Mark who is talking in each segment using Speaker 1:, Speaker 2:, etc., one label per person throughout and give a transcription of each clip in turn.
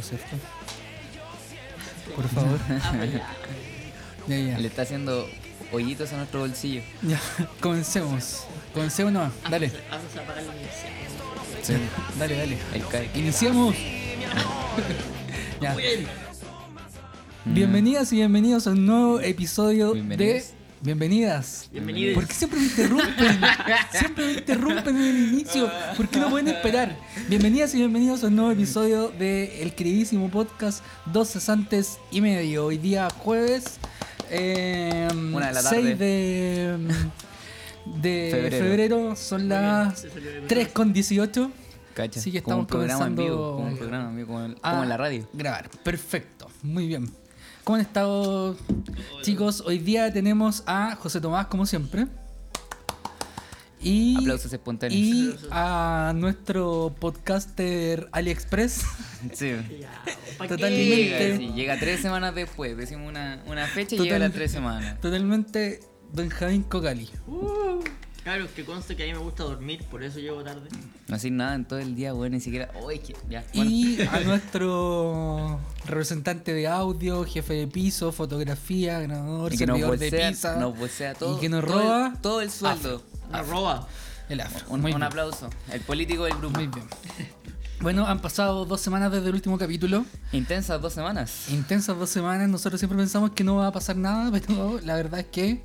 Speaker 1: ¿cierto? Por favor.
Speaker 2: Ah, pues
Speaker 1: Ya, ya.
Speaker 3: Le está haciendo hoyitos a nuestro bolsillo.
Speaker 1: Ya, comencemos. Comencemos nomás. Dale.
Speaker 2: Ah, Vamos a apagar la universidad.
Speaker 3: Sí.
Speaker 1: Dale, dale.
Speaker 3: El cae.
Speaker 1: Iniciamos. Ya.
Speaker 2: Muy bien.
Speaker 1: Bienvenidas y bienvenidos a un nuevo episodio
Speaker 3: Mm. Bienvenidos.
Speaker 1: de Bienvenidas.
Speaker 2: Bienvenidos.
Speaker 1: ¿Por qué siempre me interrumpen? Siempre me interrumpen en el inicio. ¿Por qué no pueden esperar? Bienvenidas y bienvenidos a un nuevo episodio de el queridísimo podcast Dos Cesantes y Medio. Hoy día jueves eh,
Speaker 3: Una de la
Speaker 1: 6
Speaker 3: tarde.
Speaker 1: de, em, de febrero.
Speaker 3: Febrero.
Speaker 1: Son las
Speaker 2: Se salió de
Speaker 1: 3 con 18.
Speaker 3: Cacha.
Speaker 1: Sí que
Speaker 3: como un
Speaker 1: estamos
Speaker 3: programa en vivo.
Speaker 1: comenzando-
Speaker 3: Como un programa en vivo. Como, el-
Speaker 1: Ah.
Speaker 3: como en la radio.
Speaker 1: Grabar, perfecto, muy bien. ¿Cómo han estado, chicos? Hoy día tenemos a José Tomás, como siempre. Y,
Speaker 3: Aplausos espontáneos.
Speaker 1: y a nuestro podcaster AliExpress.
Speaker 3: Sí.
Speaker 2: Ya, ¿pa'
Speaker 1: Totalmente.
Speaker 2: qué?
Speaker 3: Llega, sí, llega tres semanas después. Decimos una, una fecha y llega
Speaker 1: Total-
Speaker 3: a las tres semanas.
Speaker 1: Totalmente Benjamín Cocali.
Speaker 2: Uh, claro, que conste que a mí me gusta dormir, por eso llego tarde.
Speaker 3: No hacer nada en todo el día, bueno, ni siquiera. Oh, es que ya. Bueno,
Speaker 1: Y a nuestro representante de audio, jefe de piso, fotografía, grabador,
Speaker 3: y que nos
Speaker 1: servidor de
Speaker 3: bolsea,
Speaker 1: pizza.
Speaker 3: nos bolsea todo.
Speaker 1: y que nos
Speaker 3: todo el-
Speaker 1: roba
Speaker 3: Todo el, sueldo.
Speaker 2: Una
Speaker 1: Ah.
Speaker 2: roba.
Speaker 1: El afro.
Speaker 3: Un,
Speaker 1: Muy
Speaker 3: un
Speaker 1: bien.
Speaker 3: aplauso. El político del grupo.
Speaker 1: Muy bien. Bueno, han pasado dos semanas desde el último capítulo.
Speaker 3: Intensas dos semanas.
Speaker 1: Intensas dos semanas. Nosotros siempre pensamos que no va a pasar nada, pero la verdad es que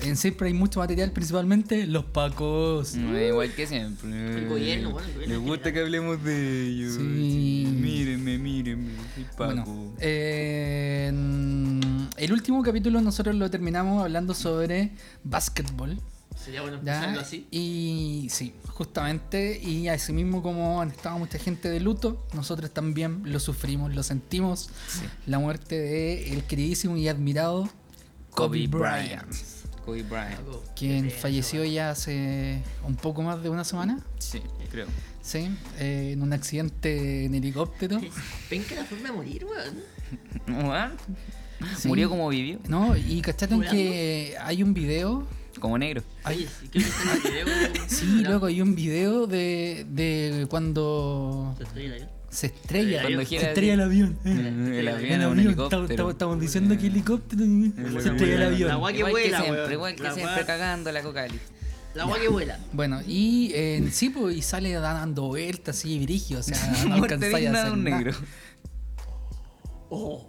Speaker 1: eh, siempre hay mucho material, principalmente los pacos.
Speaker 3: Mm, igual que siempre.
Speaker 2: El gobierno, bueno, el gobierno en general.
Speaker 3: hablemos de ellos.
Speaker 1: Sí.
Speaker 3: Mírenme, mírenme. soy
Speaker 1: Bueno, eh, en el último capítulo nosotros lo terminamos hablando sobre básquetbol.
Speaker 2: Sería bueno
Speaker 1: ¿ya?
Speaker 2: empezarlo así.
Speaker 1: Y sí, justamente. Y así mismo como han estado mucha gente de luto, nosotros también lo sufrimos, lo sentimos. La muerte de el queridísimo y admirado Kobe Bryant.
Speaker 3: Kobe Bryant.
Speaker 2: Algo
Speaker 1: quien
Speaker 2: que sea,
Speaker 1: falleció
Speaker 2: bueno.
Speaker 1: ya hace un poco más de una semana,
Speaker 3: Sí, creo.
Speaker 1: sí, eh, en un accidente en helicóptero.
Speaker 2: Ven que la forma de morir, weón.
Speaker 3: What?
Speaker 1: Sí.
Speaker 3: Murió como vivió,
Speaker 1: No, y cachate en que hay un video,
Speaker 3: como negro.
Speaker 2: Oye, sí, ¿qué viste en el video? weón?
Speaker 1: sí,
Speaker 2: Ya,
Speaker 1: luego hay un video de, de cuando
Speaker 2: te estoy ahí.
Speaker 1: se estrella,
Speaker 2: Cuando
Speaker 1: se
Speaker 3: gira-
Speaker 1: estrella el avión.
Speaker 3: El
Speaker 1: eh.
Speaker 3: avión
Speaker 1: El
Speaker 3: a un
Speaker 1: avión,
Speaker 3: helicóptero.
Speaker 1: estamos- estamos- estamos diciendo que helicóptero eh, se estrella el
Speaker 2: La
Speaker 1: avión.
Speaker 2: guay que
Speaker 3: Igual que
Speaker 2: vuela,
Speaker 3: siempre,
Speaker 2: weón.
Speaker 3: igual que
Speaker 2: La
Speaker 3: siempre
Speaker 2: guay-
Speaker 3: cagando la cocali.
Speaker 2: La agua que vuela.
Speaker 1: Bueno, y eh, sí, pues, y sale dando vueltas así, brigio, o sea, Ah, no
Speaker 3: Muerte
Speaker 1: alcanzáis a
Speaker 3: digna de
Speaker 1: hacer
Speaker 3: un
Speaker 1: nada.
Speaker 3: negro.
Speaker 2: Oh,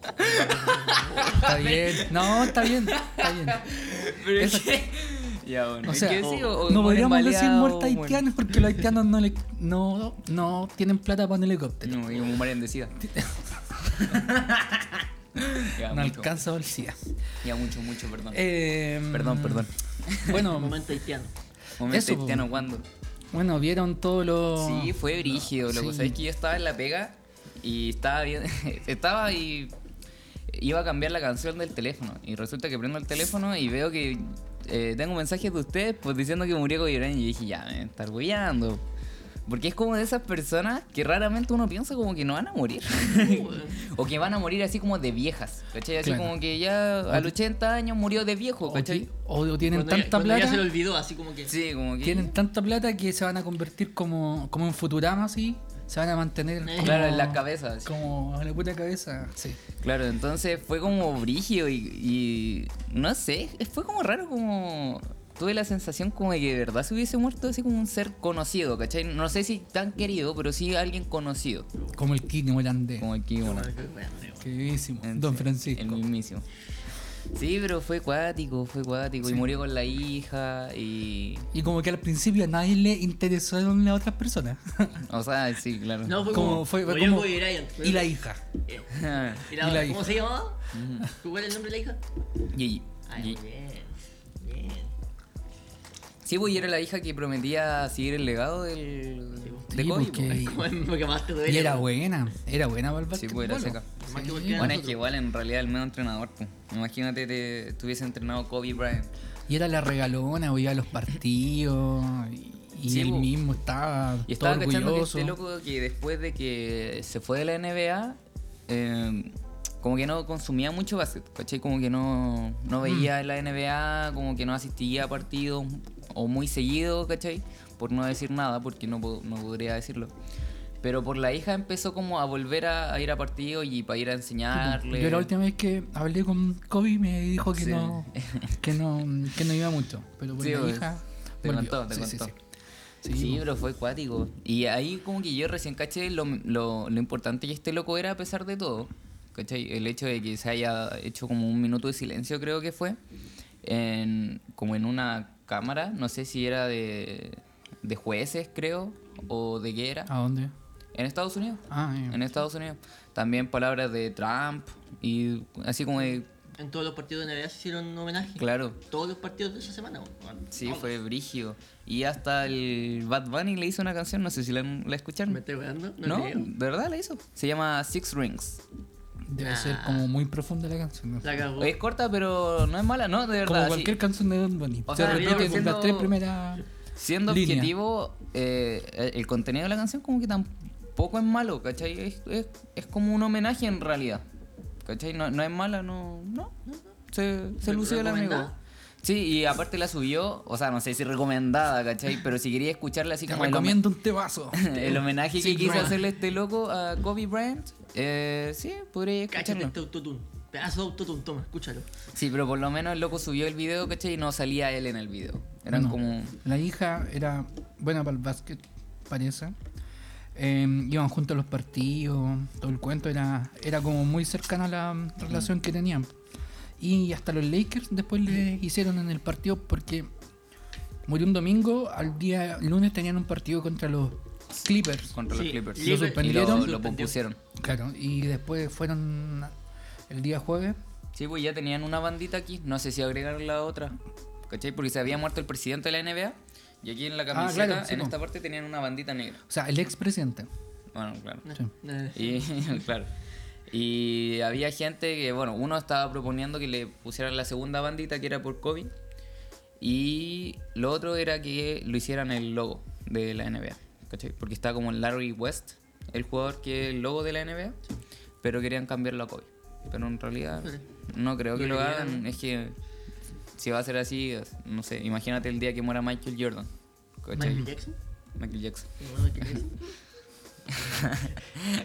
Speaker 1: Está bien, no, está bien, está bien.
Speaker 3: Pero
Speaker 1: Eso-
Speaker 3: que- Ya, bueno.
Speaker 1: O
Speaker 3: ¿y
Speaker 1: sea,
Speaker 3: qué sí? O- o
Speaker 1: no
Speaker 3: mueren
Speaker 1: podríamos decir
Speaker 3: baleados,
Speaker 1: muerta
Speaker 3: mueren-
Speaker 1: haitianos porque los haitianos no, le, no, no tienen plata para un helicóptero.
Speaker 3: No, y mueren de sida. ya,
Speaker 1: No,
Speaker 3: mucho.
Speaker 1: alcanza el SIDA.
Speaker 3: Ya, mucho, mucho, perdón.
Speaker 1: Eh,
Speaker 3: Perdón, perdón.
Speaker 1: Bueno,
Speaker 2: momento haitiano.
Speaker 3: Momento
Speaker 1: eso, po.
Speaker 3: cristiano, ¿cuándo?
Speaker 1: bueno, vieron todo lo.
Speaker 3: Sí, fue brígido, loco.
Speaker 1: Sí.
Speaker 3: Sabes que yo estaba en la pega y estaba bien. estaba y. Iba a cambiar la canción del teléfono. Y resulta que prendo el teléfono y veo que. eh, tengo mensajes de ustedes pues diciendo que murió Kobe Bryant. Y yo dije, ya, me está orgullando. Porque es como de esas personas que raramente uno piensa como que no van a morir.
Speaker 2: Uh,
Speaker 3: o que van a morir así como de viejas. ¿Cachai? Así
Speaker 1: Claro.
Speaker 3: como que ya a los 80 años murió de viejo,
Speaker 1: O,
Speaker 3: ¿cachai?
Speaker 1: ti- o tienen
Speaker 2: Cuando ya-
Speaker 1: tanta
Speaker 2: cuando Ya se lo
Speaker 1: plata.
Speaker 2: olvidó, así como que.
Speaker 3: Sí, como que.
Speaker 1: Tienen tanta plata que se van a convertir como, como en Futurama, así. Se van a mantener.
Speaker 2: Eh.
Speaker 1: como-
Speaker 3: Claro, en la cabeza. así.
Speaker 1: Como a la puta cabeza, sí.
Speaker 3: Claro, entonces fue como brígido y, y no sé, fue como raro como... Tuve la sensación como de que de verdad se hubiese muerto así como un ser conocido, ¿cachai? No sé si tan querido, pero sí alguien conocido.
Speaker 1: Como el Kini holandés.
Speaker 3: Como aquí,
Speaker 2: "Ah,
Speaker 3: bueno.
Speaker 1: Queridísimo. Don
Speaker 3: El
Speaker 1: Francisco.
Speaker 3: mismísimo. Sí, pero fue cuático, fue cuático. Y murió con la hija y...
Speaker 1: Y como que al principio a nadie le interesaron las otras personas.
Speaker 3: O sea, sí, claro.
Speaker 2: No, fue
Speaker 1: Como
Speaker 2: como.
Speaker 1: fue- fue
Speaker 2: murió
Speaker 1: como-
Speaker 2: Kobe Bryant.
Speaker 1: y la hija.
Speaker 2: Eh,
Speaker 3: Y-
Speaker 2: y
Speaker 1: y la
Speaker 2: la-
Speaker 1: hija. Mm.
Speaker 2: ¿Cómo se llamaba? ¿Cuál es el nombre de la hija?
Speaker 3: y-
Speaker 2: Ay, bien. Bien.
Speaker 3: Sí, pues y era la hija que prometía seguir el legado del...
Speaker 1: Sí,
Speaker 3: de Kobe,
Speaker 1: porque-
Speaker 3: pues.
Speaker 1: Y-
Speaker 2: Como en- Porque más te duele.
Speaker 1: Y era
Speaker 2: weón.
Speaker 1: buena, era buena para el
Speaker 3: Sí, pues, era
Speaker 1: basquetbol.
Speaker 3: seca.
Speaker 2: Más que
Speaker 1: Sí.
Speaker 2: cualquiera.
Speaker 3: Bueno, es que igual en realidad el medio entrenador, pues. Imagínate te, te hubiese entrenado Kobe Bryant.
Speaker 1: Y era la regalona, o iba a los partidos. Y, y
Speaker 3: Sí,
Speaker 1: él
Speaker 3: po.
Speaker 1: mismo estaba,
Speaker 3: Y
Speaker 1: todo
Speaker 3: estaba cachando que
Speaker 1: orgulloso.
Speaker 3: este loco que después de que se fue de la NBA, eh, como que no consumía mucho básquet, ¿cachai? Como que no, no veía la NBA, como que no asistía a partidos o muy seguido, ¿cachai? Por no decir nada, porque no, po- no podría decirlo. Pero por la hija empezó como a volver a, a ir a partidos y para ir a enseñarle.
Speaker 1: Yo la última vez que hablé con Kobe me dijo que
Speaker 3: Sí.
Speaker 1: no que no que no iba mucho, pero por
Speaker 3: Sí,
Speaker 1: la
Speaker 3: pues,
Speaker 1: hija
Speaker 3: te
Speaker 1: volvió.
Speaker 3: contó, te
Speaker 1: Sí, sí,
Speaker 3: contó.
Speaker 1: sí.
Speaker 3: Sí, pues.
Speaker 1: Sí,
Speaker 3: pero fue cuático. Y ahí como que yo recién caché lo, lo, lo importante que este loco era a pesar de todo. ¿Cachai? El hecho de que se haya hecho como un minuto de silencio creo que fue. En, como en una cámara, no sé si era de, de jueces creo, o de qué era.
Speaker 1: ¿A dónde?
Speaker 3: En Estados Unidos.
Speaker 1: Ah, ya.
Speaker 3: En Estados Unidos. También palabras de Trump y así como de...
Speaker 2: En todos los partidos de NBA se hicieron un homenaje.
Speaker 3: Claro.
Speaker 2: Todos los partidos de esa semana. weón.
Speaker 3: Sí,
Speaker 2: Todos.
Speaker 3: fue brígido. Y hasta el Bad Bunny le hizo una canción, no sé si la, la escucharon.
Speaker 2: ¿Me estoy weando? No,
Speaker 3: No,
Speaker 2: creo.
Speaker 3: de verdad la hizo. Se llama Six Rings.
Speaker 1: Debe ser
Speaker 3: Ah.
Speaker 1: como muy profunda la canción. ¿no?
Speaker 2: La cagó.
Speaker 3: Es corta, pero no es mala, no, de
Speaker 1: Como
Speaker 3: verdad. sí.
Speaker 1: cualquier canción de Don Bunny.
Speaker 3: O
Speaker 1: Se
Speaker 3: sea,
Speaker 1: repite
Speaker 3: digamos,
Speaker 1: con las
Speaker 3: siendo-
Speaker 1: tres primeras.
Speaker 3: Siendo
Speaker 1: línea.
Speaker 3: objetivo, eh, el- el contenido de la canción como que tampoco es malo, ¿cachai? Es, es- es como un homenaje en realidad. ¿Cachai? No, no es mala, no. No, no, no. Se, se
Speaker 2: ¿Re-
Speaker 3: lució el amigo.
Speaker 2: recomendada?
Speaker 3: Sí, y aparte la subió, o sea, no sé si recomendada, ¿cachai? Pero si quería escucharla así
Speaker 1: Te
Speaker 3: como el, home-
Speaker 1: recomiendo un tebazo.
Speaker 3: el homenaje
Speaker 1: Sí,
Speaker 3: que quiso
Speaker 1: Brian.
Speaker 3: hacerle este loco a Kobe Bryant, eh, sí, podría
Speaker 2: Cáchate
Speaker 3: escucharlo.
Speaker 2: este autotune. Pedazo de autotune, toma, escúchalo.
Speaker 3: Sí, pero por lo menos el loco subió el video, ¿cachai? Y no salía él en el video. Eran
Speaker 1: No.
Speaker 3: como.
Speaker 1: La hija era buena para el básquet, parece. Eh, iban juntos a los partidos, todo el cuento era, era como muy cercana a la mm, relación que tenían. Y hasta los Lakers después le hicieron en el partido porque murió un domingo, al día lunes tenían un partido contra los Clippers.
Speaker 3: Contra los
Speaker 2: Sí,
Speaker 3: Clippers.
Speaker 1: Lo suspendieron.
Speaker 3: Y lo, lo compusieron.
Speaker 1: Claro, y después fueron el día jueves.
Speaker 3: Sí, pues ya tenían una bandita aquí. No sé si agregar la otra. ¿Cachai? Porque se había muerto el presidente de la NBA. Y aquí en la
Speaker 1: Ah, claro,
Speaker 3: camiseta,
Speaker 1: sí,
Speaker 3: en
Speaker 1: po.
Speaker 3: esta parte, tenían una bandita negra.
Speaker 1: O sea, el expresidente.
Speaker 3: Bueno, claro.
Speaker 2: Nah,
Speaker 1: Sí.
Speaker 2: nah.
Speaker 3: Y, claro. Y había gente que, bueno, uno estaba proponiendo que le pusieran la segunda bandita que era por COVID. Y lo otro era que lo hicieran el logo de la NBA. ¿Cachai? Porque está como Larry West, el jugador que es el logo de la NBA. Pero querían cambiarlo a COVID. Pero en realidad
Speaker 2: Vale.
Speaker 3: no creo que
Speaker 2: Lo
Speaker 3: lo
Speaker 2: querían.
Speaker 3: hagan. Es que si va a ser así, no sé, imagínate el día que muera Michael Jordan. ¿Cachai?
Speaker 2: Michael Jackson.
Speaker 3: Michael Jackson.
Speaker 2: Bueno, Michael Jackson.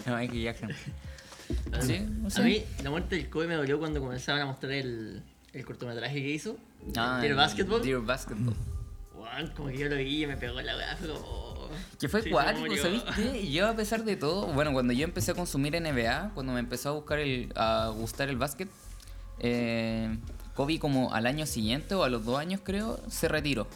Speaker 3: Michael Jackson. Sí, o
Speaker 2: A
Speaker 3: sea.
Speaker 2: mí la muerte del Kobe me dolió cuando comenzaban a mostrar el, el cortometraje que hizo.
Speaker 3: Ah,
Speaker 2: Dear
Speaker 3: el
Speaker 2: Basketball.
Speaker 3: Dear Basketball.
Speaker 2: Weón, como que yo lo vi y me pegó la weá, fue como... oh,
Speaker 3: Que fue
Speaker 2: sí, se
Speaker 3: cuático,
Speaker 2: murió.
Speaker 3: ¿sabes qué? Yo a pesar de todo, bueno, cuando yo empecé a consumir NBA, cuando me empezó a buscar el, a gustar el básquet, eh, Kobe como al año siguiente o a los dos años creo, se retiró.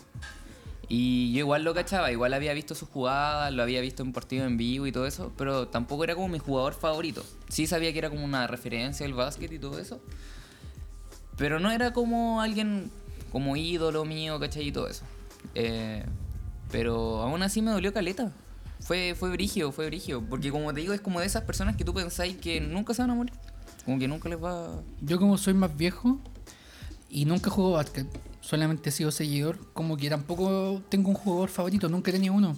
Speaker 3: Y yo igual lo cachaba, igual había visto sus jugadas, lo había visto en partido en vivo y todo eso, pero tampoco era como mi jugador favorito. Sí sabía que era como una referencia del básquet y todo eso, pero no era como alguien, como ídolo mío, ¿cachai? Y todo eso. Eh, pero aún así me dolió caleta. Fue, fue brígido, fue brígido. Porque como te digo, es como de esas personas que tú pensáis que nunca se van a morir. Como que nunca les va...
Speaker 1: Yo como soy más viejo y nunca juego básquet, solamente he sido seguidor, como que tampoco tengo un jugador favorito, nunca he tenido uno.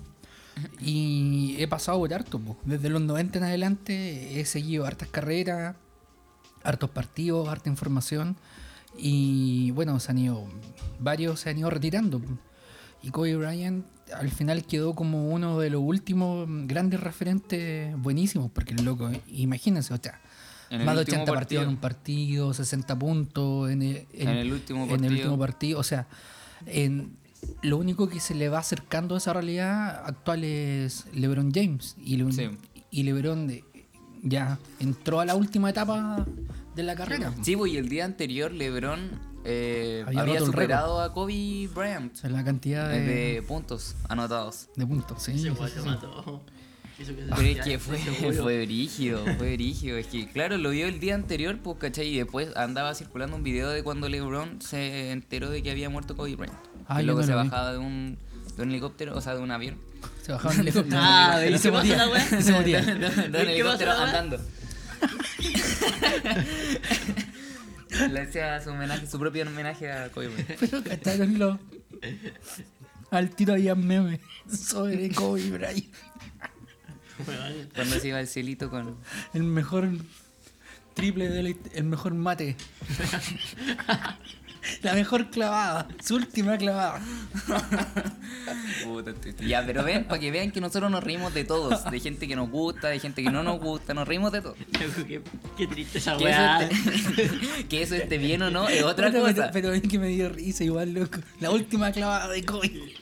Speaker 1: Y he pasado por harto, po. desde los 90 en adelante he seguido hartas carreras, hartos partidos, harta información. Y bueno, se han ido, varios se han ido retirando. po. Y Kobe Bryant al final quedó como uno de los últimos grandes referentes buenísimos, porque el loco, imagínense, o sea,
Speaker 3: En el
Speaker 1: más de
Speaker 3: último
Speaker 1: 80 partidos en un
Speaker 3: partido.
Speaker 1: partido, 60 puntos en el,
Speaker 3: En el último
Speaker 1: en el
Speaker 3: partido.
Speaker 1: último partido. O sea, en, lo único que se le va acercando a esa realidad actual es LeBron James. Y, Le-
Speaker 3: Sí.
Speaker 1: y LeBron de- ya entró a la última etapa de la carrera.
Speaker 3: Sí, pues, y el día anterior LeBron eh,
Speaker 1: Había
Speaker 3: había,
Speaker 1: roto el
Speaker 3: superado a Kobe Bryant
Speaker 1: O sea, la cantidad de,
Speaker 3: eh, de puntos anotados.
Speaker 1: de puntos. Sí,
Speaker 2: Ese
Speaker 1: sí,
Speaker 2: weón
Speaker 1: sí,
Speaker 2: lo
Speaker 1: sí.
Speaker 2: mató. Hizo que se
Speaker 3: Pero es
Speaker 2: suicidara,
Speaker 3: que fue,
Speaker 2: seguro.
Speaker 3: fue brígido, fue brígido. Es que, claro, lo vio el día anterior, pues, ¿cachai? Y después andaba circulando un video de cuando LeBron se enteró de que había muerto Kobe Bryant.
Speaker 1: Ah,
Speaker 3: que
Speaker 1: yo
Speaker 3: luego
Speaker 1: no
Speaker 3: se
Speaker 1: lo vi.
Speaker 3: bajaba de un, de un helicóptero, o sea, de un avión.
Speaker 1: Se bajaron el helicóptero.
Speaker 2: Ah,
Speaker 1: Y
Speaker 2: ¿y
Speaker 1: se
Speaker 2: qué pasó
Speaker 1: moría.
Speaker 2: la weá?
Speaker 1: y se moría.
Speaker 3: De un
Speaker 2: ¿Qué
Speaker 3: helicóptero
Speaker 2: pasó, weón?
Speaker 3: andando. Le hacía su homenaje, su propio homenaje a Kobe Bryant.
Speaker 1: Pero cacharon los. Al tiro había memes sobre Kobe Bryant.
Speaker 2: Weón,
Speaker 3: Cuando se iba al cielito con...
Speaker 1: El mejor triple del el mejor mate. La mejor clavada. Su última clavada.
Speaker 3: Puta, estoy- estoy- Ya, pero ven, para que vean que nosotros nos reímos de todos. De gente que nos gusta, de gente que no nos gusta, nos reímos de todo.
Speaker 2: qué, qué triste esa
Speaker 3: Que eso,
Speaker 2: weá.
Speaker 3: esté, que eso esté bien o no es otra
Speaker 1: Puta,
Speaker 3: cosa.
Speaker 1: Pero, pero es que me dio risa igual, loco. La última clavada de Kobe.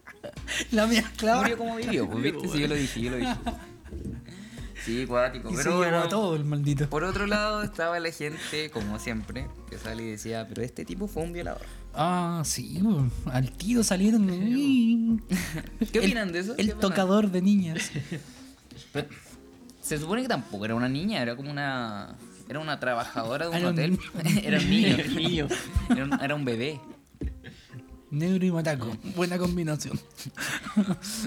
Speaker 1: La mía clavada.
Speaker 3: Murió como vivió, pues, viste, sí, yo lo dije, yo lo dije. Sí, cuático.
Speaker 1: Y se
Speaker 3: Pero
Speaker 1: llevó
Speaker 3: bueno,
Speaker 1: a todo el maldito.
Speaker 3: por otro lado estaba la gente, como siempre, que sale y decía, pero este tipo fue un violador.
Speaker 1: Ah, sí, bo. al tiro salieron. uy.
Speaker 3: ¿Qué opinan de eso? ¿Qué
Speaker 1: El
Speaker 3: opinan?
Speaker 1: tocador de niñas.
Speaker 3: Pero Se supone que tampoco era una niña, era como una... Era una trabajadora de un
Speaker 1: Era un
Speaker 3: hotel. Era un niño.
Speaker 2: Niño.
Speaker 3: Era un, era un bebé.
Speaker 1: Negro y mataco. Buena combinación.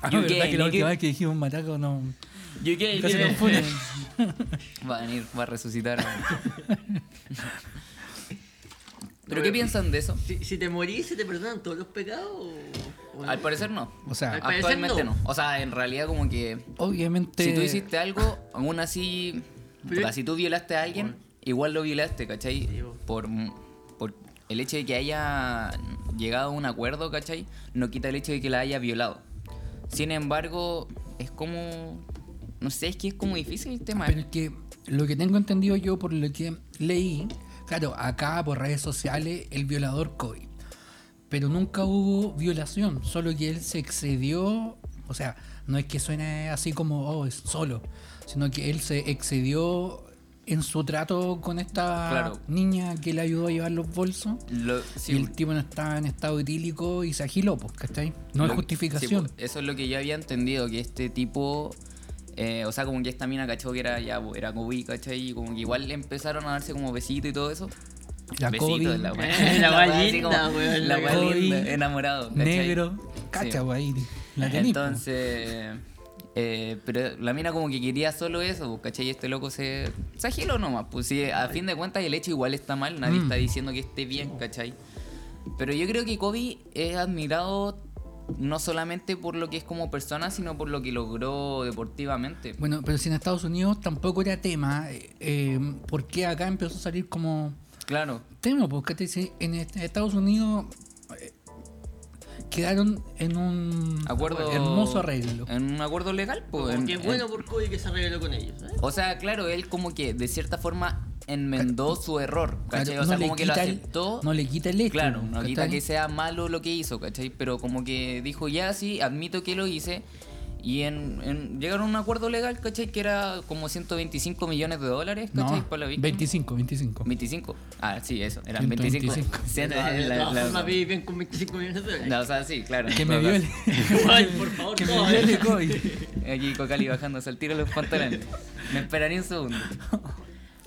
Speaker 1: Ah,
Speaker 3: You
Speaker 1: verdad
Speaker 3: gay,
Speaker 1: que la última
Speaker 3: nigga.
Speaker 1: vez que dijimos mataco no.
Speaker 3: Casi
Speaker 1: Casi
Speaker 3: no
Speaker 1: nos funen.
Speaker 3: Va a venir, va a resucitar. ¿Pero qué piensan de eso?
Speaker 2: Si, si te morís, ¿se te perdonan todos los pecados? o- o no?
Speaker 3: Al parecer no.
Speaker 1: O sea,
Speaker 2: Al parecer
Speaker 3: Actualmente no.
Speaker 2: no.
Speaker 3: O sea, en realidad como que
Speaker 1: obviamente.
Speaker 3: si tú hiciste algo, aún así,
Speaker 2: Pero-
Speaker 3: puta, si tú violaste a alguien, igual lo violaste,
Speaker 2: Sí,
Speaker 3: ¿cachai?
Speaker 2: po.
Speaker 3: Por, por el hecho de que haya llegado a un acuerdo, ¿cachai? No quita el hecho de que la haya violado. Sin embargo, es como... No sé, es que es como difícil el tema.
Speaker 1: Pero es que lo que tengo entendido yo por lo que leí, claro, acá por redes sociales, el violador Kobe. Pero nunca hubo violación, solo que él se excedió, o sea, no es que suene así como, oh, es solo, sino que él se excedió en su trato con esta
Speaker 3: Claro.
Speaker 1: niña que le ayudó a llevar los bolsos.
Speaker 3: Lo- sí, pues.
Speaker 1: y el tipo no estaba en estado etílico y se agiló, pues, ¿cachai? No
Speaker 3: Lo-
Speaker 1: es justificación.
Speaker 3: sí, pues, eso es lo que yo había entendido, que este tipo, eh, o sea, como que esta mina cachó que era ya, pues, era Kobe, ¿cachai? Y como que igual empezaron a darse como besito y todo eso.
Speaker 1: la
Speaker 3: pues, Besito,
Speaker 1: Kobe,
Speaker 3: la wea.
Speaker 2: Eh, la wea
Speaker 3: wea así
Speaker 2: linda,
Speaker 3: como-
Speaker 2: weón,
Speaker 3: La
Speaker 2: la
Speaker 3: wea
Speaker 1: Kobe,
Speaker 3: linda, enamorado. ¿cachai?
Speaker 1: negro, cacha,
Speaker 3: Sí.
Speaker 1: wey, La tenís, pues.
Speaker 3: Entonces, eh, pero la mina como que quería solo eso, pues, ¿cachai? Y este loco se, se agiló nomás. Pues sí, a fin de cuentas el hecho igual está mal, nadie
Speaker 1: Mm.
Speaker 3: está diciendo que esté bien, ¿cachai? Pero yo creo que Kobe es admirado no solamente por lo que es como persona, sino por lo que logró deportivamente.
Speaker 1: Bueno, pero si en Estados Unidos tampoco era tema, eh, eh, ¿por qué acá empezó a salir como
Speaker 3: Claro,
Speaker 1: tema? Porque te dice, en est- Estados Unidos eh, quedaron en un
Speaker 3: acuerdo.
Speaker 1: hermoso arreglo.
Speaker 3: En un acuerdo legal, pues.
Speaker 2: Como
Speaker 3: en-
Speaker 2: que es
Speaker 3: en-
Speaker 2: bueno por Kobe que se arregló con ellos. ¿eh?
Speaker 3: O sea, claro, él como que de cierta forma enmendó su error,
Speaker 1: Claro,
Speaker 3: ¿cachai? o sea,
Speaker 1: no le
Speaker 3: como que lo
Speaker 1: quita el-
Speaker 3: aceptó.
Speaker 1: no le quita el hecho.
Speaker 3: Claro, no quita
Speaker 1: ¿cachai?
Speaker 3: que sea malo lo que hizo, ¿cachai? Pero como que dijo, ya sí, admito que lo hice. Y en, en- llegaron a un acuerdo legal, ¿cachai? Que era como 125 millones de dólares, ¿cachai?
Speaker 1: No,
Speaker 3: Para la víctima.
Speaker 1: 25, 25.
Speaker 3: 25. Ah, sí, eso, eran 25.
Speaker 1: 125.
Speaker 3: Sí,
Speaker 2: No,
Speaker 3: la-
Speaker 2: de
Speaker 3: la-
Speaker 2: todas
Speaker 3: la-
Speaker 2: formas, viví bien con 25 millones de dólares.
Speaker 3: la- o sea, sí, claro.
Speaker 1: Que
Speaker 3: en
Speaker 1: me
Speaker 3: todo caso.
Speaker 1: viole.
Speaker 2: Ay, por favor,
Speaker 1: que
Speaker 2: no,
Speaker 1: me
Speaker 2: eh.
Speaker 1: viole Kobe.
Speaker 3: Aquí Cocali bajándose al tiro los pantalones. Me esperaría un segundo.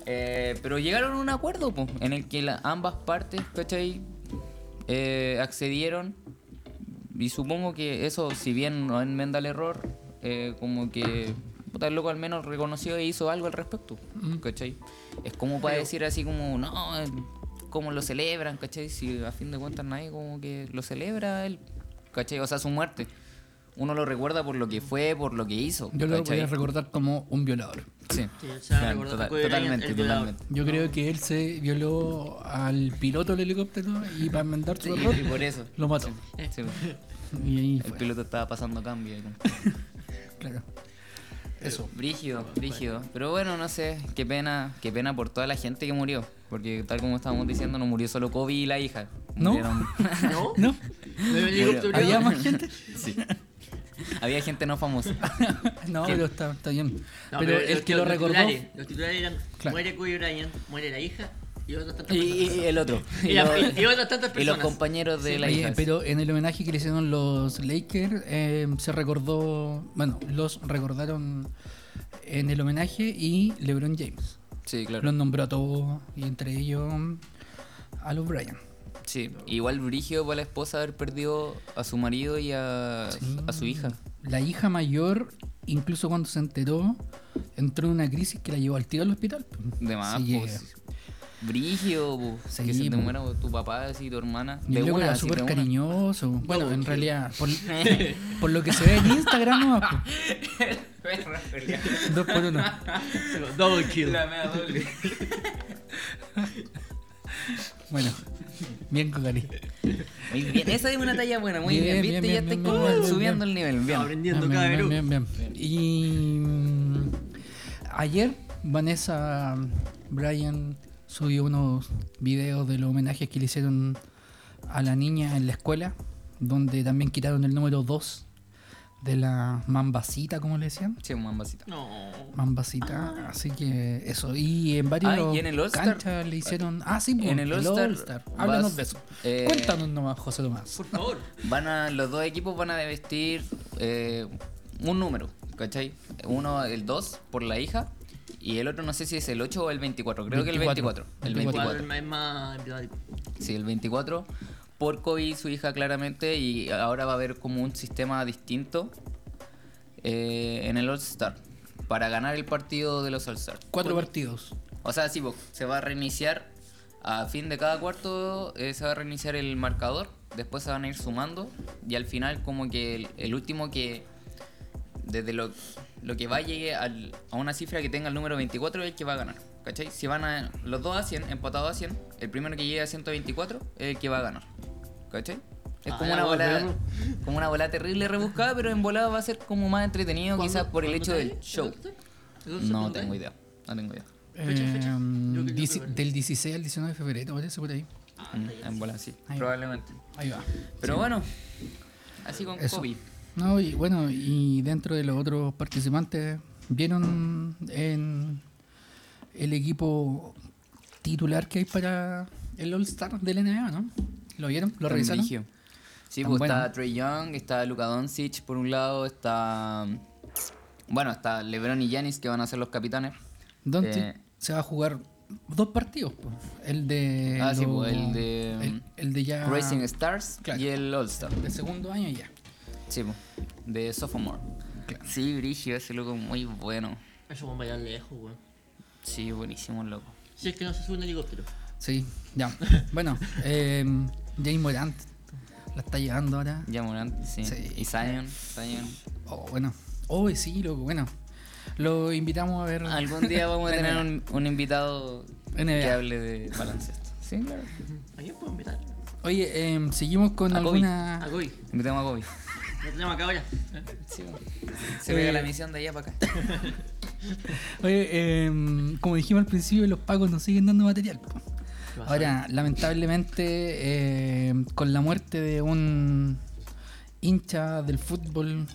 Speaker 3: Eh, pero llegaron a un acuerdo po, en el que la- ambas partes, ¿cachai? Eh, accedieron. Y supongo que eso, si bien no enmenda el error, eh, como que puta, el loco al menos reconoció e hizo algo al respecto. ¿cachai? Es como para decir así como, no, eh, cómo lo celebran, ¿cachai? Si a fin de cuentas nadie como que lo celebra él, ¿cachai? O sea, su muerte. Uno lo recuerda por lo que fue, por lo que hizo.
Speaker 1: Yo lo voy
Speaker 3: ¿cachai?
Speaker 1: a recordar como un violador.
Speaker 3: Sí.
Speaker 2: Sí, o sea,
Speaker 3: Claro, total-
Speaker 2: recordar que era
Speaker 3: Totalmente,
Speaker 2: el violador.
Speaker 3: totalmente.
Speaker 1: Yo creo que él se violó al piloto del helicóptero y para enmendar su error
Speaker 3: Y, y por eso.
Speaker 1: lo mató.
Speaker 3: Sí,
Speaker 1: Y ahí
Speaker 3: el
Speaker 1: fue,
Speaker 3: piloto estaba pasando cambio. ahí, como-
Speaker 1: claro. Eso.
Speaker 3: Brígido, brígido. Pero bueno, no sé, qué pena, qué pena por toda la gente que murió. Porque tal como estábamos diciendo, no murió solo Kobe y la hija.
Speaker 1: ¿No?
Speaker 3: Murieron-
Speaker 2: ¿No?
Speaker 1: ¿No?
Speaker 2: ¿Me venía capturado?
Speaker 1: ¿Había más gente?
Speaker 3: Sí. Había gente no famosa.
Speaker 1: No, pero está, está bien.
Speaker 2: No,
Speaker 1: pero, el
Speaker 2: los-
Speaker 1: que lo
Speaker 2: los
Speaker 1: recordó.
Speaker 2: titulares- los titulares eran
Speaker 1: Claro.
Speaker 2: muere Kobe Bryant, muere la hija y otras tantas
Speaker 3: Y, y-
Speaker 2: personas.
Speaker 3: y el otro.
Speaker 2: Y, la- y- y otras
Speaker 3: y
Speaker 2: tantas
Speaker 3: los
Speaker 2: personas.
Speaker 3: compañeros de la
Speaker 1: Oye,
Speaker 3: hija.
Speaker 1: pero en el homenaje que le hicieron los Lakers, eh, se recordó. Bueno, los recordaron en el homenaje y LeBron James.
Speaker 3: Sí, claro.
Speaker 1: Los nombró a todos y entre ellos a los Bryan.
Speaker 3: Sí. Igual Brigio para la esposa haber perdido a su marido y a, a su hija.
Speaker 1: La hija mayor, incluso cuando se enteró, entró en una crisis que la llevó al tiro al hospital.
Speaker 3: De más,
Speaker 1: Sí,
Speaker 3: pues.
Speaker 1: eh.
Speaker 3: Brigio, pues,
Speaker 1: Sí,
Speaker 3: que se te
Speaker 1: pues.
Speaker 3: muera pues, tu papá así, tu hermana.
Speaker 1: Y
Speaker 3: De
Speaker 1: el loco
Speaker 3: una,
Speaker 1: era
Speaker 3: así, de
Speaker 1: súper
Speaker 3: una.
Speaker 1: cariñoso. Bueno, en realidad, por, por lo que se ve en Instagram, no, pues, dos por uno.
Speaker 2: Double kill.
Speaker 3: La mea doble.
Speaker 1: Bueno, bien, Cucari.
Speaker 3: Muy bien, esa es una talla buena, muy
Speaker 1: Bien, bien,
Speaker 3: bien, viste,
Speaker 1: bien,
Speaker 3: ya estoy
Speaker 1: bien,
Speaker 3: como
Speaker 1: bien, bien,
Speaker 3: subiendo el nivel, bien.
Speaker 2: Aprendiendo
Speaker 1: Ah,
Speaker 2: cada
Speaker 1: bien,
Speaker 2: verú.
Speaker 1: bien, bien, bien. Y mm, ayer Vanessa Bryan subió unos videos de los homenajes que le hicieron a la niña en la escuela, donde también quitaron el número 2 de la mambacita, como le decían.
Speaker 3: Che, un mambacito.
Speaker 2: No.
Speaker 1: Mambacita, así que eso. Y en varios
Speaker 3: Ah, y en el All-Star.
Speaker 1: canchas le hicieron. Ah, sí, po,
Speaker 3: En el All-Star vas-
Speaker 1: Háblanos de eso.
Speaker 3: eh,
Speaker 1: Cuéntanos nomás, José Tomás.
Speaker 2: Por favor.
Speaker 3: Van a, los dos equipos van a vestir eh, un número, ¿cachai? Uno el 2 por la hija y el otro no sé si es el 8 o el 24, creo que el
Speaker 1: 24.
Speaker 3: 24. El
Speaker 1: 24.
Speaker 3: 24.
Speaker 2: Igual es más emblemático.
Speaker 3: Sí, el 24 por Kobe su hija claramente y ahora va a haber como un sistema distinto eh, en el All-Star para ganar el partido de los All-Star.
Speaker 1: Cuatro partidos.
Speaker 3: O sea, sí, po, se va a reiniciar a fin de cada cuarto, eh, se va a reiniciar el marcador, después se van a ir sumando y al final como que el, el último que desde lo, lo que va llegue al- a una cifra que tenga el número 24 es el que va a ganar. ¿Cachai? Si van a, los dos a 100, empatados a 100, el primero que llegue a 124 es el que va a ganar. ¿Cachai? Es
Speaker 2: Ah,
Speaker 3: como
Speaker 2: ya,
Speaker 3: una,
Speaker 2: bueno,
Speaker 3: bola,
Speaker 2: pero-
Speaker 3: como una bola terrible rebuscada, pero en volada va a ser como más entretenido quizás por el hecho del show. No
Speaker 2: ¿eh?
Speaker 3: tengo idea, no tengo idea.
Speaker 2: Fecha, fecha.
Speaker 1: Eh,
Speaker 2: Yo creo que
Speaker 1: dieci-
Speaker 2: lo veo.
Speaker 1: del 16 al 19 de febrero, parece por ahí.
Speaker 3: Mm, en bola, sí,
Speaker 1: Ahí va.
Speaker 3: probablemente.
Speaker 1: Ahí va.
Speaker 3: Pero bueno, así con
Speaker 1: Eso.
Speaker 3: Kobe.
Speaker 1: No, y bueno, y dentro de los otros participantes, ¿vieron en el equipo titular que hay para el All-Star del NBA, no? ¿Lo vieron? ¿Lo
Speaker 3: Tan
Speaker 1: revisaron?
Speaker 3: brígido. Sí,
Speaker 1: Tan
Speaker 3: pues
Speaker 1: bueno.
Speaker 3: está Trey Young, está Luka Doncic por un lado, está. Bueno, está LeBron y Giannis que van a ser los capitanes.
Speaker 1: Doncic
Speaker 3: Eh.
Speaker 1: se va a jugar dos partidos, po. el de...
Speaker 3: Ah, sí,
Speaker 1: lo-
Speaker 3: po, el de,
Speaker 1: El, el de ya...
Speaker 3: Racing Stars
Speaker 1: claro.
Speaker 3: y el All-Star.
Speaker 1: De segundo año ya.
Speaker 3: Sí, pues, de Sophomore.
Speaker 1: Claro.
Speaker 3: Sí, Brigio, ese loco muy bueno.
Speaker 2: Eso va a bailar lejos, weón.
Speaker 3: Sí, buenísimo, loco.
Speaker 2: Si es que no se sube un helicóptero.
Speaker 1: Sí, ya. bueno, eh, James Morant la está llevando ahora.
Speaker 3: Ya Morant, sí.
Speaker 1: Sí.
Speaker 3: Y Zion, Zion.
Speaker 1: Oh, bueno. Oh, sí, loco, bueno. Lo invitamos a ver.
Speaker 3: Algún día vamos a tener un, un invitado que
Speaker 1: NBA.
Speaker 3: hable de baloncesto. Sí, claro.
Speaker 2: ¿A quién puedo invitar?
Speaker 1: Oye, em, seguimos con
Speaker 3: A Kobe.
Speaker 2: A
Speaker 1: alguna.
Speaker 2: Goy.
Speaker 3: Invitamos a Kobe.
Speaker 2: Lo Ah, tenemos acá ahora.
Speaker 3: Sí, bueno. Se pega la misión de allá para acá.
Speaker 1: Oye, em, como dijimos al principio, los pagos nos siguen dando material. po.
Speaker 2: ¿Qué pasa?
Speaker 1: Ahora, lamentablemente, em, con la muerte de un hincha del fútbol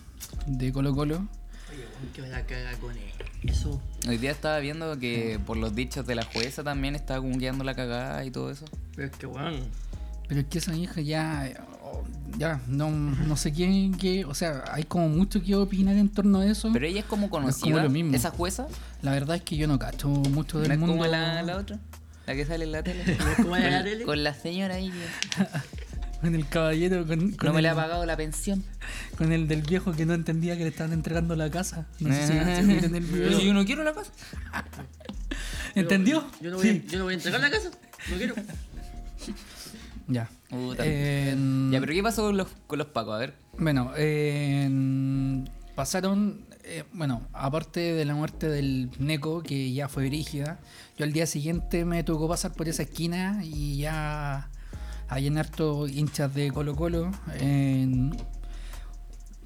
Speaker 1: de Colo Colo,
Speaker 2: Oye, weón, que me la caga con eso.
Speaker 3: Hoy día estaba viendo que por los dichos de la jueza también estaba como quedando la cagada y todo eso.
Speaker 2: Pero es que, weón.
Speaker 1: Pero es que esa hija ya. oh, Ya, no, no sé quién, qué. O sea, hay como mucho que opinar en torno a eso.
Speaker 3: Pero ella es como conocida,
Speaker 1: lo mismo.
Speaker 3: esa jueza.
Speaker 1: la verdad es que yo no cacho mucho
Speaker 3: No
Speaker 1: del
Speaker 3: es
Speaker 1: mundo.
Speaker 3: como la, la otra, la que sale en la tele.
Speaker 2: ¿No es como la de la
Speaker 3: Con-
Speaker 2: tele?
Speaker 3: Con la señora ahí. que
Speaker 1: Con el caballero, con, con
Speaker 3: No me
Speaker 1: el,
Speaker 3: le ha pagado la pensión.
Speaker 1: con el del viejo que no entendía que le estaban entregando la casa. No sé si si vieron el
Speaker 3: Pero si Eh. yo
Speaker 1: video.
Speaker 3: no quiero la casa.
Speaker 1: ¿Entendió?
Speaker 2: Yo no voy, a-
Speaker 1: Sí.
Speaker 2: yo no voy a entregar la casa. No quiero.
Speaker 1: Ya.
Speaker 3: Puta.
Speaker 1: En-
Speaker 3: Ya, pero ¿qué pasó con los, con los pacos? A ver.
Speaker 1: Bueno, eh, pasaron, eh, bueno, aparte de la muerte del Neko, que ya fue brígida, yo al día siguiente me tocó pasar por esa esquina y ya hay harto hinchas de Colo Colo. en-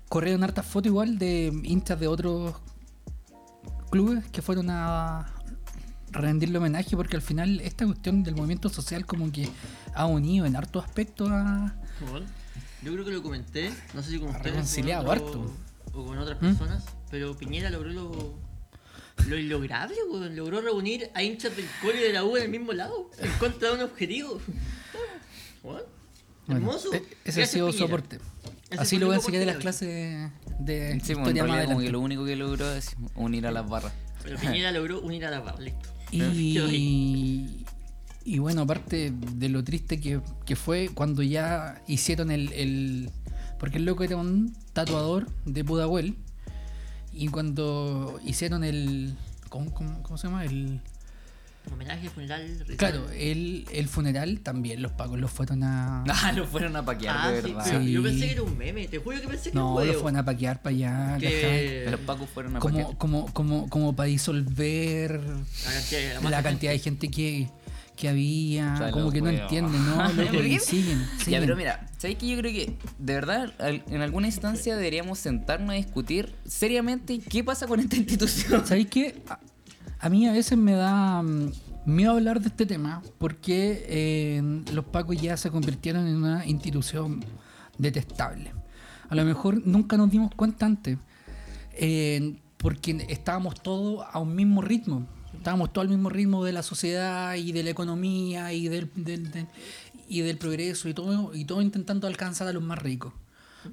Speaker 1: corrieron hartas fotos igual de hinchas de otros clubes que fueron a rendirle homenaje porque al final esta cuestión del movimiento social como que ha unido en hartos aspectos a...
Speaker 2: Weón, Yo creo que lo comenté. No sé si con
Speaker 1: Ha
Speaker 2: ustedes.
Speaker 1: reconciliado
Speaker 2: con
Speaker 1: harto.
Speaker 2: O con otras
Speaker 1: ¿Mm?
Speaker 2: personas. Pero Piñera logró lo. Lo ilograble, weón. Logró reunir a hinchas del cole y de la U en el mismo lado. En contra de un objetivo. Weón,
Speaker 1: Bueno,
Speaker 2: Hermoso.
Speaker 1: e- ese ha
Speaker 2: Gracias,
Speaker 1: sido su
Speaker 2: Piñera.
Speaker 1: aporte.
Speaker 2: Ese
Speaker 1: Así
Speaker 2: fue
Speaker 1: lo voy a
Speaker 2: el único
Speaker 1: enseñar en las
Speaker 2: aporte
Speaker 1: clases de
Speaker 3: Sí, pues, en
Speaker 1: historia Eh, más
Speaker 3: realidad como que
Speaker 1: adelante.
Speaker 3: lo único que logró es unir a las barras.
Speaker 2: Pero Piñera logró unir a la barra, listo.
Speaker 1: Y, y bueno, aparte de lo triste que, que fue cuando ya hicieron el, el- Porque el loco era un tatuador de Pudahuel. Y cuando hicieron el... ¿Cómo, cómo- cómo se llama? El...
Speaker 2: Homenaje, funeral, ritual.
Speaker 1: Claro, el, el funeral también los pagos los fueron a...
Speaker 3: Ah, lo fueron a paquear,
Speaker 2: Ah,
Speaker 3: de
Speaker 2: sí,
Speaker 3: verdad.
Speaker 2: pero
Speaker 1: eh, Sí.
Speaker 2: Yo pensé que era un meme, te juro que pensé que
Speaker 1: No,
Speaker 2: era un
Speaker 1: los
Speaker 2: juego.
Speaker 1: fueron a paquear para allá. ¿cachai?
Speaker 2: que...
Speaker 3: Los pacos fueron a paquear.
Speaker 1: como, como, como, como para disolver
Speaker 2: La cantidad de-
Speaker 1: la
Speaker 2: más-
Speaker 1: cantidad de gente que, que había,
Speaker 3: Puta,
Speaker 1: como
Speaker 3: los
Speaker 1: que no
Speaker 3: huevos.
Speaker 1: entienden, ¿no?
Speaker 3: Ah, ¿Por
Speaker 1: Loco, y
Speaker 3: qué?
Speaker 1: siguen,
Speaker 3: Ya,
Speaker 1: siguen.
Speaker 3: pero mira, ¿sabes que yo creo que de verdad al- en alguna instancia deberíamos sentarnos a discutir seriamente qué pasa con esta institución?
Speaker 1: ¿Sabéis qué? A, a mí a veces me da mm, miedo hablar de este tema porque eh, los pacos ya se convirtieron en una institución detestable. A lo mejor nunca nos dimos cuenta antes eh, porque estábamos todos a un mismo ritmo. Estábamos todos al mismo ritmo de la sociedad y de la economía y del, del- del- y del progreso y todo, y todo intentando alcanzar a los más ricos.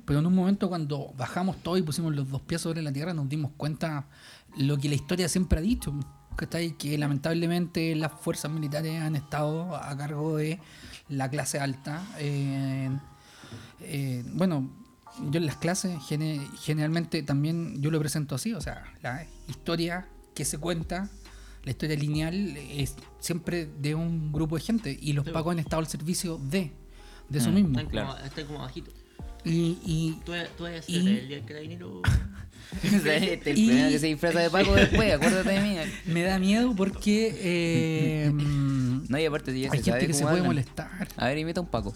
Speaker 1: Pero en un momento cuando bajamos todo y pusimos los dos pies sobre la tierra nos dimos cuenta lo que la historia siempre ha dicho, ¿cachai? que lamentablemente las fuerzas militares han estado a cargo de la clase alta. eh, eh, bueno, yo en las clases gene- generalmente también yo lo presento así, o sea, la historia que se cuenta, la historia lineal es siempre de un grupo de gente y los
Speaker 2: Sí.
Speaker 1: pacos han estado al servicio de, de eso
Speaker 3: Mm,
Speaker 1: mismo.
Speaker 2: Están como,
Speaker 3: Claro.
Speaker 2: están como bajito.
Speaker 1: Y, y-
Speaker 2: Tú, tú vas a ser
Speaker 1: Y-
Speaker 2: el día del carabinero.
Speaker 3: Este, el
Speaker 1: Y-
Speaker 3: primero que se disfraza de Paco después, acuérdate de mí.
Speaker 1: me da miedo porque eh, mm,
Speaker 3: No, y aparte
Speaker 1: hay
Speaker 3: ya se
Speaker 1: gente
Speaker 3: sabe
Speaker 1: que se
Speaker 3: cómo
Speaker 1: puede
Speaker 3: hablan.
Speaker 1: molestar.
Speaker 3: A ver, imita a un Paco.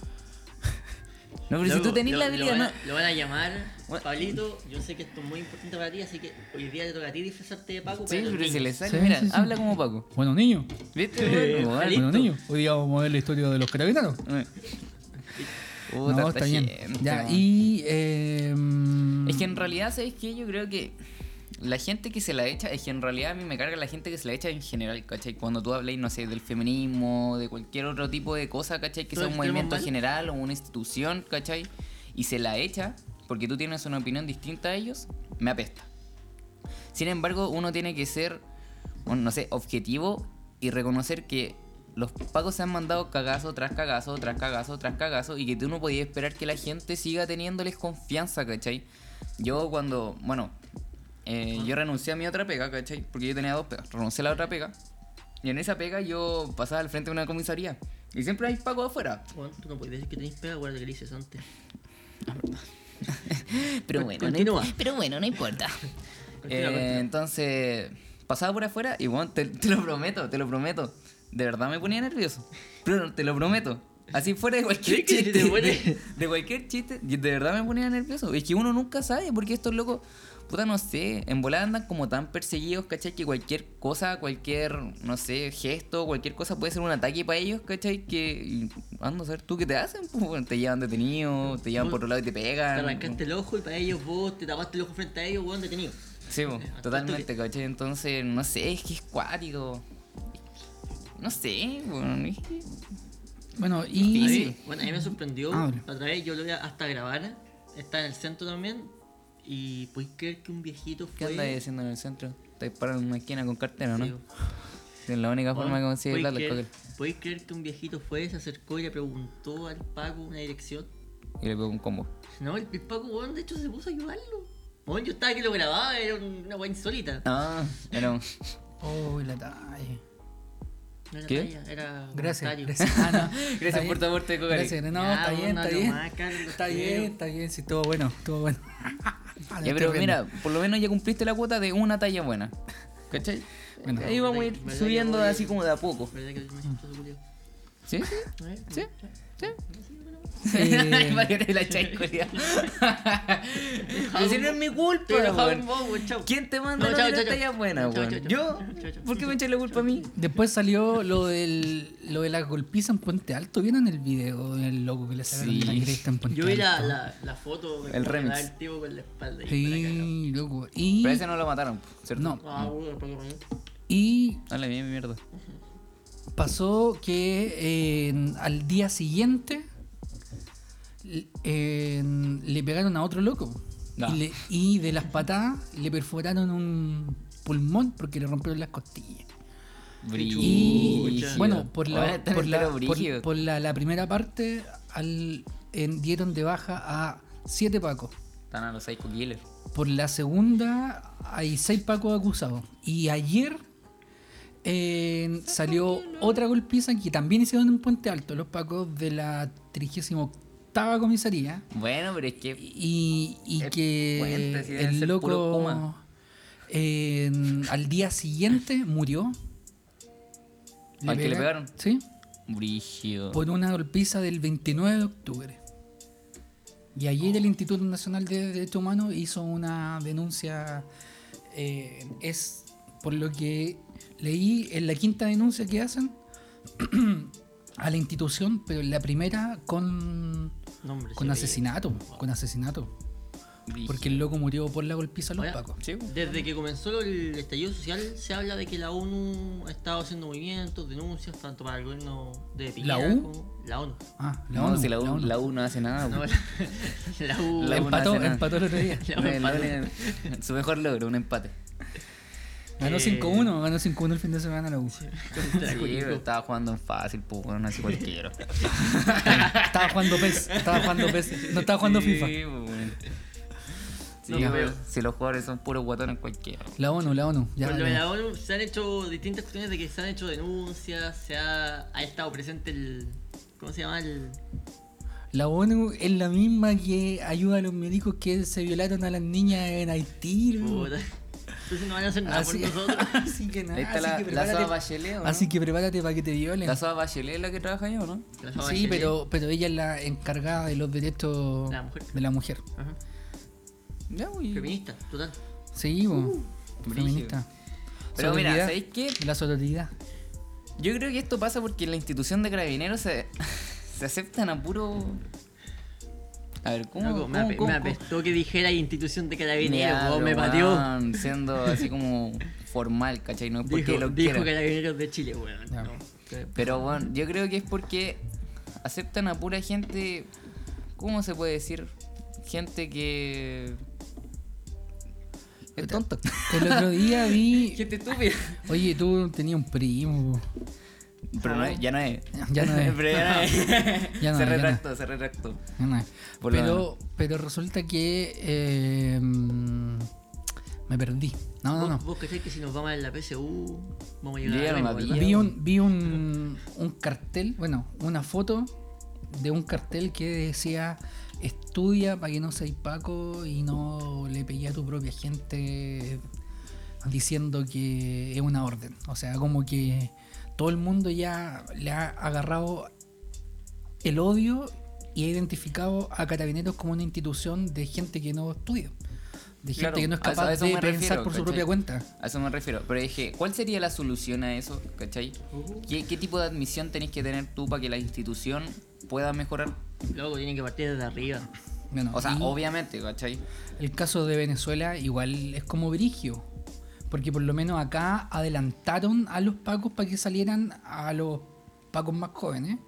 Speaker 3: No, pero si
Speaker 2: Luego,
Speaker 3: tú tenés
Speaker 2: lo-
Speaker 3: la
Speaker 2: lo
Speaker 3: habilidad,
Speaker 2: van
Speaker 3: no.
Speaker 2: a- Lo van a llamar,
Speaker 3: Bueno.
Speaker 2: Pablito. Yo sé que esto es muy importante para ti, así que hoy día te toca a ti disfrazarte de Paco.
Speaker 3: Sí,
Speaker 2: para los
Speaker 3: pero si
Speaker 2: niños.
Speaker 3: le sale,
Speaker 1: Sí,
Speaker 3: mira,
Speaker 1: sí, sí.
Speaker 3: habla como Paco.
Speaker 1: Bueno, niño.
Speaker 3: ¿Viste?
Speaker 2: Eh,
Speaker 3: Bueno,
Speaker 2: ojalá.
Speaker 1: Bueno,
Speaker 2: Listo.
Speaker 1: niño. Hoy día vamos a ver la historia de los carabineros.
Speaker 3: bueno. Puta,
Speaker 1: no,
Speaker 3: esta
Speaker 1: está bien.
Speaker 3: gente,
Speaker 1: Ya,
Speaker 3: man.
Speaker 1: y. eh, mm,
Speaker 3: Es que en realidad, ¿sabes qué? Yo creo que la gente que se la echa, es que en realidad a mí me carga la gente que se la echa en general, ¿cachai? Cuando tú hablas, no sé, del feminismo, de cualquier otro tipo de cosa, ¿cachai? Que
Speaker 2: Lo
Speaker 3: sea un
Speaker 2: extremo
Speaker 3: movimiento
Speaker 2: mal.
Speaker 3: general o una institución, ¿cachai? Y se la echa porque tú tienes una opinión distinta a ellos, me apesta. Sin embargo, uno tiene que ser, bueno, no sé, objetivo y reconocer que los pagos se han mandado cagazo tras cagazo, tras cagazo, tras cagazo, y que tú no podías esperar que la gente siga teniéndoles confianza, ¿cachai? Yo cuando, bueno, eh, yo renuncié a mi otra pega, ¿cachai? Porque yo tenía dos pegas, renuncié a la otra pega, y en esa pega yo pasaba al frente de una comisaría, y siempre hay pagos afuera.
Speaker 2: Bueno, tú no puedes decir que tenés pega, guarda que le dices antes.
Speaker 3: Pero
Speaker 2: Con-
Speaker 3: bueno, no,
Speaker 2: continúa.
Speaker 3: imp- pero bueno, no importa.
Speaker 2: Continúa,
Speaker 3: Eh,
Speaker 2: continúa.
Speaker 3: entonces, pasaba por afuera y bueno, te, te lo prometo, te lo prometo. De verdad me ponía nervioso. Pero te lo prometo. Así fuera de cualquier
Speaker 2: Sí, que
Speaker 3: chiste.
Speaker 2: si te pones-
Speaker 3: De, de cualquier chiste, y de verdad me ponía nervioso. Es que uno nunca sabe, porque estos locos, puta, no sé, en volada andan como tan perseguidos, ¿cachai? Que cualquier cosa, cualquier, no sé, gesto, cualquier cosa puede ser un ataque para ellos, ¿cachai? Que, ando a saber tú qué te hacen, pues, bueno, te llevan detenido, te llevan por otro lado y te
Speaker 2: Te
Speaker 3: pegan.
Speaker 2: arrancaste el ojo y para ellos vos te tapaste el ojo frente a ellos, weón, detenido.
Speaker 3: Sí, po,
Speaker 2: Hasta
Speaker 3: totalmente, ¿cachai? Entonces, no sé, es que es cuático. No sé, weón. es que-
Speaker 1: Bueno,
Speaker 2: A
Speaker 1: y.
Speaker 2: mí-
Speaker 3: sí.
Speaker 2: bueno, a mí me sorprendió.
Speaker 1: Ah, bueno.
Speaker 2: La otra vez yo lo vi hasta grabar. Está en el centro también. Y puedes creer que un viejito
Speaker 3: ¿Qué
Speaker 2: fue.
Speaker 3: andáis haciendo en el centro? Te disparan en una esquina con cartera, ¿no?
Speaker 2: Sí,
Speaker 3: Es la única forma que consigue
Speaker 2: ¿Podéis
Speaker 3: plata el
Speaker 2: creer,
Speaker 3: coquel.
Speaker 2: podéis creer que un viejito fue, se acercó y le preguntó al Paco una dirección?
Speaker 3: Y le pego un combo.
Speaker 2: No, el, el Paco, weón, de hecho se puso a ayudarlo. Weón, yo estaba que lo grababa, era un- una weá insólita.
Speaker 3: Ah, era un-
Speaker 1: Oh, la talla.
Speaker 2: No era
Speaker 3: ¿Qué?
Speaker 2: talla, era un
Speaker 1: Gracias.
Speaker 2: comentario.
Speaker 1: gracias. Ah, no, está
Speaker 3: Gracias
Speaker 1: bien.
Speaker 3: por tu aporte, coquel.
Speaker 1: Gracias, no,
Speaker 2: Ya,
Speaker 1: está
Speaker 2: vos
Speaker 1: bien,
Speaker 2: no
Speaker 1: está
Speaker 2: lo
Speaker 1: bien.
Speaker 2: más, Carlos,
Speaker 1: Está
Speaker 2: pero-
Speaker 1: bien, está bien, sí, estuvo bueno, estuvo bueno. Ah, me
Speaker 3: Ya,
Speaker 1: estoy
Speaker 3: pero
Speaker 1: riendo.
Speaker 3: mira, por lo menos ya cumpliste la cuota de una talla buena. ¿Cachai?
Speaker 1: Bueno.
Speaker 3: Ahí vamos a ir
Speaker 2: ¿Verdad que-
Speaker 3: subiendo
Speaker 2: verdad que-
Speaker 3: así como de a poco.
Speaker 2: ¿Verdad que el maestro se culió?
Speaker 3: ¿Sí?
Speaker 2: ¿Eh?
Speaker 3: ¿Sí? ¿Sí?
Speaker 1: Eh,
Speaker 3: Para que te la echáis, culiao. Pero si no es mi culpa,
Speaker 2: Estoy enojado
Speaker 3: weón.
Speaker 2: con vos, weón, chao.
Speaker 3: ¿Quién te manda
Speaker 2: No,
Speaker 3: no,
Speaker 2: chao,
Speaker 3: tirar
Speaker 2: chao, chao.
Speaker 3: tallas buenas,
Speaker 2: Chao,
Speaker 3: weón?
Speaker 2: chao,
Speaker 3: ¿Yo?
Speaker 2: chao. Chao, chao.
Speaker 3: ¿Por qué me echan la culpa a mí?
Speaker 1: Después salió lo del lo de la golpiza en Puente Alto. ¿Vieron el video del loco que le sacaron
Speaker 3: Sí.
Speaker 1: la cresta en Puente
Speaker 2: Yo vi la,
Speaker 1: Alto?
Speaker 2: la, la foto
Speaker 3: El remix.
Speaker 2: El tipo con la espalda. ahí para
Speaker 1: Sí, loco. Y,
Speaker 3: Pero ese no lo mataron, ¿cierto?
Speaker 1: No.
Speaker 2: cagar. Ah, weón, Paco, weón.
Speaker 1: y
Speaker 3: Dale bien, mi mierda.
Speaker 1: pasó que eh, al día siguiente l- eh, le pegaron a otro loco.
Speaker 3: No.
Speaker 1: Y, le- y de las patadas le perforaron un pulmón porque le rompieron las costillas. Y
Speaker 2: Brígido.
Speaker 1: bueno, por
Speaker 3: Ahora
Speaker 1: la,
Speaker 3: están
Speaker 1: por, la,
Speaker 3: entero
Speaker 1: por-
Speaker 3: brígido.
Speaker 1: por la, la primera parte al, en- dieron de baja a 7 pacos.
Speaker 3: Están a los psycho killers.
Speaker 1: Por la segunda hay 6 pacos acusados. Y ayer eh, salió otra golpiza que también hicieron en Puente Alto, los pacos de la 38 comisaría.
Speaker 3: Bueno, pero es que.
Speaker 1: Y, y
Speaker 3: Es
Speaker 1: que
Speaker 3: puente, si debe
Speaker 1: el
Speaker 3: ser puro
Speaker 1: loco
Speaker 3: Kuma.
Speaker 1: eh, al día siguiente murió.
Speaker 3: ¿Al que le pegaron?
Speaker 1: Sí.
Speaker 3: Brigio.
Speaker 1: por una golpiza del 29 de octubre. Y ayer el Instituto Nacional de Derechos Humanos hizo una denuncia, eh, es por lo que leí en la quinta denuncia que hacen a la institución, pero en la primera con,
Speaker 2: Nombre,
Speaker 1: con
Speaker 2: sí.
Speaker 1: asesinato, con asesinato. Porque el loco murió por la golpiza a los
Speaker 2: Ahora,
Speaker 1: pacos.
Speaker 3: Sí, po.
Speaker 2: Desde que comenzó el estallido social se habla de que la ONU ha estado haciendo movimientos, denuncias, tanto para el gobierno de Piñera
Speaker 1: ¿La U?
Speaker 2: como la ONU.
Speaker 1: Ah, la
Speaker 3: no,
Speaker 1: ONU,
Speaker 3: si la U,
Speaker 1: la ONU.
Speaker 3: la U no hace nada. po.
Speaker 2: No, la, la U.
Speaker 3: La U.
Speaker 1: Empató,
Speaker 3: hace nada.
Speaker 1: empató el otro día.
Speaker 2: la
Speaker 3: No,
Speaker 2: U
Speaker 3: el-
Speaker 2: empató.
Speaker 3: el- su mejor logro, un empate.
Speaker 1: Ganó
Speaker 2: Eh,
Speaker 1: 5-1, ganó 5-1 el fin de semana la U.
Speaker 2: Contra
Speaker 3: Sí,
Speaker 2: Curicó.
Speaker 3: pero estaba jugando en fácil, pues, no así cualquiera.
Speaker 1: Estaba jugando PES, estaba jugando PES, no estaba jugando
Speaker 3: Sí,
Speaker 1: FIFA.
Speaker 3: po, weón. Sí,
Speaker 2: No, pero-
Speaker 3: po, si los jugadores son puros guatones cualquiera.
Speaker 1: La ONU, la ONU. Ya,
Speaker 2: Por lo de
Speaker 1: ya.
Speaker 2: la ONU se han hecho distintas cuestiones de que se han hecho denuncias, se ha, ha estado presente el. ¿Cómo se llama? El,
Speaker 1: La ONU es la misma que ayuda a los médicos que se violaron a las niñas en Haití.
Speaker 3: Mm.
Speaker 1: ¿no?
Speaker 2: puta. Entonces no van a hacer
Speaker 3: Ah,
Speaker 2: nada
Speaker 1: Así,
Speaker 2: por nosotros.
Speaker 1: así que nada.
Speaker 3: Ahí está
Speaker 1: Ah, así
Speaker 3: la,
Speaker 1: que
Speaker 3: la Soa
Speaker 1: prepárate,
Speaker 3: Bachelet, ¿o no?
Speaker 1: así que prepárate para que te violen.
Speaker 3: La Soa Bachelet es la que trabaja yo, ¿no?
Speaker 2: La fama
Speaker 1: Sí,
Speaker 2: de
Speaker 1: pero, pero ella es la encargada de los derechos
Speaker 2: La mujer.
Speaker 1: de la mujer.
Speaker 2: Chile. Ajá.
Speaker 3: Ya, güey.
Speaker 2: Feminista, total.
Speaker 1: Sí, bo.
Speaker 3: Uh,
Speaker 1: feminista.
Speaker 3: Pero mira,
Speaker 1: Sororidad.
Speaker 3: ¿sabéis qué?
Speaker 1: La sororidad.
Speaker 3: Yo creo que esto pasa porque en la institución de carabineros se, se aceptan a puro. A ver, ¿cómo?
Speaker 2: Loco, me,
Speaker 3: cómo-
Speaker 2: ape-
Speaker 3: cómo-
Speaker 2: me
Speaker 3: cómo-
Speaker 2: apestó que dijera institución de carabineros,
Speaker 3: Ya,
Speaker 2: weón, me
Speaker 3: pero,
Speaker 2: pateó.
Speaker 3: weón, Siendo así como formal, ¿cachai? No es porque
Speaker 2: Dijo,
Speaker 3: lo
Speaker 2: dijo
Speaker 3: quiera.
Speaker 2: carabineros de Chile, weón.
Speaker 1: Ya.
Speaker 2: No.
Speaker 3: Pero bueno, yo creo que es porque aceptan a pura gente. ¿Cómo se puede decir? Gente que. Es tonta.
Speaker 1: El otro día vi.
Speaker 3: Gente estúpida.
Speaker 1: Oye, tú tenías un primo. bo.
Speaker 3: Pero no es- ya no es.
Speaker 1: Ya no es.
Speaker 3: Pero ya no es.
Speaker 1: Ya no
Speaker 3: se
Speaker 1: es, ya no es.
Speaker 3: retractó, se retractó.
Speaker 1: Ya no hay.
Speaker 3: Por lo
Speaker 1: pero, pero resulta que eh, mm, me perdí. No,
Speaker 3: Ah.
Speaker 1: no,
Speaker 2: ¿Vos,
Speaker 1: no.
Speaker 2: vos cachai que si nos vamos a la PSU, vamos a
Speaker 3: Yo ya
Speaker 2: llegar
Speaker 3: no la
Speaker 2: a
Speaker 3: vi.
Speaker 1: Vi un, vi un, un cartel, bueno, una foto de un cartel que decía estudia para que no seas paco y no le pegué a tu propia gente diciendo que es una orden. O sea, como que todo el mundo ya le ha agarrado el odio y ha identificado a Carabineros como una institución de gente que no estudia. De gente
Speaker 3: Claro,
Speaker 1: que no es
Speaker 3: a eso-
Speaker 1: capaz
Speaker 3: a eso
Speaker 1: de
Speaker 3: me
Speaker 1: pensar
Speaker 3: refiero,
Speaker 1: por su
Speaker 3: ¿cachai?
Speaker 1: propia cuenta.
Speaker 3: A eso me refiero. Pero dije, ¿cuál sería la solución a eso? ¿Cachai?
Speaker 1: Uh.
Speaker 3: ¿Qué, qué tipo de admisión tenés que tener tú para que la institución pueda mejorar?
Speaker 2: Loco, tienen que partir desde arriba.
Speaker 1: Bueno,
Speaker 3: O sea,
Speaker 1: y-
Speaker 3: obviamente, ¿cachai?
Speaker 1: El caso de Venezuela igual es como brigio. Porque por lo menos acá adelantaron a los pacos para que salieran a los pacos más jóvenes.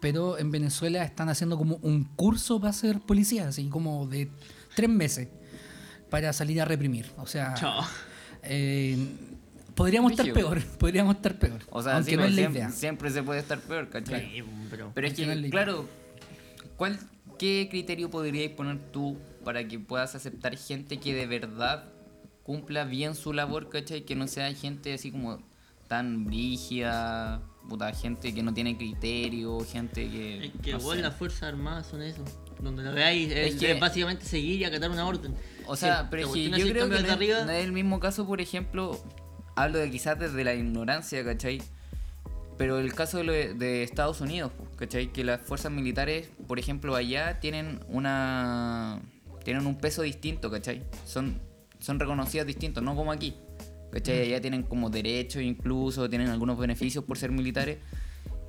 Speaker 1: Pero en Venezuela están haciendo como un curso para ser policía, así como de tres meses, para salir a reprimir. O sea,
Speaker 2: Chao.
Speaker 1: eh, podríamos estar
Speaker 3: Brígido.
Speaker 1: peor, podríamos estar peor.
Speaker 3: O sea,
Speaker 1: aunque
Speaker 3: sí,
Speaker 1: no
Speaker 3: pues,
Speaker 1: es la
Speaker 3: siempre,
Speaker 1: idea.
Speaker 3: siempre se puede estar peor, ¿cachai?
Speaker 2: Sí, pero.
Speaker 3: Pero es
Speaker 1: Aunque no es la
Speaker 3: que,
Speaker 1: idea.
Speaker 3: claro, ¿cuál, ¿qué criterio podrías poner tú para que puedas aceptar gente que de verdad cumpla bien su labor, ¿cachai? Que no sea gente así como tan brígida, puta, gente que no tiene criterio, gente que...
Speaker 2: Es que
Speaker 3: no
Speaker 2: igual
Speaker 3: sé.
Speaker 2: las Fuerzas Armadas son eso. Donde lo veáis
Speaker 3: Es
Speaker 2: es,
Speaker 3: que-
Speaker 2: es básicamente seguir y acatar una orden.
Speaker 3: O sea,
Speaker 2: Sí,
Speaker 3: pero
Speaker 2: la
Speaker 3: es que
Speaker 2: cuestión es
Speaker 3: yo
Speaker 2: el
Speaker 3: creo
Speaker 2: cambio
Speaker 3: que no
Speaker 2: desde arriba.
Speaker 3: es, no es el mismo caso, por ejemplo, hablo de quizás desde la ignorancia, ¿cachai? Pero el caso de, lo de- de Estados Unidos, po, ¿cachai? Que las fuerzas militares, por ejemplo, allá tienen una tienen un peso distinto, ¿cachai? Son, son reconocidas distintos, no como aquí.
Speaker 2: Mm.
Speaker 3: ¿Cachai? Allá tienen como derechos incluso, tienen algunos beneficios por ser militares.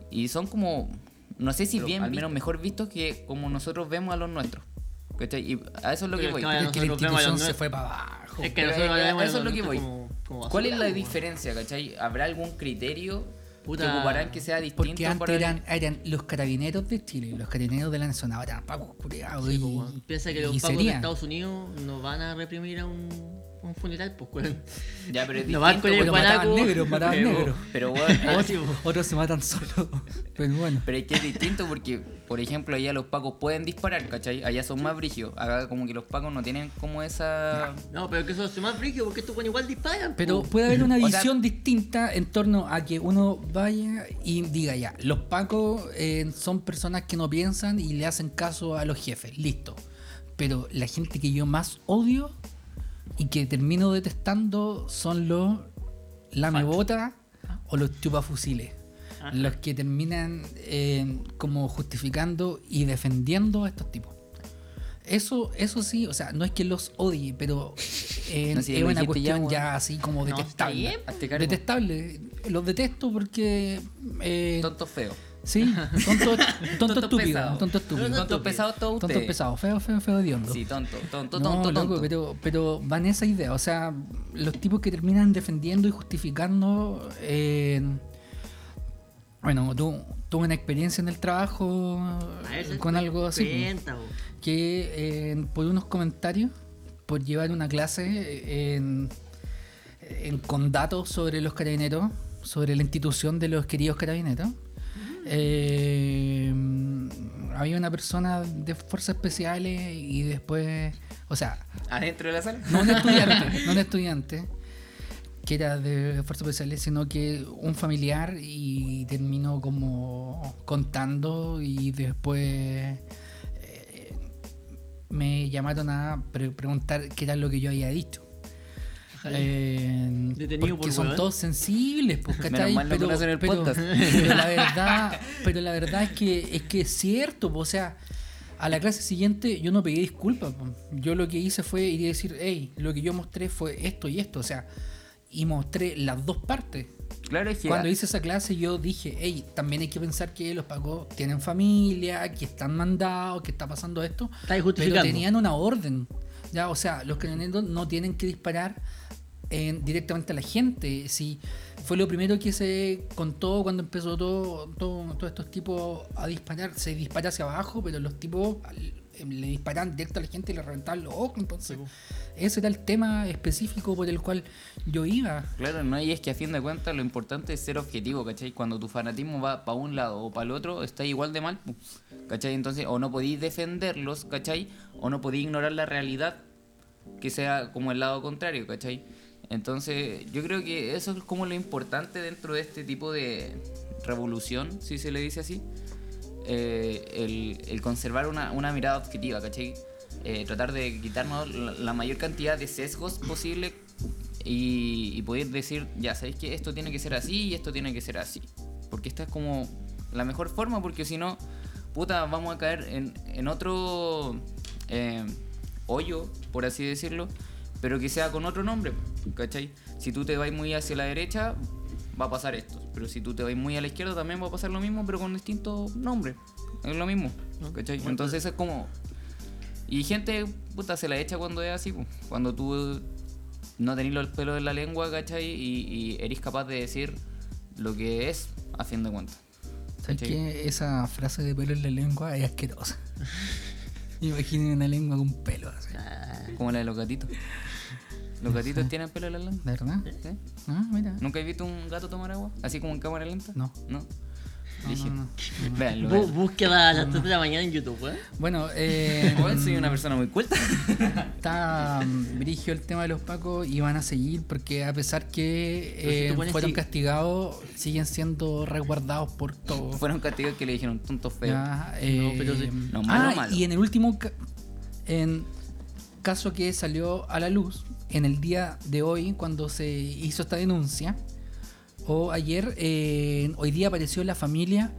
Speaker 3: Y son como, no sé si
Speaker 2: Pero
Speaker 3: bien,
Speaker 2: mal
Speaker 3: al menos mejor vistos que como nosotros vemos a los nuestros. ¿Cachai? Y a eso es lo
Speaker 2: Pero
Speaker 3: que
Speaker 2: es
Speaker 3: voy.
Speaker 2: que vaya-
Speaker 1: Pero es que la
Speaker 2: nosotros vemos a
Speaker 1: institución
Speaker 2: los
Speaker 1: se
Speaker 2: nuestros.
Speaker 1: fue para abajo.
Speaker 2: Es que
Speaker 3: Pero,
Speaker 2: nosotros
Speaker 3: eh,
Speaker 2: vemos
Speaker 3: eso es lo
Speaker 2: nosotros
Speaker 3: que voy.
Speaker 2: como- como
Speaker 3: ¿Cuál es la
Speaker 1: pues,
Speaker 2: basura,
Speaker 3: diferencia, cachai? ¿Habrá algún criterio que
Speaker 2: Puta.
Speaker 3: ocuparán que sea distinto?
Speaker 1: Porque antes
Speaker 3: para el-
Speaker 1: eran, eran los carabineros de Chile, los carabineros de la nación, ahora eran pacos culiados.
Speaker 2: Sí,
Speaker 1: y-
Speaker 2: pues, weón. Piensa que
Speaker 1: y
Speaker 2: los pacos de
Speaker 1: serían.
Speaker 2: Estados Unidos no van a reprimir a un, un funeral, pues, weón.
Speaker 3: Ya, pero es
Speaker 2: No van con
Speaker 3: distinto,
Speaker 2: el
Speaker 1: pero mataban
Speaker 2: guanaco.
Speaker 1: negros, mataban
Speaker 2: Pero-
Speaker 1: negros.
Speaker 3: pero- Pero bueno,
Speaker 2: Ah, Sí,
Speaker 1: Otros, otros se matan solo. Pero bueno,
Speaker 3: pero es que es distinto porque, por ejemplo, allá los pacos pueden disparar, ¿cachai? Allá son más brígidos. Acá como que los pacos no tienen como esa...
Speaker 2: No, pero que eso es más frígido porque estos weón igual disparan.
Speaker 1: pero
Speaker 2: pues.
Speaker 1: puede haber una
Speaker 3: O sea-
Speaker 1: visión distinta en torno a que uno vaya y diga ya, los pacos eh, son personas que no piensan y le hacen caso a los jefes, listo. Pero la gente que yo más odio y que termino detestando son los lamebotas o los chupafusiles. los que terminan eh, como justificando y defendiendo a estos tipos. Eso, eso sí, o sea, no es que los odie, pero eh,
Speaker 3: No, si ya
Speaker 1: es
Speaker 3: lo
Speaker 1: una
Speaker 3: dijiste ya,
Speaker 1: cuestión
Speaker 3: weón.
Speaker 1: ya, así como
Speaker 2: No, está
Speaker 1: detestable.
Speaker 2: bien,
Speaker 3: Hazte cargo.
Speaker 1: detestable. Los detesto porque... eh,
Speaker 3: Tonto feo.
Speaker 1: sí, tonto, tonto,
Speaker 3: Tonto
Speaker 1: estúpido.
Speaker 3: pesado.
Speaker 1: Tonto estúpido.
Speaker 2: Tonto
Speaker 3: Tonto pesado todo usted.
Speaker 1: Tonto pesado, feo, feo, feo, hediondo.
Speaker 3: Sí, tonto, tonto,
Speaker 1: No,
Speaker 3: tonto,
Speaker 1: loco,
Speaker 3: tonto.
Speaker 1: pero, pero van esa idea. O sea, los tipos que terminan defendiendo y justificando. eh, bueno, tu, tuve una experiencia en el trabajo
Speaker 2: A ver,
Speaker 1: eh, con algo así.
Speaker 2: Cuenta, bo.
Speaker 1: Que eh, por unos comentarios, por llevar una clase eh, en, en- con datos sobre los carabineros, sobre la institución de los queridos carabineros. Eh, había una persona de fuerzas especiales y después, o sea,
Speaker 3: Adentro de la sala.
Speaker 1: no un estudiante, no un estudiante que era de fuerzas especiales, sino que un familiar y terminó como contando y después eh, me llamaron a pre- preguntar qué era lo que yo había dicho. Eh,
Speaker 2: Detenido
Speaker 1: porque
Speaker 2: por
Speaker 1: son
Speaker 2: huevón.
Speaker 1: todos sensibles, pues,
Speaker 3: Menos
Speaker 1: ¿cachai?
Speaker 3: mal no
Speaker 1: pero,
Speaker 3: conocen el
Speaker 1: pero-
Speaker 3: podcast.
Speaker 1: pero la verdad, pero la verdad es que es que es cierto, po, o sea, a la clase siguiente yo no pedí disculpas. po. Yo lo que hice fue ir y decir, hey, lo que yo mostré fue esto y esto, o sea, y mostré las dos partes.
Speaker 3: Claro, es que.
Speaker 1: Cuando hice esa clase yo dije, hey, también hay que pensar que los pagos tienen familia, que están mandados, que está pasando esto.
Speaker 2: Estáis
Speaker 1: Pero
Speaker 2: justificando.
Speaker 1: tenían una orden. Ya, o sea, los carabineros no tienen que disparar en- directamente a la gente. Si fue lo primero que se contó cuando empezó todo, todo- todos estos tipos a disparar. Se dispara hacia abajo, pero los tipos al- em, le disparan directo a la gente y le reventaban los ojos. Entonces, ese era el tema específico por el cual yo iba.
Speaker 3: Claro, no, y es que a fin de cuentas lo importante es ser objetivo, ¿cachai? Cuando tu fanatismo va para un lado o para el otro, está igual de mal, pu, ¿cachai? Entonces, o no podéis defenderlos, ¿cachai? O no podéis ignorar la realidad, que sea como el lado contrario, ¿cachai? Entonces, yo creo que eso es como lo importante dentro de este tipo de revolución, si se le dice así, eh, el, el conservar una, una mirada objetiva, ¿cachai? Eh, tratar de quitarnos la, la mayor cantidad de sesgos posible y, y poder decir, ya, ¿sabéis que esto tiene que ser así y esto tiene que ser así? Porque esta es como la mejor forma, porque si no, puta, vamos a caer en, en otro eh, hoyo, por así decirlo, pero que sea con otro nombre, ¿cachai? Si tú te vas muy hacia la derecha, va a pasar esto. Pero si tú te vas muy a la izquierda, también va a pasar lo mismo, pero con distinto nombre. Es lo mismo, ¿cachai? Entonces es como... Y gente, puta, se la echa cuando es así, po. cuando tú no tenés los pelos en la lengua, ¿cachai? Y, y eres capaz de decir lo que es, a fin de cuentas.
Speaker 1: ¿Sabes
Speaker 3: ¿Cachai?
Speaker 1: qué? Esa frase de pelo en la lengua es asquerosa. Imaginen una lengua con pelo, así.
Speaker 2: Ah,
Speaker 3: Como la de los gatitos. ¿Los gatitos tienen pelo en la lengua?
Speaker 1: ¿De verdad?
Speaker 3: ¿Sí?
Speaker 1: Ah, mira.
Speaker 3: ¿Nunca he visto un gato tomar agua? ¿Así como en cámara lenta?
Speaker 1: No.
Speaker 3: ¿No?
Speaker 1: No,
Speaker 3: Dije.
Speaker 1: no, no.
Speaker 3: Véanlo.
Speaker 2: bu- Búsqueda a las 3 de la mañana en YouTube, ¿eh?
Speaker 1: Bueno, eh,
Speaker 3: Igual soy una persona muy culta.
Speaker 1: está mm, brigio el tema de los pacos y van a seguir porque a pesar
Speaker 2: Pero si
Speaker 1: que eh,
Speaker 2: tú pones
Speaker 1: fueron
Speaker 2: sí-
Speaker 1: castigados, siguen siendo resguardados por todo.
Speaker 3: Fueron castigos que le dijeron tonto feo.
Speaker 1: Ya, eh,
Speaker 2: pero sí.
Speaker 3: No, malo,
Speaker 1: ah,
Speaker 3: malo.
Speaker 1: y en el último ca- en caso que salió a la luz, en el día de hoy, cuando se hizo esta denuncia, o ayer, eh, hoy día apareció la familia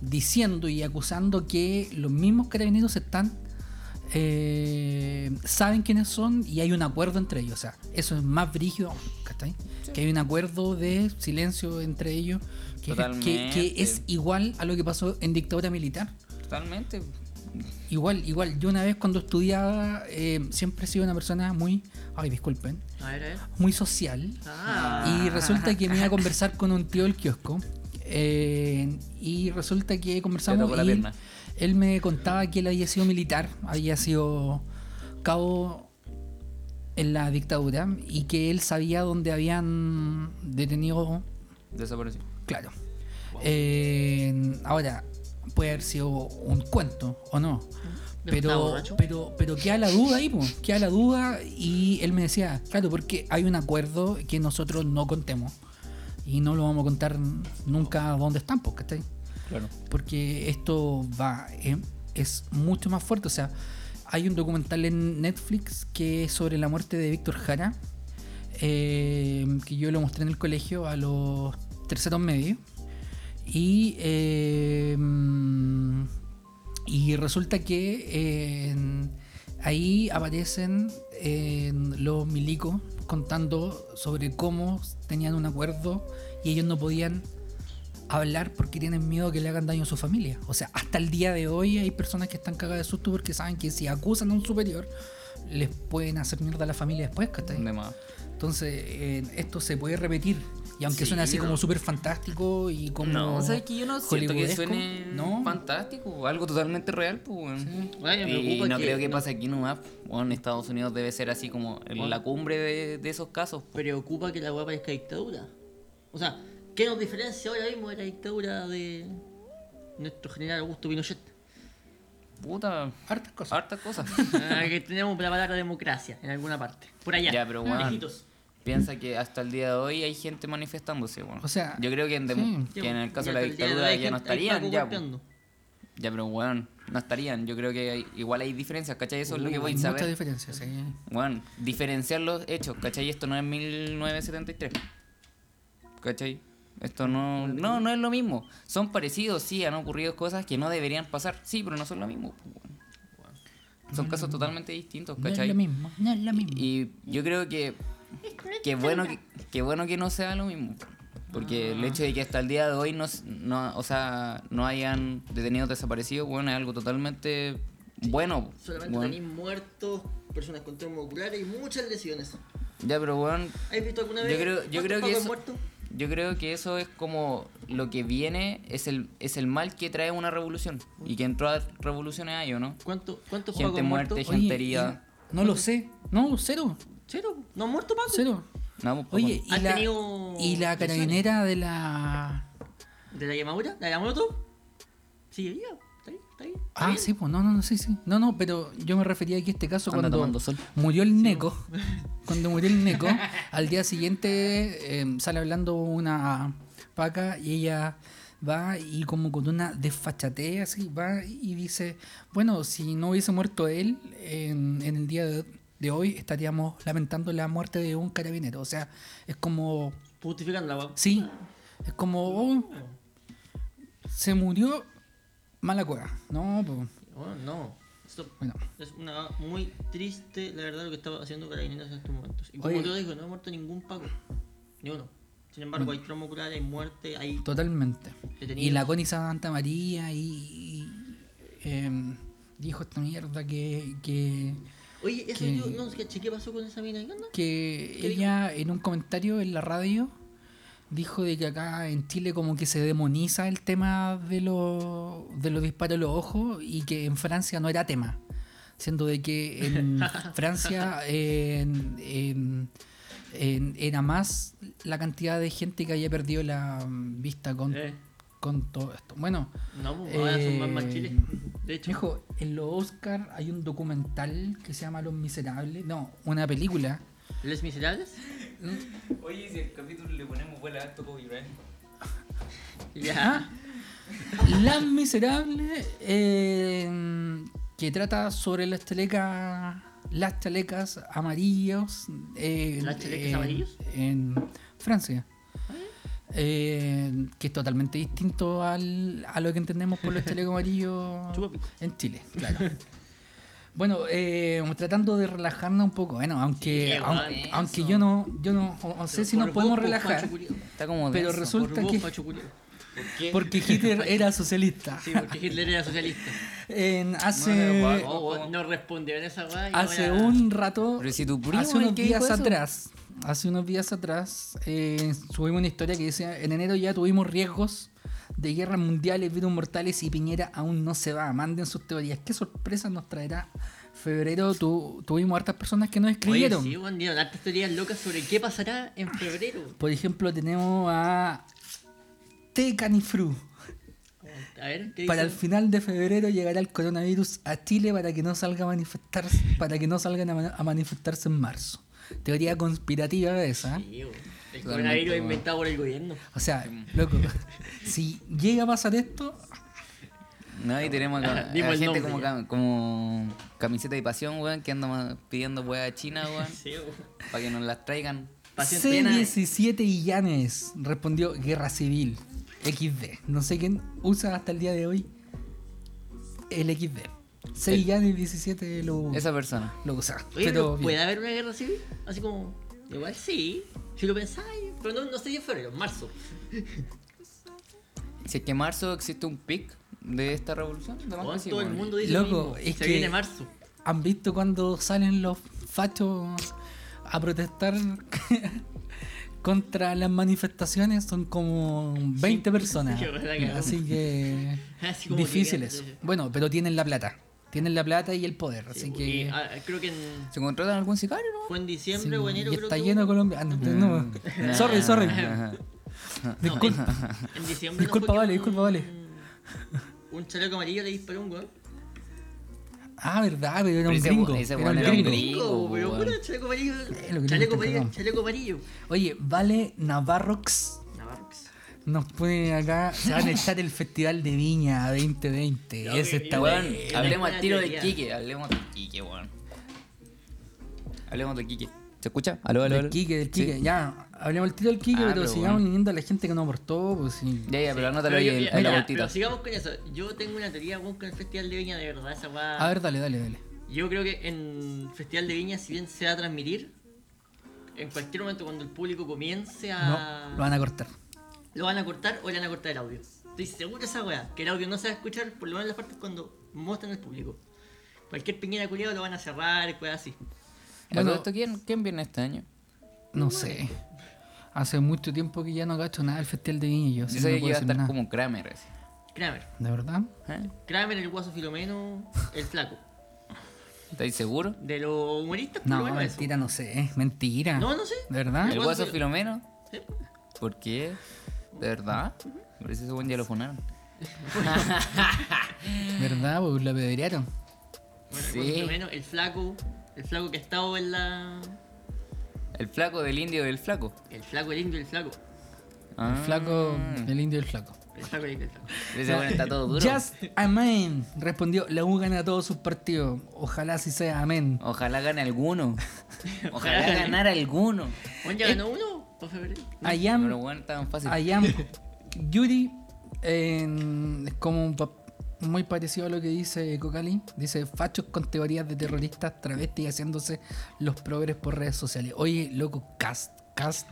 Speaker 1: diciendo y acusando que los mismos carabineros están eh, saben quiénes son y hay un acuerdo entre ellos. O sea, eso es más brígido, aún, ¿cachai? Que hay un acuerdo de silencio entre ellos, que, que- que es
Speaker 3: Totalmente.
Speaker 1: igual a lo que pasó en dictadura militar.
Speaker 3: Totalmente.
Speaker 1: Igual, igual. Yo una vez cuando estudiaba, eh, siempre he sido una persona muy, ay, disculpen,
Speaker 2: A ver, a ver.
Speaker 1: muy social.
Speaker 2: Ah,
Speaker 1: Y resulta que me iba a conversar con un tío del kiosco. eh, y resulta que conversamos
Speaker 3: tocó la
Speaker 1: y
Speaker 3: pierna.
Speaker 1: él me contaba que él había sido militar, había sido cabo en la dictadura y que él sabía dónde habían detenido
Speaker 3: Desapareció.
Speaker 1: Claro. Eh, ahora, puede haber sido un cuento o no.
Speaker 2: Pero está
Speaker 1: Pero,
Speaker 2: borracho.
Speaker 1: pero, pero queda la duda ahí, pues. Queda la duda y él me decía, claro, porque hay un acuerdo que nosotros no contemos. Y no lo vamos a contar nunca dónde están, pues, ¿cachai?
Speaker 3: Claro.
Speaker 1: Porque esto va, eh, es mucho más fuerte. O sea, hay un documental en Netflix que es sobre la muerte de Víctor Jara, eh, que yo lo mostré en el colegio a los terceros medios. Y, eh, mm, y resulta que eh, en- ahí aparecen eh, los milicos contando sobre cómo tenían un acuerdo y ellos no podían hablar porque tienen miedo que le hagan daño a su familia. O sea, hasta el día de hoy hay personas que están cagadas de susto porque saben que si acusan a un superior les pueden hacer mierda a la familia después, ¿cachai?
Speaker 3: De más.
Speaker 1: Entonces, eh, esto se puede repetir. Y aunque
Speaker 3: Sí,
Speaker 1: suene así
Speaker 3: no.
Speaker 1: como súper fantástico y como.
Speaker 3: No, sabes que yo no siento que
Speaker 1: hollywoodesco,
Speaker 3: suene
Speaker 1: No.
Speaker 3: fantástico, algo totalmente real, pues, weón.
Speaker 2: Bueno, me
Speaker 3: Y
Speaker 2: preocupa
Speaker 3: no
Speaker 2: que-
Speaker 3: creo que
Speaker 2: no.
Speaker 3: pase aquí nomás. Bueno, en Estados Unidos debe ser así como en la cumbre de, de esos casos.
Speaker 2: Preocupa que la weá parezca dictadura. O sea, ¿qué nos diferencia ahora mismo de la dictadura de nuestro general Augusto Pinochet?
Speaker 3: Puta,
Speaker 1: Hartas cosas.
Speaker 3: hartas cosas.
Speaker 2: Ah, que tenemos la palabra democracia en alguna parte. Por allá.
Speaker 3: Ya, pero, weón.
Speaker 2: Lejitos.
Speaker 3: Piensa que hasta el día de hoy hay gente manifestándose, bueno.
Speaker 1: O sea,
Speaker 3: yo creo que en, dem-
Speaker 1: sí.
Speaker 3: que en el caso de la
Speaker 2: Ya, hasta el día
Speaker 3: dictadura
Speaker 2: hoy
Speaker 3: ya no
Speaker 2: hay gente- hay
Speaker 3: estarían,
Speaker 2: Paco
Speaker 3: ya, pues.
Speaker 2: golpeando.
Speaker 3: Ya, pero, weón, no estarían. Yo creo que hay- igual hay diferencias, ¿cachai? Eso es lo que voy a
Speaker 1: Muchas
Speaker 3: saber.
Speaker 1: diferencias. sí.
Speaker 3: Bueno, diferenciar los hechos, ¿cachai? Esto no es 1973. ¿Cachai? Esto no, no, no es lo mismo. Son parecidos, sí, han ocurrido cosas que no deberían pasar, sí, pero no son lo mismo. pues, weón. Son casos totalmente distintos,
Speaker 1: Mm. No es
Speaker 3: ¿cachai?
Speaker 1: lo mismo. No es lo mismo.
Speaker 3: Y yo creo que que bueno que, que bueno que no sea lo mismo. Porque el hecho de que hasta el día de hoy no, s- no, o sea, no hayan detenidos desaparecidos, bueno, es algo totalmente bueno.
Speaker 2: Solamente
Speaker 3: weón.
Speaker 2: tenéis muertos, personas con trauma ocular y muchas lesiones.
Speaker 3: Ya, pero bueno,
Speaker 2: ¿Has visto alguna
Speaker 3: Yo
Speaker 2: vez?
Speaker 3: creo- yo
Speaker 2: cuántos
Speaker 3: creo que
Speaker 2: pacos
Speaker 3: eso-
Speaker 2: muertos?
Speaker 3: yo creo que eso es como lo que viene, es el, es el mal que trae una revolución. Y que entró a revoluciones hay, ¿o no?
Speaker 2: ¿Cuántos, cuántos
Speaker 3: Gente
Speaker 2: pacos
Speaker 3: muerta,
Speaker 2: muertos?
Speaker 3: gente- gentería.
Speaker 1: y no lo sé. No, cero.
Speaker 2: Cero, no han muerto Paco.
Speaker 1: Cero.
Speaker 3: No, pues,
Speaker 1: Oye, y
Speaker 2: ¿Han
Speaker 1: la,
Speaker 2: tenido
Speaker 1: y la
Speaker 2: lesiones?
Speaker 1: carabinera de la.
Speaker 2: ¿De la llamadura? ¿La Yamamoto? Sí, viva. Está bien, está bien. está
Speaker 1: Ah,
Speaker 2: bien.
Speaker 1: sí, pues no, no, no, sí, sí. No, no, pero yo me refería aquí a este caso
Speaker 3: Anda
Speaker 1: cuando
Speaker 3: tomando sol.
Speaker 1: murió el Neco. Cuando murió el Neco, al día siguiente eh, sale hablando una paca y ella va y como con una desfachatez así va y dice, bueno, si no hubiese muerto él en, en el día de, de hoy estaríamos lamentando la muerte de un carabinero. O sea, es como,
Speaker 2: Justificando la weá.
Speaker 1: sí, es como, oh, se murió mala cueva. No, pues,
Speaker 2: Bueno, Oh, no. Esto
Speaker 1: bueno.
Speaker 2: es una muy triste, la verdad, lo que estaba haciendo Carabineros en estos momentos. Y como
Speaker 1: Oye.
Speaker 2: yo digo, no ha muerto ningún Paco. Ni uno. Sin embargo,
Speaker 1: Mm.
Speaker 2: hay trauma ocular, hay muerte, hay.
Speaker 1: Totalmente.
Speaker 2: Detenidos.
Speaker 1: Y la Connie Santa María y, y, em, dijo esta mierda que, que,
Speaker 2: Oye, eso
Speaker 1: ¿Qué?
Speaker 2: yo no sé qué pasó con esa mina. ¿Qué onda?
Speaker 1: que
Speaker 2: ¿Qué
Speaker 1: ella en un comentario en la radio dijo de que acá en Chile como que se demoniza el tema de los de los disparos a los ojos y que en Francia no era tema. Siendo de que en Francia en- en- en- era más la cantidad de gente que había perdido la mm, vista con,
Speaker 2: Eh.
Speaker 1: con todo esto. Bueno,
Speaker 2: No, pues ahora son más
Speaker 1: Eh,
Speaker 2: más chiles. De hecho,
Speaker 1: Hijo, en los Oscar hay un documental que se llama Los Miserables. No, una película.
Speaker 2: ¿Les miserables?
Speaker 3: Oye, si el capítulo le ponemos vuela alto copyright.
Speaker 1: Ah.
Speaker 2: Ya.
Speaker 1: Las Miserables, eh, que trata sobre las chalecas, las chalecas amarillos. eh,
Speaker 2: ¿Las chalecas
Speaker 1: en-
Speaker 2: amarillos? Ah.
Speaker 1: En Francia. Eh, que es totalmente distinto al, a lo que entendemos por los chalecos amarillos
Speaker 2: Chupa pico.
Speaker 1: en Chile, claro. Bueno, eh, tratando de relajarnos un poco, bueno, aunque,
Speaker 2: Sí,
Speaker 1: aun-
Speaker 2: bueno,
Speaker 1: aunque,
Speaker 3: eso.
Speaker 1: yo no, yo no, o- o sé si nos podemos relajar,
Speaker 3: Está como
Speaker 1: Pero
Speaker 3: denso.
Speaker 1: resu- Resulta
Speaker 2: Resulta
Speaker 1: que-
Speaker 2: que.
Speaker 1: porque Hitler era socialista.
Speaker 2: Sí, porque Hitler era socialista.
Speaker 1: En
Speaker 3: No,
Speaker 1: hace
Speaker 3: no,
Speaker 2: Oh, oh, no respondieron esa weá. y
Speaker 1: hace
Speaker 2: ahora-
Speaker 1: un rato,
Speaker 3: Pero si tu primo es
Speaker 1: hace
Speaker 3: el
Speaker 1: unos
Speaker 3: que dijo
Speaker 1: días
Speaker 3: eso.
Speaker 1: atrás, hace unos días atrás, eh, subimos una historia que decía, en enero ya tuvimos riesgos de guerras mundiales, virus mortales y Piñera aún no se va. Manden sus teorías. ¿Qué sorpresas nos traerá febrero? Tu- tuvimos hartas personas que nos
Speaker 2: Oye,
Speaker 1: escribieron.
Speaker 2: sí, weón, dieron hartas teorías locas sobre qué pasará en febrero.
Speaker 1: Por ejemplo, tenemos a T. Canifru.
Speaker 2: A ver, ¿qué
Speaker 1: Para el
Speaker 2: dice?
Speaker 1: final de febrero llegará el coronavirus a Chile para que no salga a manifestarse, para que no salgan a, ma- a manifestarse en marzo. Teoría conspirativa esa. ¿eh?
Speaker 2: Sí, weón. El coronavirus
Speaker 3: weón.
Speaker 2: inventado por el gobierno.
Speaker 1: O sea, loco, si llega a pasar esto,
Speaker 3: No, y tenemos acá,
Speaker 2: Digo
Speaker 3: a
Speaker 2: el
Speaker 3: gente
Speaker 2: nombre
Speaker 3: como,
Speaker 2: ya.
Speaker 3: cam- como camiseta de pasión, weón, que anda ma- pidiendo weá a China, weón,
Speaker 2: Sí, oh. weón.
Speaker 3: para que nos las traigan.
Speaker 2: Paciente.
Speaker 1: C17 Illanes respondió guerra civil. XD. No sé quién usa hasta el día de hoy el XD. Sevillano y 17 lo,
Speaker 3: Esa persona.
Speaker 1: lo usa.
Speaker 2: Oye,
Speaker 1: pero
Speaker 2: pero ¿puede
Speaker 1: bien.
Speaker 2: haber una guerra civil? Así como, igual sí, si lo pensáis, pero no, no sé si en febrero, en marzo.
Speaker 3: Si es que en marzo existe un pic de esta revolución, de más que
Speaker 2: Weón,
Speaker 3: sí,
Speaker 2: todo el
Speaker 3: weón.
Speaker 2: mundo dice
Speaker 1: Loco,
Speaker 2: lo mismo,
Speaker 1: es
Speaker 2: se
Speaker 1: que-
Speaker 2: viene marzo.
Speaker 1: ¿Han visto cuando salen los fachos a protestar contra las manifestaciones? Son como 20 personas.
Speaker 2: Qué buena cagada.
Speaker 1: Así que
Speaker 2: Así como que
Speaker 1: difíciles.
Speaker 2: quedan, sí.
Speaker 1: Bueno, pero tienen la plata. Tienen la plata y el poder. Así
Speaker 2: Sí, y,
Speaker 1: que...
Speaker 2: ah, creo que en-
Speaker 3: ¿Se contratan algún sicario, no?
Speaker 2: fue en
Speaker 1: sí,
Speaker 2: diciembre o enero.
Speaker 1: y
Speaker 2: creo
Speaker 1: está
Speaker 2: que
Speaker 1: lleno de
Speaker 2: hubo-
Speaker 1: colombianos. No,
Speaker 3: Mm.
Speaker 1: sorry, sorry.
Speaker 3: Ajá.
Speaker 2: No,
Speaker 1: Disculpa.
Speaker 2: en- En diciembre. no
Speaker 1: Disculpa,
Speaker 2: fue que
Speaker 1: vale,
Speaker 2: un-
Speaker 1: disculpa, vale.
Speaker 2: Un chaleco amarillo le disparó a un weón.
Speaker 1: Ah, verdad, pero era
Speaker 3: Pero
Speaker 1: un
Speaker 3: ese-
Speaker 1: gringo.
Speaker 3: ese
Speaker 1: era
Speaker 3: weón
Speaker 1: un
Speaker 3: era un
Speaker 1: gringo.
Speaker 3: gringo.
Speaker 2: pero
Speaker 3: weón.
Speaker 2: bueno, chaleco amarillo.
Speaker 1: lo que
Speaker 2: Chaleco
Speaker 1: le
Speaker 2: amarillo,
Speaker 1: tocaba.
Speaker 2: chaleco amarillo.
Speaker 1: Oye, vale Navarrox
Speaker 2: Navarrox.
Speaker 1: nos pone acá. Se van a echar el Festival de Viña 2020.
Speaker 2: Ya,
Speaker 1: Ese
Speaker 2: ok,
Speaker 1: está
Speaker 3: Weón,
Speaker 1: bueno.
Speaker 3: hablemos al tiro de
Speaker 2: Buena
Speaker 3: Quique, hablemos de Quique, weón. Hablemos de Quique. ¿Se escucha? Aló, aló,
Speaker 1: Del
Speaker 3: aló.
Speaker 1: Quique, del
Speaker 3: Sí.
Speaker 1: Quique. Ya, hablemos el tiro del Quique,
Speaker 3: Ah,
Speaker 1: pero
Speaker 3: pero
Speaker 1: sigamos
Speaker 3: bueno.
Speaker 1: uniendo a la gente que no abortó. Pues, sí.
Speaker 3: Ya, ya, pero anótalo
Speaker 2: Pero
Speaker 3: ahí
Speaker 2: yo-
Speaker 3: en-
Speaker 2: mira,
Speaker 3: en la
Speaker 2: mira,
Speaker 3: vueltita.
Speaker 2: pero sigamos con eso. Yo tengo una teoría weón, con el Festival de Viña, de verdad, esa weá.
Speaker 1: A ver, dale, dale, dale.
Speaker 2: Yo creo que en Festival de Viña, si bien se va a transmitir, en cualquier momento cuando el público comience a.
Speaker 1: No,
Speaker 3: Ah.
Speaker 1: lo van a cortar.
Speaker 2: lo van a cortar o le van a cortar el audio. Estoy seguro de esa weá, que el audio no se va a escuchar, por lo menos en las partes cuando muestran al público. Cualquier piñera culiado lo van a cerrar, weá así.
Speaker 1: Bueno.
Speaker 3: Bueno, esto, ¿quién, ¿quién viene este año?
Speaker 1: No sé. Hace mucho tiempo que ya no gasto nada del Festival de Viña. Yo,
Speaker 3: Yo
Speaker 1: así
Speaker 3: sé
Speaker 1: no
Speaker 3: que
Speaker 1: puedo
Speaker 3: iba a
Speaker 1: decir
Speaker 3: estar
Speaker 1: nada.
Speaker 3: como Kramer. Así.
Speaker 2: Kramer.
Speaker 1: ¿De verdad?
Speaker 3: ¿Eh?
Speaker 2: Kramer, el guaso filomeno, el flaco.
Speaker 3: ¿Estáis seguros?
Speaker 2: De los humoristas, por
Speaker 1: No,
Speaker 2: lo menos eso.
Speaker 1: mentira, no sé. eh, Mentira.
Speaker 2: No, no sé.
Speaker 1: ¿De verdad?
Speaker 3: ¿El
Speaker 2: guaso
Speaker 3: guaso
Speaker 2: Filo-
Speaker 3: Filomeno?
Speaker 2: Sí.
Speaker 1: pues.
Speaker 3: ¿Por qué? ¿De verdad? Parece que ese buen ya lo funaron.
Speaker 1: ¿Verdad? Pues la pedrearon.
Speaker 2: Bueno, el
Speaker 3: Sí.
Speaker 2: guaso filomeno, el flaco. El flaco que ha estado en la.
Speaker 3: El flaco del indio del flaco.
Speaker 2: El flaco, el indio, el flaco.
Speaker 1: El
Speaker 3: Ah,
Speaker 1: flaco, el indio y el flaco.
Speaker 2: El flaco, el indio, el flaco.
Speaker 3: Ese bueno está todo duro.
Speaker 1: Just amén. Respondió, la U gana todos sus partidos. Ojalá sí sea amén.
Speaker 3: Ojalá gane alguno. Ojalá
Speaker 2: Ojalá.
Speaker 3: ganara alguno.
Speaker 2: Bueno, ya ganó uno para febrero.
Speaker 1: I
Speaker 3: Pero
Speaker 1: am,
Speaker 3: bueno, está tan fácil.
Speaker 1: I am Yuri. en- es como un pa- muy parecido a lo que dice Cocali. Dice, fachos con teorías de terroristas travestis haciéndose los progres por redes sociales. Oye, loco, cast, cast.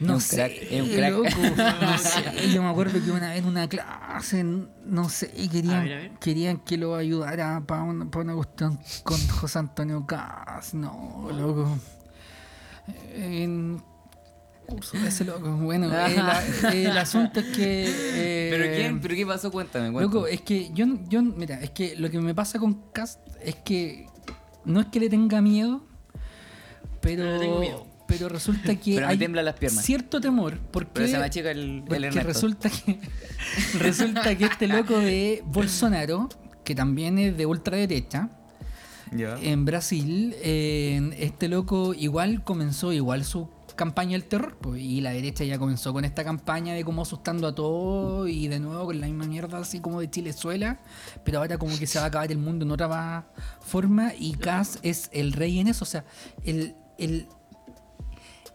Speaker 1: No
Speaker 3: Un
Speaker 1: sé,
Speaker 3: crack, es un crack.
Speaker 1: loco, no sé. Yo me acuerdo que una vez en una clase, no sé, querían,
Speaker 2: A ver, a ver.
Speaker 1: querían que lo ayudara para una, pa' una cuestión con José Antonio Cas. No, loco. En curso de ese loco. Bueno, el, el asunto es que. eh,
Speaker 3: ¿Pero, quién, ¿Pero qué pasó? Cuéntame, cuéntame.
Speaker 1: Loco, es que yo, yo, mira, es que lo que me pasa con Cast es que no es que le tenga miedo, pero,
Speaker 2: Pero le tengo miedo.
Speaker 1: pero resulta que
Speaker 3: Pero me
Speaker 1: hay
Speaker 3: tiemblan las piernas.
Speaker 1: cierto temor porque,
Speaker 3: Pero se me achica el, el
Speaker 1: porque
Speaker 3: Ernesto.
Speaker 1: resulta que resulta que este loco de Bolsonaro, que también es de ultraderecha,
Speaker 3: Ya.
Speaker 1: en Brasil, eh, este loco igual comenzó igual su campaña del terror, pues, y la derecha ya comenzó con esta campaña de como asustando a todo y de nuevo con la misma mierda así como de Chilezuela, pero ahora como que se va a acabar el mundo en otra va- forma y Cas es el rey en eso, o sea, el, el,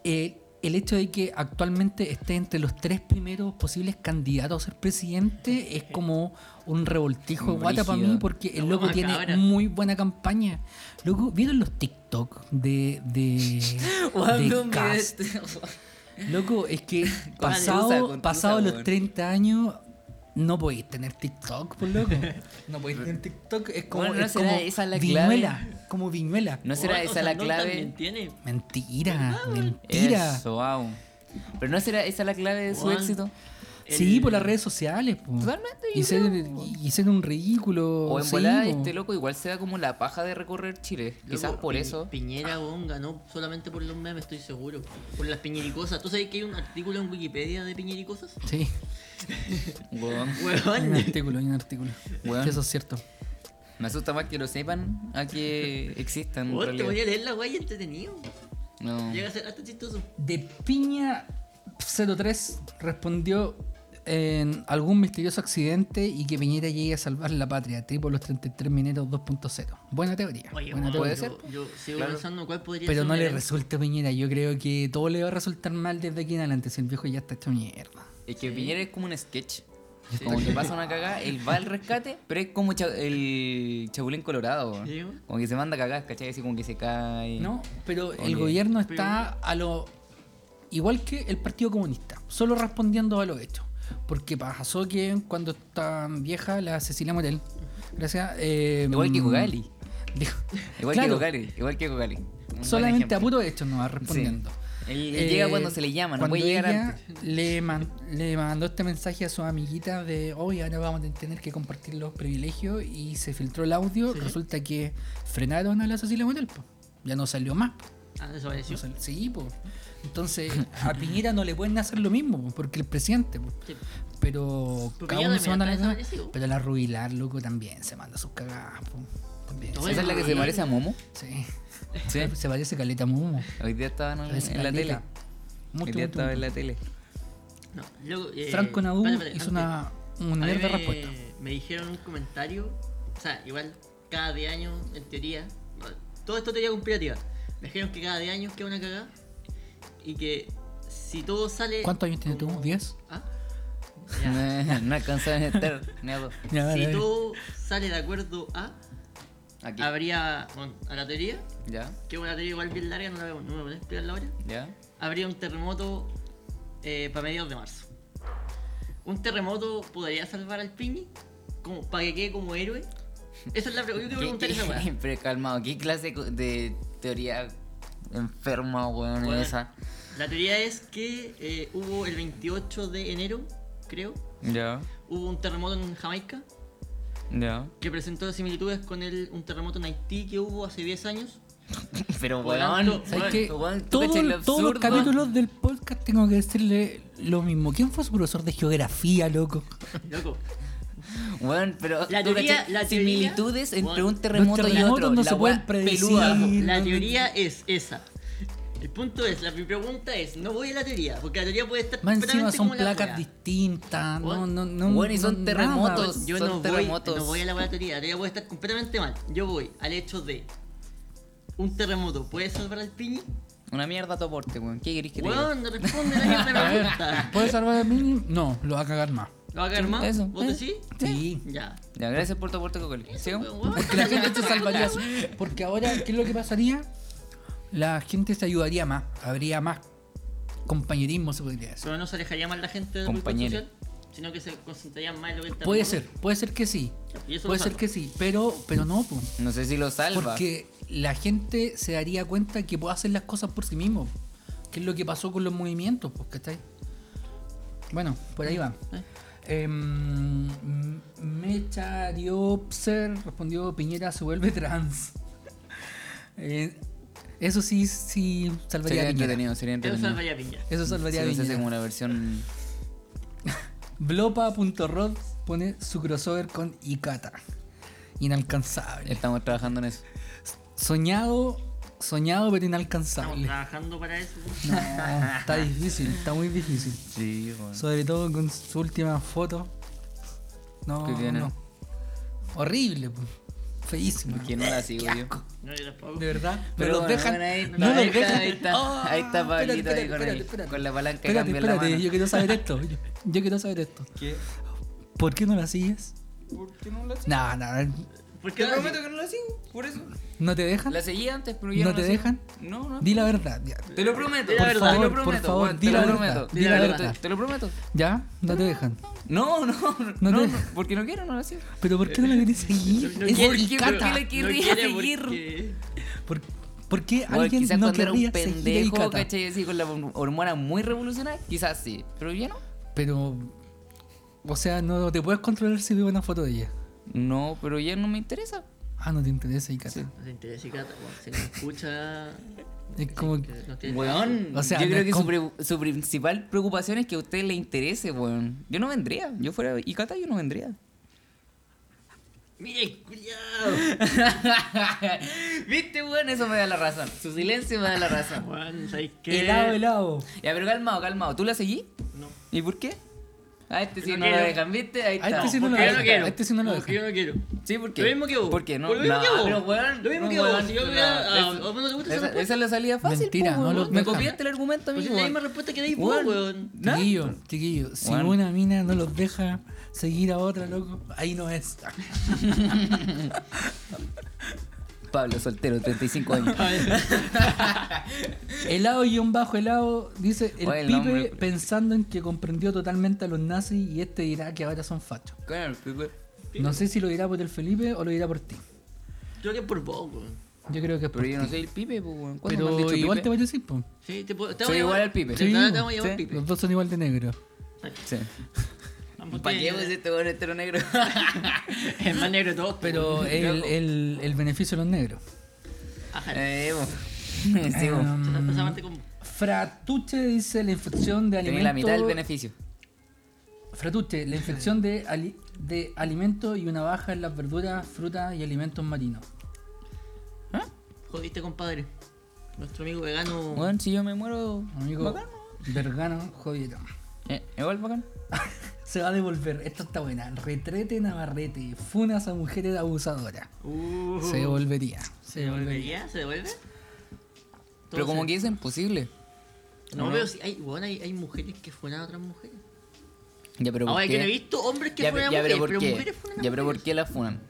Speaker 1: el, el hecho de que actualmente esté entre los tres primeros posibles candidatos a ser presidente es como un revoltijo de guata para mí
Speaker 3: Brígido.
Speaker 1: porque el
Speaker 2: No,
Speaker 1: loco tiene
Speaker 2: macabra.
Speaker 1: muy buena campaña. Loco, ¿vieron los TikTok de. de.
Speaker 3: Weón,
Speaker 1: de
Speaker 3: no me
Speaker 1: Cast?
Speaker 3: des-
Speaker 1: Loco, es que
Speaker 3: Con
Speaker 1: pasado,
Speaker 3: tusa, con
Speaker 1: pasado
Speaker 3: tusa,
Speaker 1: los
Speaker 3: weón.
Speaker 1: 30 años. No podéis tener TikTok, por loco. No podéis tener TikTok. Es como,
Speaker 3: Bueno, no
Speaker 1: es
Speaker 3: será
Speaker 1: como
Speaker 3: esa la clave.
Speaker 1: viñuela. Como viñuela.
Speaker 3: ¿No será esa la clave?
Speaker 2: También tiene.
Speaker 1: Mentira, mentira.
Speaker 3: Eso, wow. Pero no será esa la clave de su
Speaker 2: Juan.
Speaker 3: éxito.
Speaker 1: Sí,
Speaker 2: El-
Speaker 1: por las redes sociales. po.
Speaker 3: Totalmente, yo
Speaker 1: Y ser,
Speaker 3: creo.
Speaker 1: y ser un ridículo.
Speaker 3: O en
Speaker 1: sí,
Speaker 3: volada
Speaker 1: po.
Speaker 3: este loco igual se da como la paja de recorrer Chile. Quizás
Speaker 2: Loco,
Speaker 3: por
Speaker 2: Pi-
Speaker 3: eso.
Speaker 2: Piñera weón, ganó solamente por los memes, estoy seguro. Por las piñericosas. ¿Tú sabes que hay un artículo en Wikipedia de piñericosas?
Speaker 1: Sí,
Speaker 3: Weón.
Speaker 1: hay un
Speaker 2: Weón.
Speaker 1: artículo, hay un artículo.
Speaker 3: Weón.
Speaker 1: Que eso es cierto.
Speaker 3: Me asusta más que lo sepan a que existan. en
Speaker 2: Weón, te
Speaker 3: realidad.
Speaker 2: voy a leer la wey entretenido.
Speaker 3: No.
Speaker 2: Llega a ser hasta chistoso.
Speaker 1: De Piña 03 respondió en algún misterioso accidente y que Piñera llegue a salvar la patria. Tipo los 33 mineros 2.0. Buena teoría.
Speaker 2: Oye,
Speaker 1: buena
Speaker 2: weón,
Speaker 3: puede
Speaker 2: yo,
Speaker 1: teoría.
Speaker 3: ser.
Speaker 2: yo sigo
Speaker 3: Claro.
Speaker 2: pensando cuál podría
Speaker 1: Pero
Speaker 2: ser
Speaker 1: no
Speaker 2: una
Speaker 1: le
Speaker 2: herencia.
Speaker 1: resulta a Piñera. Yo creo que todo le va a resultar mal desde aquí en adelante si el viejo ya está hecho mierda.
Speaker 3: Es que Piñera es como un sketch. Como que pasa una cagada, él va al rescate, pero es como cha- el Chapulín Colorado. weón.
Speaker 2: Sí, weón.
Speaker 3: Como que se manda cagadas, ¿cachai? Así como que se cae.
Speaker 1: No, pero el
Speaker 3: Oye,
Speaker 1: gobierno está a lo igual que el Partido Comunista, solo respondiendo a los hechos. Porque pasó que cuando tan vieja la Cecilia Morel, gracias. eh,
Speaker 3: Igual que Cogali.
Speaker 1: dijo-
Speaker 3: Igual
Speaker 1: claro,
Speaker 3: que Cogali. Igual que Cogali. Un buen
Speaker 1: Solamente a
Speaker 3: ejemplo.
Speaker 1: puro hechos nos va respondiendo.
Speaker 3: Sí. Él- él llega cuando se le llama, no
Speaker 1: cuando
Speaker 3: puede llegar
Speaker 1: ella
Speaker 3: antes.
Speaker 1: Le, man- le mandó este mensaje a su amiguita de hoy ahora vamos a tener que compartir los privilegios y se filtró el audio.
Speaker 2: Sí.
Speaker 1: Resulta que frenaron a la Cecilia Morel, po. ya no salió más. po.
Speaker 2: Ah, desapareció.
Speaker 1: O sea, sí, po. Entonces, a Piñera no le pueden hacer lo mismo, po, porque el presidente, po.
Speaker 2: Sí.
Speaker 1: Pero
Speaker 2: Pero
Speaker 1: cada
Speaker 2: Piñera
Speaker 1: uno se manda la
Speaker 2: también está
Speaker 1: cagada.
Speaker 2: desaparecido.
Speaker 1: Pero la Rubilar, loco, también se manda sus cagadas, po. También.
Speaker 2: Todo
Speaker 3: ¿Esa es la que se parece a Momo?
Speaker 1: Sí.
Speaker 3: Sí.
Speaker 1: Se parece caleta a Momo.
Speaker 3: Hoy día estaban en,
Speaker 1: Parece
Speaker 3: en la tele.
Speaker 1: caleta. Mucho,
Speaker 3: Hoy
Speaker 1: mucho,
Speaker 3: día estaba
Speaker 1: mucho.
Speaker 3: en la tele.
Speaker 2: No, luego, eh,
Speaker 1: Franco Nadu
Speaker 2: espérate, espérate,
Speaker 1: hizo
Speaker 2: antes.
Speaker 1: una, una
Speaker 2: A mí
Speaker 1: mierda
Speaker 2: me-
Speaker 1: respuesta.
Speaker 2: Me dijeron un comentario, o sea, igual cada de año, en teoría, todo esto teoría conspirativa. Me dijeron que cada de año queda una cagada y que si todo sale.
Speaker 1: ¿Cuántos años tienes tú?
Speaker 2: como-
Speaker 1: ¿Diez?
Speaker 2: ¿Ah? Ya.
Speaker 3: No, no alcanzaron a estar ni a dos.
Speaker 1: Ya, dale,
Speaker 2: Si
Speaker 1: dale.
Speaker 2: todo sale de acuerdo a,
Speaker 3: Aquí.
Speaker 2: habría. bueno, a la teoría,
Speaker 3: Ya,
Speaker 2: que es una teoría igual bien larga, no la veo, no me voy a explicarla ahora.
Speaker 3: ya.
Speaker 2: habría un terremoto para mediados de marzo. Un terremoto podría salvar al Piñi como para que quede como héroe. Esa es la pregunta. Yo quiero
Speaker 3: ¿Qué-
Speaker 2: preguntar esa
Speaker 3: qué-
Speaker 2: weá.
Speaker 3: Pero calmado, ¿qué clase de teoría enferma, weón,
Speaker 2: Weón.
Speaker 3: es esa?
Speaker 2: La teoría es que eh, hubo el 28 de enero, creo,
Speaker 3: Ya,
Speaker 2: hubo un terremoto en Jamaica
Speaker 3: ya.
Speaker 2: que presentó similitudes con el, un terremoto en Haití que hubo hace 10 años.
Speaker 3: Pero
Speaker 2: Por
Speaker 3: weón,
Speaker 2: tanto,
Speaker 1: ¿Sabes qué?
Speaker 3: weón, tú
Speaker 1: Todo-
Speaker 3: cachai lo
Speaker 1: todos los
Speaker 3: absurdo.
Speaker 1: capítulos del podcast tengo que decirle lo mismo. ¿Quién fue su profesor de geografía, loco?
Speaker 2: Loco.
Speaker 3: Weón, pero
Speaker 2: La
Speaker 3: tú
Speaker 2: teoría-
Speaker 3: cachai
Speaker 2: la teoría-
Speaker 3: similitudes entre
Speaker 2: Weón.
Speaker 3: un terremoto
Speaker 1: Los
Speaker 3: y otro.
Speaker 1: terremotos no
Speaker 3: la
Speaker 1: se
Speaker 3: weá
Speaker 1: pueden predecir.
Speaker 3: peluda.
Speaker 1: Sí,
Speaker 2: La
Speaker 1: no-
Speaker 2: teoría es esa. El punto es, la mi pregunta es, no voy a la teoría, porque la teoría puede estar
Speaker 1: Más encima
Speaker 2: completamente
Speaker 1: son
Speaker 2: como la
Speaker 1: placas
Speaker 2: weá.
Speaker 1: distintas. No,
Speaker 2: Weón.
Speaker 1: no, no.
Speaker 3: Weón, y
Speaker 1: no-
Speaker 3: son
Speaker 1: nada,
Speaker 3: terremotos.
Speaker 1: weón.
Speaker 2: Yo
Speaker 3: Son
Speaker 2: no voy,
Speaker 3: terremotos.
Speaker 2: no voy a la batería, la teoría puede estar completamente mal. Yo voy al hecho de un terremoto puede salvar al piñi.
Speaker 3: Una mierda a tu aporte, weón. ¿Qué querés que te diga?
Speaker 2: Weón, no responde la gente
Speaker 1: A ver,
Speaker 2: pregunta.
Speaker 1: ¿puede salvar al mini? No, lo va a cagar más.
Speaker 2: ¿Lo va a caer más?
Speaker 3: Eso,
Speaker 2: ¿Vos
Speaker 3: eh.
Speaker 2: decís?
Speaker 1: Sí.
Speaker 2: Ya.
Speaker 3: Ya, gracias por tu aporte, Cocoli. ¿Sigamos?
Speaker 2: Weón,
Speaker 1: Porque la gente se salvaría. su- Porque ahora, ¿qué es lo que pasaría? La gente se ayudaría más. Habría más compañerismo, se podría decir.
Speaker 2: Pero no se alejaría más la gente del boicot
Speaker 3: Compañero.
Speaker 2: social, sino que se concentrarían más en lo que está
Speaker 1: Puede ser, puede ser que sí.
Speaker 2: Y eso lo
Speaker 1: Puede ser
Speaker 2: salva.
Speaker 1: que sí, pero, pero no, pues. po.
Speaker 3: No sé si lo salva.
Speaker 1: porque la gente se daría cuenta que puede hacer las cosas por sí mismo. Que es lo que pasó con los movimientos, pues, ¿cachai? Bueno, por ahí va.
Speaker 3: Eh.
Speaker 1: Em, m- Mecha Diopser respondió Piñera se vuelve trans. Eh, eso sí, sí salvaría
Speaker 3: Sería
Speaker 1: a Piñera.
Speaker 3: entretenido, sería
Speaker 2: Eso
Speaker 3: entretenido.
Speaker 2: salvaría a piña.
Speaker 1: Eso salvaría a
Speaker 3: Sí, se hace
Speaker 1: Piñera.
Speaker 3: como una versión.
Speaker 1: Blopa.rod pone su crossover con Ikata. Inalcanzable.
Speaker 3: Estamos trabajando en eso.
Speaker 1: Soñado, soñado pero
Speaker 2: Estamos
Speaker 1: inalcanzable.
Speaker 2: trabajando para eso.
Speaker 1: No, está difícil, está muy difícil.
Speaker 3: Sí, weón.
Speaker 1: Sobre todo con su última foto. No,
Speaker 3: ¿Qué tiene?
Speaker 1: no. Horrible, po. feísima.
Speaker 3: Que no la sigo yo.
Speaker 2: No, yo tampoco.
Speaker 1: De verdad, no
Speaker 3: Pero
Speaker 1: los
Speaker 3: bueno,
Speaker 1: dejan.
Speaker 3: bueno, ahí está,
Speaker 1: no los
Speaker 3: ahí está,
Speaker 1: dejan.
Speaker 3: Ahí está,
Speaker 1: Ah,
Speaker 3: ahí está
Speaker 1: espérate,
Speaker 3: Pablito ahí
Speaker 1: espérate,
Speaker 3: con, el-
Speaker 1: espérate, espérate.
Speaker 3: con la palanca que
Speaker 1: Espérate,
Speaker 3: cambia la
Speaker 1: espérate,
Speaker 3: mano.
Speaker 1: yo quiero saber esto. Yo, yo quiero saber esto.
Speaker 3: ¿Qué?
Speaker 1: ¿Por qué no la sigues?
Speaker 3: ¿Por qué no la sigo?
Speaker 1: No, no,
Speaker 2: ¿Por qué
Speaker 3: Te
Speaker 2: no?
Speaker 3: prometo que no la sigo, por eso.
Speaker 1: no te dejan.
Speaker 3: La seguí antes, pero ya
Speaker 1: ¿No
Speaker 3: no,
Speaker 1: te
Speaker 3: la sigo.
Speaker 1: dejan?
Speaker 3: No, no.
Speaker 1: Di la verdad. Ya,
Speaker 3: Te lo prometo,
Speaker 2: Di la
Speaker 3: por
Speaker 2: verdad.
Speaker 3: favor,
Speaker 1: Por
Speaker 3: te lo prometo,
Speaker 1: favor,
Speaker 3: Juan,
Speaker 1: di
Speaker 3: te
Speaker 1: la
Speaker 3: lo
Speaker 1: verdad,
Speaker 3: prometo.
Speaker 1: di la
Speaker 3: te lo-
Speaker 1: verdad.
Speaker 3: Te lo prometo.
Speaker 1: ¿Ya? no te dejan.
Speaker 3: No, no, no,
Speaker 1: No
Speaker 3: no,
Speaker 1: te-
Speaker 3: porque no quiero, no la sigo.
Speaker 1: ¿Pero por qué no la querés seguir?
Speaker 2: No
Speaker 1: Es
Speaker 2: quiere,
Speaker 3: ¿Por qué
Speaker 1: Ikata.
Speaker 3: ¿Por qué la querría
Speaker 2: quiere
Speaker 3: seguir?
Speaker 2: porque-
Speaker 1: ¿Por, por qué
Speaker 3: Bueno,
Speaker 1: alguien
Speaker 3: quizás
Speaker 1: no
Speaker 3: cuando era un
Speaker 1: querría seguir a
Speaker 3: pendejo,
Speaker 1: Ikata?
Speaker 3: ¿cachai? Así con la hormona muy revolucionaria, quizás sí, pero ya no.
Speaker 1: Pero, o sea, no te puedes controlar si veo una foto de ella.
Speaker 3: No, pero ya no me interesa.
Speaker 1: Ah, no te interesa Ikata.
Speaker 2: No te interesa, Ikata, weón, se nos escucha.
Speaker 1: Es como,
Speaker 2: que nos tiene-
Speaker 3: Weón,
Speaker 1: O sea,
Speaker 3: yo
Speaker 1: no
Speaker 3: creo
Speaker 1: es
Speaker 3: que su,
Speaker 1: como-
Speaker 3: pre- su principal preocupación es que a usted le interese, weón. Yo no vendría, yo fuera Ikata yo no vendría.
Speaker 2: Mira, el culiao.
Speaker 3: ¿Viste, weón? Eso me da la razón. Su silencio me da la razón.
Speaker 2: Juan, ¿sabes qué?
Speaker 1: helado, helado.
Speaker 3: Ya, pero calmado, calmado. ¿Tú la seguí?
Speaker 2: No,
Speaker 3: ¿Y por qué? Ah, este sí
Speaker 2: No
Speaker 3: no,
Speaker 2: quiero.
Speaker 3: lo cambiaste, ahí
Speaker 1: Ah,
Speaker 3: está.
Speaker 1: este sí no
Speaker 2: Porque
Speaker 1: lo
Speaker 2: yo
Speaker 1: deja.
Speaker 2: no quiero.
Speaker 1: Este sí no lo
Speaker 2: Porque yo
Speaker 1: deja.
Speaker 2: no quiero.
Speaker 3: Sí, porque.
Speaker 2: Lo mismo que vos.
Speaker 3: ¿Por qué no?
Speaker 2: Por lo mismo
Speaker 3: no,
Speaker 2: que vos.
Speaker 3: Pero, weón,
Speaker 2: Lo mismo
Speaker 3: no,
Speaker 2: que vos,
Speaker 3: weón,
Speaker 2: si yo
Speaker 3: no,
Speaker 2: hubiera-
Speaker 3: no,
Speaker 2: a-
Speaker 3: esa-
Speaker 2: a vos no te gusta esa
Speaker 3: esa,
Speaker 2: respuesta.
Speaker 3: esa es la salida fácil.
Speaker 1: Mentira,
Speaker 3: po,
Speaker 1: no
Speaker 3: weón.
Speaker 1: lo
Speaker 3: Me
Speaker 1: dejan.
Speaker 3: copiaste el argumento,
Speaker 2: Pues es
Speaker 3: amigo.
Speaker 2: la
Speaker 3: weón.
Speaker 2: misma respuesta que dais vos,
Speaker 3: Weón.
Speaker 2: weón.
Speaker 3: ¿No?
Speaker 1: Chiquillo, chiquillo, si
Speaker 3: Bueno.
Speaker 1: una mina no los deja seguir a otra, loco, ahí no es.
Speaker 3: Pablo, soltero, 35 años.
Speaker 1: Helado guión bajo helado dice el
Speaker 3: Oye, el
Speaker 1: pibe
Speaker 3: nombre.
Speaker 1: pensando en que comprendió totalmente a los nazis y este dirá que ahora son fachos.
Speaker 3: Claro, pues, weón.
Speaker 1: No sé si lo dirá por el Felipe o lo dirá por ti.
Speaker 2: Creo que es por vos, weón.
Speaker 1: Yo creo que es por
Speaker 3: Pero
Speaker 1: ti.
Speaker 3: yo no soy el pipe, pues, weón. ¿Cuándo me han
Speaker 1: Pero
Speaker 3: dicho
Speaker 1: igual
Speaker 3: pipe?
Speaker 1: te voy a decir, po.
Speaker 2: Sí, te puedo. Te
Speaker 3: Soy
Speaker 2: voy a
Speaker 3: igual
Speaker 2: llamar-
Speaker 3: al pibe.
Speaker 2: Sí,
Speaker 1: Sí,
Speaker 2: te vamos a llamar
Speaker 3: sí.
Speaker 2: pipe.
Speaker 1: Los dos son igual de negros.
Speaker 3: Sí.
Speaker 2: Ambos
Speaker 3: ¿Para qué,
Speaker 2: tienen-
Speaker 3: pues, este weón hetero negro?
Speaker 2: Es más negro de todos.
Speaker 1: Pero
Speaker 2: weón.
Speaker 1: el, el, el beneficio de los negros.
Speaker 2: Ajá.
Speaker 3: Eh, po. Sí, po.
Speaker 1: Em,
Speaker 2: Yo pensaba antes como-
Speaker 1: Fratuche dice la infección de
Speaker 3: Tenía
Speaker 1: alimentos.
Speaker 3: la mitad del beneficio.
Speaker 1: Fratuche, la infección de, ali- de alimentos y una baja en las verduras, frutas y alimentos marinos.
Speaker 2: Jodiste, compadre. Nuestro amigo vegano.
Speaker 3: Weón, si yo me muero.
Speaker 1: Amigo,
Speaker 3: Bacán.
Speaker 1: vergano, jodido.
Speaker 3: Eh, igual bacán.
Speaker 1: Se va a devolver, esto está buena. Retrete Navarrete, funas a mujeres abusadoras.
Speaker 2: Uh,
Speaker 1: Se devolvería.
Speaker 2: ¿Se devolvería? ¿Se devuelve?
Speaker 3: Pero como
Speaker 2: Entonces-
Speaker 3: que es imposible.
Speaker 2: No, pero sí, hay, bueno, hay, hay mujeres que fueron a otras mujeres.
Speaker 3: Ya, pero ¿por
Speaker 2: Ahora,
Speaker 3: qué?
Speaker 2: Ah, que no he visto hombres que
Speaker 3: ya,
Speaker 2: fueron a
Speaker 3: ya,
Speaker 2: mujeres,
Speaker 3: pero ¿por
Speaker 2: pero
Speaker 3: qué?
Speaker 2: mujeres fueron a
Speaker 3: ya, pero ¿por
Speaker 2: mujeres.
Speaker 3: qué la funan?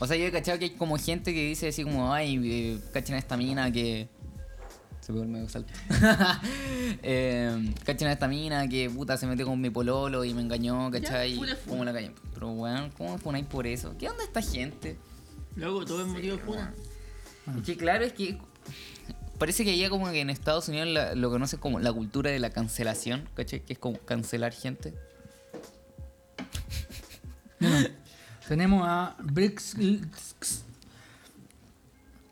Speaker 3: O sea, yo he cachado que hay como gente que dice así como, ay, eh, cachen a esta mina que... Se pegó el medio salto. eh, cachen a esta mina que, puta, se metió con mi pololo y me engañó, ¿cachai?
Speaker 2: pura
Speaker 3: Y
Speaker 2: funa.
Speaker 3: ¿Cómo la callan? Pero, weón, ¿cómo funáis por eso? ¿Qué onda esta gente?
Speaker 2: Luego, todo es motivo de funa.
Speaker 3: Es que claro, es que parece que allá como que en Estados Unidos la- lo conocen como la cultura de la cancelación, ¿cachai? Que es como cancelar gente.
Speaker 1: Tenemos a Brix.
Speaker 3: ¿Qué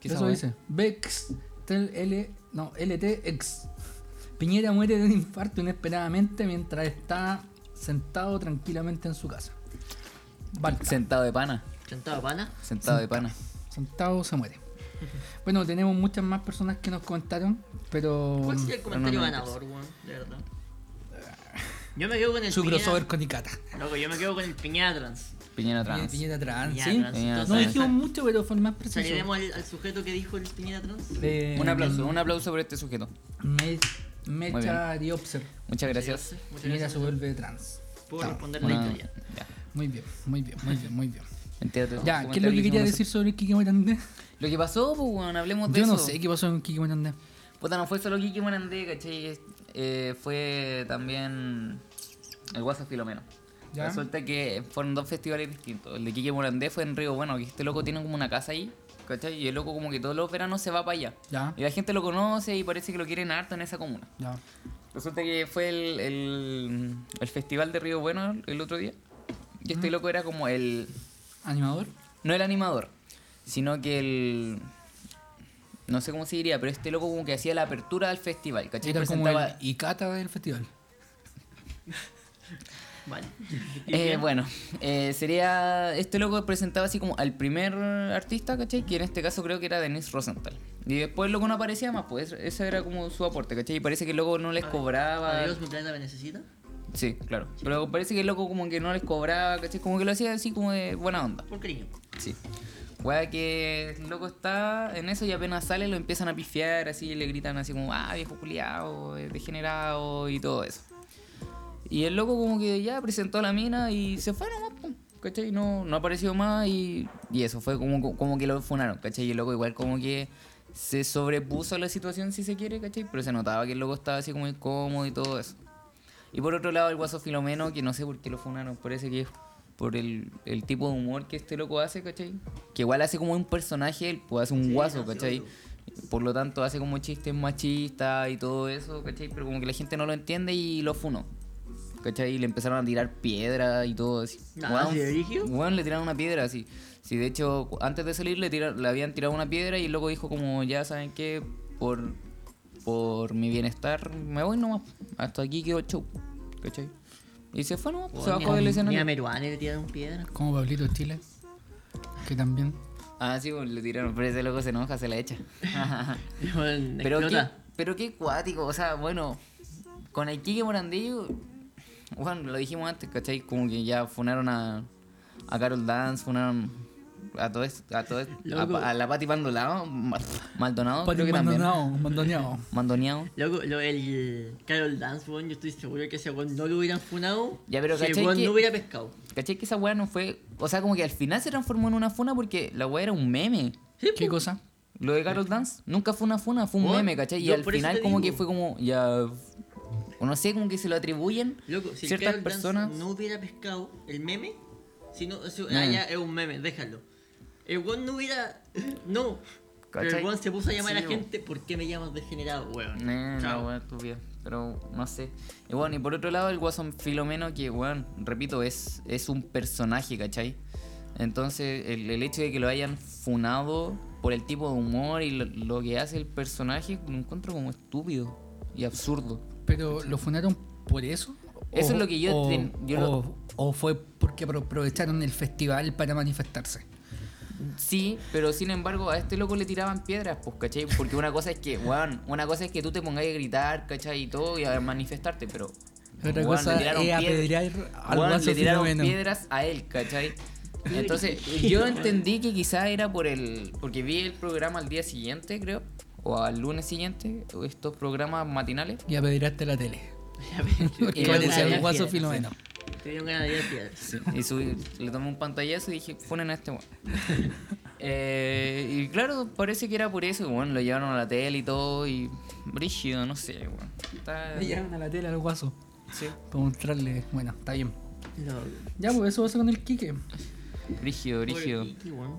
Speaker 1: Eso
Speaker 3: sabe?
Speaker 1: dice. Bex. Tel L. No, LTX. Piñera muere de un infarto inesperadamente mientras está sentado tranquilamente en su casa. Vale,
Speaker 3: Sentado de pana.
Speaker 2: Sentado pana.
Speaker 3: Sentado de pana.
Speaker 1: sentado se muere. Bueno, tenemos muchas más personas que nos comentaron, pero.
Speaker 2: ¿Cuál sería el comentario
Speaker 3: no me
Speaker 2: ganador, weón? De verdad. Yo me quedo con el
Speaker 1: Su
Speaker 2: Piñera-
Speaker 1: crossover con Icata.
Speaker 2: Loco, yo me quedo con el piñada trans.
Speaker 3: Piñera trans.
Speaker 1: Piñera trans,
Speaker 2: Piñera
Speaker 1: ¿sí?
Speaker 2: trans.
Speaker 3: Piñera
Speaker 1: No
Speaker 3: trans.
Speaker 1: dijimos mucho, pero fue el más preciso.
Speaker 2: Saliremos al, al sujeto que dijo el piñada trans.
Speaker 1: Eh,
Speaker 3: Un aplauso, un aplauso por este sujeto.
Speaker 1: Me- Mecha Diopser.
Speaker 3: Muchas gracias.
Speaker 2: Muchas
Speaker 1: Piñera
Speaker 2: gracias.
Speaker 1: se vuelve trans.
Speaker 2: Puedo
Speaker 1: Chao.
Speaker 2: responder la
Speaker 3: Una-
Speaker 2: historia.
Speaker 3: ya.
Speaker 1: Muy bien, muy bien, muy bien, muy bien.
Speaker 3: Entiendo.
Speaker 1: Ya, ¿qué es lo que quería decir sobre Kiki Morandé?
Speaker 3: Lo que pasó, pues, weón, hablemos de
Speaker 1: Yo
Speaker 3: eso.
Speaker 1: no sé qué pasó con Kiki Morandé.
Speaker 3: Puta, no fue solo Kiki Morandé, ¿cachai? Eh, fue también el WhatsApp Filomeno.
Speaker 1: Ya.
Speaker 3: Resulta que fueron dos festivales distintos. El de Kiki Morandé fue en Río Bueno, que este loco tiene como una casa ahí, ¿cachai? Y el loco como que todos los veranos se va para allá.
Speaker 1: Ya,
Speaker 3: Y la gente lo conoce y parece que lo quieren harto en esa comuna.
Speaker 1: ya.
Speaker 3: Resulta que fue el, el, el festival de Río Bueno el otro día. Y este loco era como el...
Speaker 1: ¿Animador?
Speaker 3: No el animador, sino que el... No sé cómo se diría, pero este loco como que hacía la apertura del festival, ¿cachai?
Speaker 1: Era como
Speaker 3: Presentaba-
Speaker 1: el Icata del festival.
Speaker 2: Vale.
Speaker 3: Eh, bueno, eh, sería. Este loco presentaba así como al primer artista, ¿cachai? Que en este caso creo que era Denise Rosenthal. Y después el loco no aparecía más, pues ese era como su aporte, ¿cachai? Y parece que el loco no les cobraba.
Speaker 2: Adiós, mi planeta me necesita.
Speaker 3: Sí, claro. Pero parece que el loco como que no les cobraba, ¿cachai? Como que lo hacía así como de buena onda.
Speaker 2: Por cariño.
Speaker 3: Sí. Wea que el loco está en eso y apenas sale lo empiezan a pifiar, así le gritan así como, ah, viejo culiao, eh, degenerado y todo eso. Y el loco como que ya presentó a la mina y se fue nomás, pum, ¿cachai? No, no apareció más y, y eso fue como, como que lo funaron, ¿cachai? Y el loco igual como que se sobrepuso a la situación si se quiere, ¿cachai? Pero se notaba que el loco estaba así como incómodo y todo eso. Y por otro lado, el guaso Filomeno, que no sé por qué lo funaron, parece que es por el, el tipo de humor que este loco hace, ¿cachai? Que igual hace como un personaje, él pues hace un
Speaker 2: Sí,
Speaker 3: guaso,
Speaker 2: hace
Speaker 3: ¿cachai?
Speaker 2: otro.
Speaker 3: Por lo tanto, hace como chistes machistas y todo eso, ¿cachai? Pero como que la gente no lo entiende y lo funó. ¿Cachai? Y le empezaron a tirar piedra y todo así.
Speaker 2: Nah, ¿sí de brígido?
Speaker 3: weón, le tiraron una piedra así. Sí, de hecho, cu- antes de salir le, tira- le habían tirado una piedra y el loco dijo como, ya saben qué, por, por mi bienestar me voy nomás. Hasta aquí quedó el show. ¿Cachai? Y se fue nomás, pues, se
Speaker 2: Ni
Speaker 3: bajó
Speaker 2: a-
Speaker 3: del
Speaker 2: Ni a
Speaker 3: escenario.
Speaker 2: Meruane le tiraron piedra.
Speaker 1: Como Pablito Chile. Que también.
Speaker 3: Ah, sí, pues, le tiraron, pero ese loco se enoja, se la echa.
Speaker 2: Bueno,
Speaker 3: Pero qué,
Speaker 2: explota.
Speaker 3: pero qué cuático, o sea, bueno, con el Kike Morandillo Bueno, lo dijimos antes, ¿cachai? Como que ya funaron a, a Carol Dance, funaron a todo esto, a, todo esto- a,
Speaker 2: Loco.
Speaker 3: pa- a la Pati Maldonado, Ma- Maldonado,
Speaker 1: Pati
Speaker 3: creo que también.
Speaker 1: Mandoneado, mandoneado.
Speaker 3: Mandoneado.
Speaker 2: Loco, lo del Carol Dance, weón, yo estoy seguro que ese weón no lo hubieran funado.
Speaker 3: Ya, pero
Speaker 2: si el
Speaker 3: ¿cachai
Speaker 2: weón
Speaker 3: que-
Speaker 2: no hubiera pescado.
Speaker 3: ¿Cachai? Que esa weá no fue. O sea, como que al final se transformó en una funa porque la weá era un meme.
Speaker 2: Sí,
Speaker 1: ¿Qué
Speaker 2: po.
Speaker 1: cosa?
Speaker 3: Lo de Carol Dance nunca fue una funa, fue un
Speaker 2: Bueno,
Speaker 3: meme, ¿cachai? Y
Speaker 2: yo
Speaker 3: al
Speaker 2: por eso
Speaker 3: final,
Speaker 2: te
Speaker 3: como
Speaker 2: digo.
Speaker 3: que fue como. Ya. o No sé, como que se lo atribuyen
Speaker 2: Loco, si el
Speaker 3: ciertas
Speaker 2: Carol
Speaker 3: personas.
Speaker 2: Dance no hubiera pescado el meme, si no, si-
Speaker 3: Nah.
Speaker 2: ah, ya es un meme, déjalo. El weón no hubiera. No. Pero
Speaker 3: ¿Cachai?
Speaker 2: el weón se puso a llamar
Speaker 3: Sí,
Speaker 2: a la
Speaker 3: weón.
Speaker 2: gente, ¿por qué me llamas degenerado, weón?
Speaker 3: Nah,
Speaker 2: Chao.
Speaker 3: no, weón, estúpido. Pero no sé. Y bueno, y por otro lado, el Guasón Filomeno, que, weón, repito, es, es un personaje, ¿cachai? Entonces, el, el hecho de que lo hayan funado por el tipo de humor y lo, lo que hace el personaje, lo encuentro como estúpido y absurdo.
Speaker 1: ¿Pero lo funaron por eso?
Speaker 3: Eso es lo que yo
Speaker 1: o,
Speaker 3: ten- yo
Speaker 1: o,
Speaker 3: lo-
Speaker 1: o fue porque apro- aprovecharon el festival para manifestarse.
Speaker 3: Sí, pero sin embargo, a este loco le tiraban piedras, pues, ¿cachai? Porque una cosa es que, weón, una cosa es que tú te pongas a gritar, ¿cachai? Y todo, y a manifestarte, pero.
Speaker 1: Otra
Speaker 3: weón,
Speaker 1: cosa
Speaker 3: le tiraron
Speaker 1: es
Speaker 3: piedras.
Speaker 1: apedrear al
Speaker 3: Weón,
Speaker 1: guaso
Speaker 3: le tiraron
Speaker 1: filomeno.
Speaker 3: piedras a él, ¿cachai? Entonces, yo entendí que quizá era por el. Porque vi el programa al día siguiente, creo, o al lunes siguiente, estos programas matinales.
Speaker 1: Y apedreaste la tele.
Speaker 2: Te
Speaker 1: Porque
Speaker 3: lo
Speaker 2: dieron
Speaker 1: parecía
Speaker 3: decía
Speaker 2: ganas
Speaker 1: el
Speaker 2: de
Speaker 1: guaso
Speaker 2: piedras.
Speaker 1: filomeno.
Speaker 2: Te dieron ganas de ir a piedras.
Speaker 3: Y subí- le tomé un pantallazo y dije, funen a este weón. Eh, y claro, parece que era por eso, bueno, lo llevaron a la tele y todo, y. Brígido, no sé, weón. Está-
Speaker 1: Le llevaron a la tele al guaso.
Speaker 3: Sí,
Speaker 1: Para mostrarle. Bueno, está bien.
Speaker 2: No,
Speaker 1: Ya, pues eso pasa con el Quique.
Speaker 3: brígido,
Speaker 2: Pobre
Speaker 3: brígido.
Speaker 2: Kiki, weón.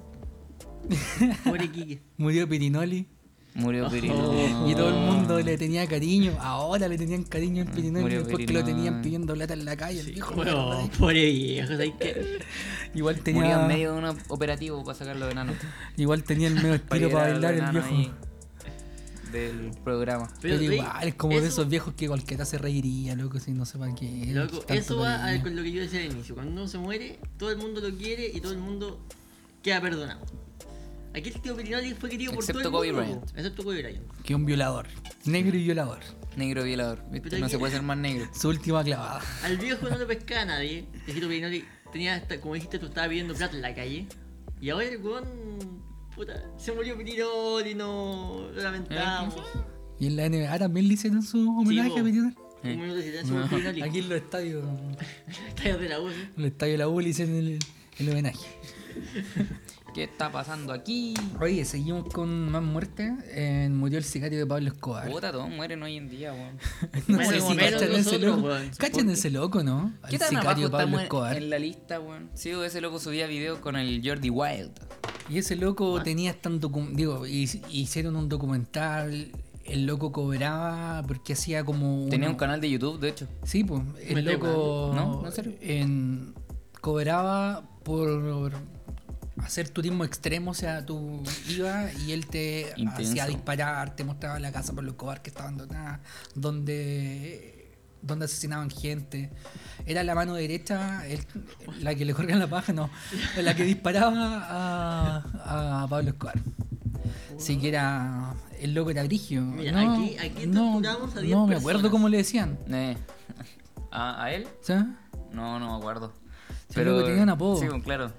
Speaker 2: Pobre Kiki.
Speaker 1: Murió Pirinoli.
Speaker 3: Murió Pirino.
Speaker 1: Y todo el mundo le tenía cariño. Ahora le tenían cariño al Pirinoli
Speaker 3: Ah. Murió
Speaker 1: porque lo tenían
Speaker 3: Pirinoli.
Speaker 1: pidiendo plata en la calle. El viejo mierda.
Speaker 2: Weón, pobre viejo, ¿sabes qué?
Speaker 1: Igual
Speaker 3: Murió en
Speaker 1: tenía,
Speaker 3: medio de un operativo para sacarlo de enano.
Speaker 1: igual tenía el medio estilo para
Speaker 3: ir a
Speaker 1: bailar el
Speaker 3: verano
Speaker 1: viejo.
Speaker 3: ahí del programa.
Speaker 1: Pero,
Speaker 2: ¿sabes?
Speaker 1: igual, es como de
Speaker 2: Eso-
Speaker 1: esos viejos que cualquiera se reiría, loco, si no sepan qué es.
Speaker 2: Loco,
Speaker 1: tanto
Speaker 2: eso va a-
Speaker 1: cariño.
Speaker 2: con lo que yo decía al inicio. Cuando uno se muere, todo el mundo lo quiere y todo el mundo queda perdonado. Aquí el tío Pirinoli fue querido por
Speaker 3: Excepto
Speaker 2: todo el
Speaker 3: Kobe
Speaker 2: mundo.
Speaker 3: Bryant.
Speaker 2: po. Excepto Kobe Bryant.
Speaker 1: Que un violador. Negro y violador.
Speaker 3: Negro violador. ¿viste?
Speaker 2: Pero
Speaker 3: No
Speaker 2: aquí-
Speaker 3: se puede ser más negro.
Speaker 1: Su última clavada.
Speaker 2: Al viejo no lo pescaba nadie. El tío Pirinoli tenía hasta, como dijiste, tú estaba pidiendo plata en la calle. Y ahora el weón. Puta, se murió Pirinoli, no. Lo lamentamos.
Speaker 1: Y en la NBA también le hicieron su homenaje
Speaker 2: po.
Speaker 1: a Pirinoli.
Speaker 3: Eh.
Speaker 2: Un minuto de silencio por Pirinoli.
Speaker 1: Aquí en los estadios, en
Speaker 2: Estadios de la U, ¿eh? ¿sí?
Speaker 1: los estadios de la U le hicieron el, el homenaje.
Speaker 3: ¿Qué está pasando aquí?
Speaker 1: Oye, seguimos con más muertes. Eh, murió el sicario de Pablo Escobar.
Speaker 3: Puta, todos mueren hoy en día, weón.
Speaker 1: No
Speaker 2: Bueno,
Speaker 1: sé si
Speaker 2: menos
Speaker 1: cachan ese
Speaker 2: nosotros,
Speaker 1: loco.
Speaker 2: weón.
Speaker 1: Cachan ese loco, ¿no? Al
Speaker 3: ¿Qué tan abajo
Speaker 1: sicario Pablo
Speaker 3: estamos
Speaker 1: Escobar.
Speaker 3: en, en la lista, weón? Sí, ese loco subía videos con el Jordi Wild.
Speaker 1: Y ese loco tenía tan docu- digo, hic- hicieron un documental, el loco cobraba porque hacía como
Speaker 3: Tenía
Speaker 1: una-
Speaker 3: un canal de YouTube, de hecho.
Speaker 1: Sí, pues,
Speaker 2: Me
Speaker 1: el
Speaker 2: estoy
Speaker 1: loco
Speaker 3: burlando. No, ¿en serio?
Speaker 1: en- cobraba por hacer turismo extremo, o sea, tú ibas y él te
Speaker 3: Intenso.
Speaker 1: hacía disparar, te mostraba la casa por los cobar que estaba abandonada, donde donde asesinaban gente. Era la mano derecha el- la que le corrían la paja, no, la que disparaba a, a Pablo Escobar. Así que era el loco era brigio.
Speaker 2: Mira,
Speaker 1: no,
Speaker 2: aquí- aquí
Speaker 1: no,
Speaker 2: torturamos a diez
Speaker 1: no me acuerdo
Speaker 2: personas.
Speaker 1: cómo le decían.
Speaker 3: Eh. ¿A, a él?
Speaker 1: ¿sabes?
Speaker 3: No, no me acuerdo.
Speaker 1: Sí, creo que tenía un apodo.
Speaker 3: Sí, bueno, claro.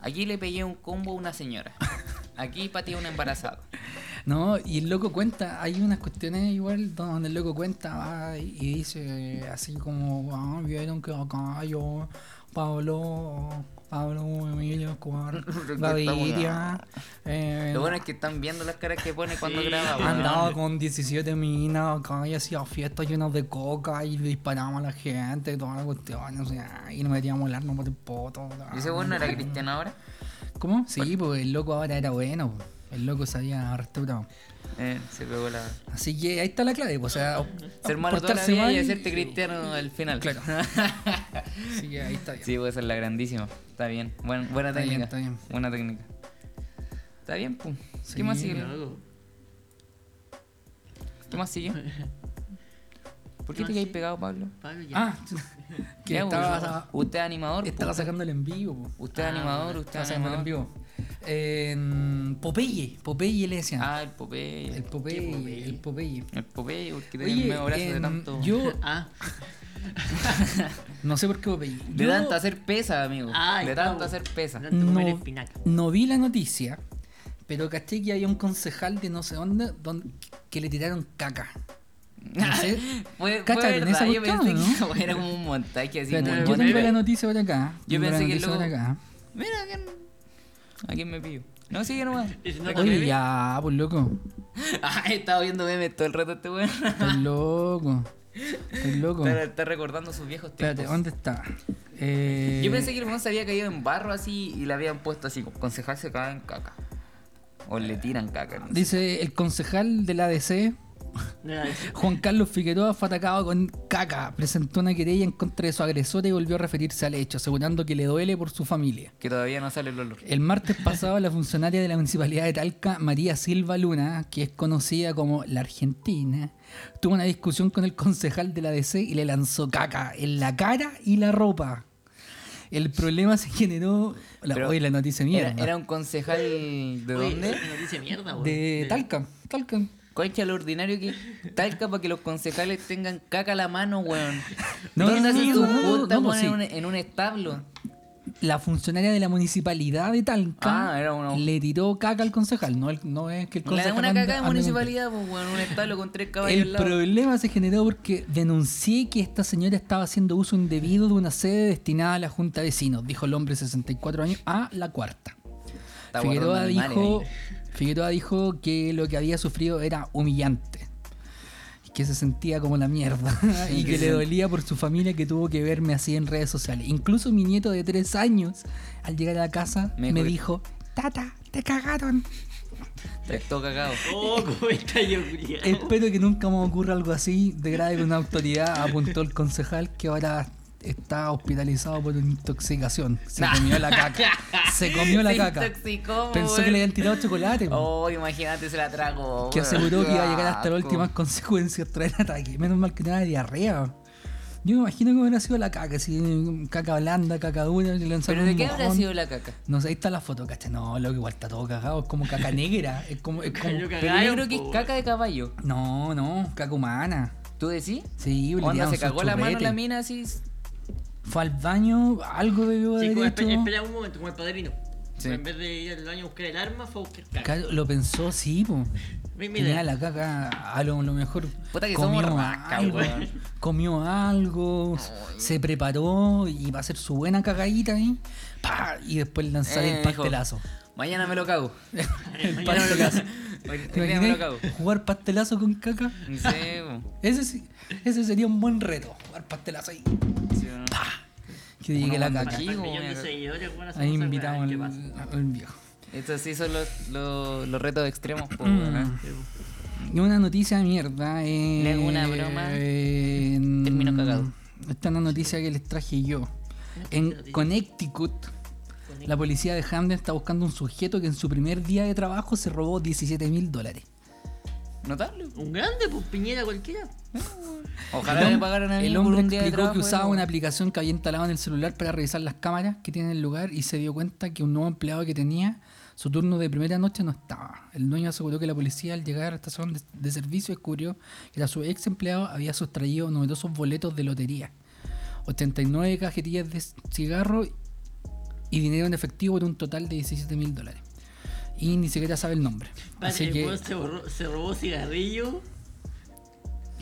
Speaker 3: Aquí le pegué un combo a una señora. Aquí pateé a un embarazado.
Speaker 1: No, y el loco cuenta, hay unas cuestiones igual donde el loco cuenta va y y dice así como, ah, vieron que acá yo, Pablo, Pablo, Emilio, Escobar, Gaviria, eh,
Speaker 3: ah. Lo bueno es que están viendo las caras que pone cuando
Speaker 2: Sí.
Speaker 1: Ah,
Speaker 3: graba, weón.
Speaker 1: andaba con 17 minas acá y hacía fiestas llenas de coca y le disparábamos a la gente y toda la cuestión, o sea, y nos metíamos el arma por el poto.
Speaker 3: ¿Y ese weón no era cristiano ahora?
Speaker 1: ¿Cómo? Sí, porque el loco ahora era bueno, el loco se había restaurado.
Speaker 3: Eh, se pegó la.
Speaker 1: Así que ahí está la clave, pues, o sea,
Speaker 3: Ser malo toda la
Speaker 1: portarse
Speaker 3: vida y
Speaker 1: mal-
Speaker 3: hacerte cristiano al final.
Speaker 1: Claro. Así que ahí está bien.
Speaker 3: sí, puede ser la grandísima. Está bien. Buen- buena
Speaker 1: Está
Speaker 3: técnica.
Speaker 1: bien, está bien.
Speaker 3: Buena técnica. Está bien, pum.
Speaker 1: Sí,
Speaker 3: ¿Qué más sigue?
Speaker 2: Loco.
Speaker 3: ¿Qué más sigue? ¿Por qué te
Speaker 2: ¿Qué más
Speaker 3: quedas
Speaker 2: sigue?
Speaker 3: pegado, Pablo?
Speaker 2: Pablo ya.
Speaker 1: Ah, que
Speaker 3: Ya,
Speaker 1: estaba,
Speaker 3: pues, Usted es animador.
Speaker 1: estaba
Speaker 3: po.
Speaker 1: sacando el en vivo. po.
Speaker 3: Usted es animador, usted
Speaker 1: Estaba
Speaker 3: es
Speaker 1: sacando el en
Speaker 3: animador.
Speaker 1: vivo. En Popeye, Popeye le decían.
Speaker 3: Ah, el Popeye.
Speaker 1: el Popeye,
Speaker 2: Popeye?
Speaker 1: el Popeye.
Speaker 3: El Popeye, porque tenía el
Speaker 1: Oye,
Speaker 3: medio brazo de
Speaker 1: em,
Speaker 3: tanto.
Speaker 1: yo
Speaker 2: Ah,
Speaker 1: No sé por qué Popeye.
Speaker 3: De
Speaker 1: Yo
Speaker 3: tanto hacer pesa, amigo.
Speaker 2: Ay,
Speaker 3: de tanto
Speaker 2: cabo.
Speaker 3: hacer pesa.
Speaker 2: No- comer
Speaker 1: no,
Speaker 2: espinaca.
Speaker 1: no vi la noticia, pero caché que había un concejal de no sé dónde, don- que le tiraron caca. No sé.
Speaker 3: Fue, fue
Speaker 1: Cáchate, en
Speaker 3: verdad,
Speaker 1: esa
Speaker 3: yo
Speaker 1: cuestión,
Speaker 3: pensé que
Speaker 1: ¿no?
Speaker 3: como era como un montaje así.
Speaker 1: Espérate,
Speaker 3: como
Speaker 1: yo
Speaker 3: un
Speaker 1: tengo
Speaker 3: montaje.
Speaker 1: la noticia por acá.
Speaker 3: Yo
Speaker 1: Tengo la
Speaker 3: pensé que
Speaker 1: noticia
Speaker 3: luego-
Speaker 1: por acá.
Speaker 3: Mira, ¿a quién, a quién me pillo? No, sigue nomás.
Speaker 2: Y si no te
Speaker 1: Oye,
Speaker 2: crees,
Speaker 1: ya, pues loco.
Speaker 3: Ah, estaba viendo memes todo el rato este weón.
Speaker 1: Estás loco. Estás loco.
Speaker 3: Está, está recordando sus viejos tiempos.
Speaker 1: Espérate, ¿dónde está? Eh,
Speaker 3: Yo pensé que el weón se había caído en barro así y le habían puesto así, concejal se cae en caca. O le tiran caca. no sé.
Speaker 1: Dice el concejal del ADC,
Speaker 2: no era eso.
Speaker 1: Juan Carlos Figueroa, fue atacado con caca. Presentó una querella en contra de su agresor y volvió a referirse al hecho, asegurando que le duele por su familia.
Speaker 3: Que todavía no sale el olor.
Speaker 1: El martes pasado, la funcionaria de la municipalidad de Talca, María Silva Luna, que es conocida como la Argentina, tuvo una discusión con el concejal de la DC y le lanzó caca en la cara y la ropa. El problema se generó. La,
Speaker 3: Pero
Speaker 1: oye, la noticia
Speaker 3: Era,
Speaker 1: mierda.
Speaker 3: era un concejal de
Speaker 2: Oye,
Speaker 3: dónde?
Speaker 2: esa noticia mierda, weón.
Speaker 1: de Talca, Talca.
Speaker 3: Concha lo ordinario que talca para que los concejales tengan caca a la mano, weón.
Speaker 1: No,
Speaker 3: ¿Dónde
Speaker 1: no,
Speaker 3: hacen
Speaker 1: no,
Speaker 3: sus
Speaker 1: no, no,
Speaker 3: juntas,
Speaker 1: no,
Speaker 3: weón,
Speaker 1: sí.
Speaker 3: en, un, en un establo?
Speaker 1: La funcionaria de la municipalidad de Talca
Speaker 3: Ah, era uno.
Speaker 1: le tiró caca al concejal. No, el- no es que el
Speaker 3: Le
Speaker 1: concejal.
Speaker 3: dan una
Speaker 1: anda-
Speaker 3: caca de
Speaker 1: ande con
Speaker 3: municipalidad, pues, weón, un establo con tres caballos al
Speaker 1: El
Speaker 3: lado.
Speaker 1: problema se generó porque denuncié que esta señora estaba haciendo uso indebido de una sede destinada a la Junta de Vecinos, dijo el hombre de 64 años a la cuarta.
Speaker 3: Está guardando
Speaker 1: Figueroa
Speaker 3: animales
Speaker 1: dijo,
Speaker 3: ahí.
Speaker 1: Figueroa dijo que lo que había sufrido era humillante, que se sentía como la mierda y que le dolía por su familia que tuvo que verme así en redes sociales. Incluso mi nieto de 3 años, al llegar a la casa,
Speaker 3: Me
Speaker 1: me,
Speaker 3: dijo que-
Speaker 1: dijo, tata, te cagaron.
Speaker 3: Está todo cagado.
Speaker 2: Oh, cómo está yo, culiao.
Speaker 1: Espero que nunca más ocurra algo así de grave con una autoridad, apuntó el concejal que ahora está hospitalizado por una intoxicación. Se
Speaker 3: Nah.
Speaker 1: comió la caca. Se comió la
Speaker 3: Se
Speaker 1: caca.
Speaker 3: intoxicó,
Speaker 1: Pensó
Speaker 3: weón.
Speaker 1: que le habían tirado chocolate. po,
Speaker 3: Oh, imagínate, se la tragó.
Speaker 1: que
Speaker 3: weón.
Speaker 1: aseguró que iba a llegar hasta las
Speaker 3: Oh, Asco.
Speaker 1: últimas consecuencias tras el ataque. Menos mal que nada de diarrea. Yo me imagino que hubiera sido la caca, así, caca blanda, caca dura, le lanzaron
Speaker 3: ¿Pero de
Speaker 1: un
Speaker 3: qué habrá
Speaker 1: mojón.
Speaker 3: sido la caca?
Speaker 1: No sé, ahí está la foto, ¿cachai? No, lo que igual está todo cagado, es como caca negra, es como, es como-
Speaker 2: Yo
Speaker 3: Pero yo
Speaker 2: cagaron,
Speaker 3: creo que es
Speaker 2: po,
Speaker 3: caca de caballo.
Speaker 1: No, no, caca humana.
Speaker 3: ¿Tú decís?
Speaker 1: Sí, le
Speaker 3: Onda,
Speaker 1: tiraron
Speaker 3: se
Speaker 1: sus
Speaker 3: cagó la mano
Speaker 1: churretes.
Speaker 3: la mina así.
Speaker 1: Fue al baño, algo debió haber
Speaker 2: Chicos,
Speaker 1: hecho.
Speaker 2: espera, espera un momento, como el padrino.
Speaker 3: Sí.
Speaker 2: En vez de ir al baño a buscar el arma, fue a buscar caca.
Speaker 1: Claro, Lo pensó, sí, po.
Speaker 2: Mi- mi
Speaker 1: Tenía
Speaker 2: idea.
Speaker 1: la caca, a lo, lo mejor.
Speaker 3: Puta que
Speaker 1: comió
Speaker 3: somos rasca,
Speaker 1: algo,
Speaker 3: weón.
Speaker 1: Comió algo, se preparó y va a hacer su buena cagadita ahí. pa, Y después lanzar
Speaker 3: Eh,
Speaker 1: el
Speaker 3: dijo,
Speaker 1: pastelazo.
Speaker 3: Mañana me lo cago.
Speaker 1: el
Speaker 2: mañana me lo
Speaker 1: pastelazo.
Speaker 3: Hoy hoy
Speaker 1: ¿Te
Speaker 3: día me lo
Speaker 1: imaginas
Speaker 3: cago.
Speaker 1: jugar pastelazo con caca?
Speaker 3: Sí, po.
Speaker 1: Ese, sí- ese sería un buen reto, jugar pastelazo ahí.
Speaker 3: Sí, no.
Speaker 1: Que llegue
Speaker 3: Una
Speaker 1: la
Speaker 3: bomba
Speaker 1: caca.
Speaker 3: chica. Chico,
Speaker 2: Para el millón de
Speaker 3: mira.
Speaker 2: seguidores, weón, hacemos
Speaker 1: Ahí
Speaker 2: esa weá,
Speaker 1: invitamos
Speaker 2: ¿qué
Speaker 1: al,
Speaker 2: pasa?
Speaker 1: al viejo.
Speaker 3: Estos sí son los, los, los retos extremos, po,
Speaker 1: Mm.
Speaker 3: weón, ¿eh?
Speaker 1: Y Una noticia de mierda. Eh,
Speaker 3: Le hago una broma,
Speaker 1: eh,
Speaker 3: termino cagado.
Speaker 1: Esta es una noticia que les traje yo. En Connecticut, la policía de Hamden está buscando un sujeto que en su primer día de trabajo se robó 17 mil dólares.
Speaker 3: Notable. po.
Speaker 2: Un grande, pues piñera cualquiera.
Speaker 3: Ojalá
Speaker 1: El
Speaker 3: le
Speaker 1: hom-
Speaker 3: pagaran a mí
Speaker 1: El
Speaker 3: por
Speaker 1: hombre
Speaker 3: un día de
Speaker 1: explicó
Speaker 3: trabajo,
Speaker 1: que usaba
Speaker 3: weón.
Speaker 1: una aplicación que había instalado en el celular para revisar las cámaras que tiene el lugar y se dio cuenta que un nuevo empleado que tenía su turno de primera noche no estaba. El dueño aseguró que la policía al llegar a la estación de, de servicio descubrió que a su ex empleado había sustraído numerosos boletos de lotería, 89 cajetillas de cigarro y dinero en efectivo por un total de 17 mil dólares. Y ni siquiera sabe el nombre.
Speaker 2: Así
Speaker 1: Así que
Speaker 2: se, borró- se robó cigarrillo,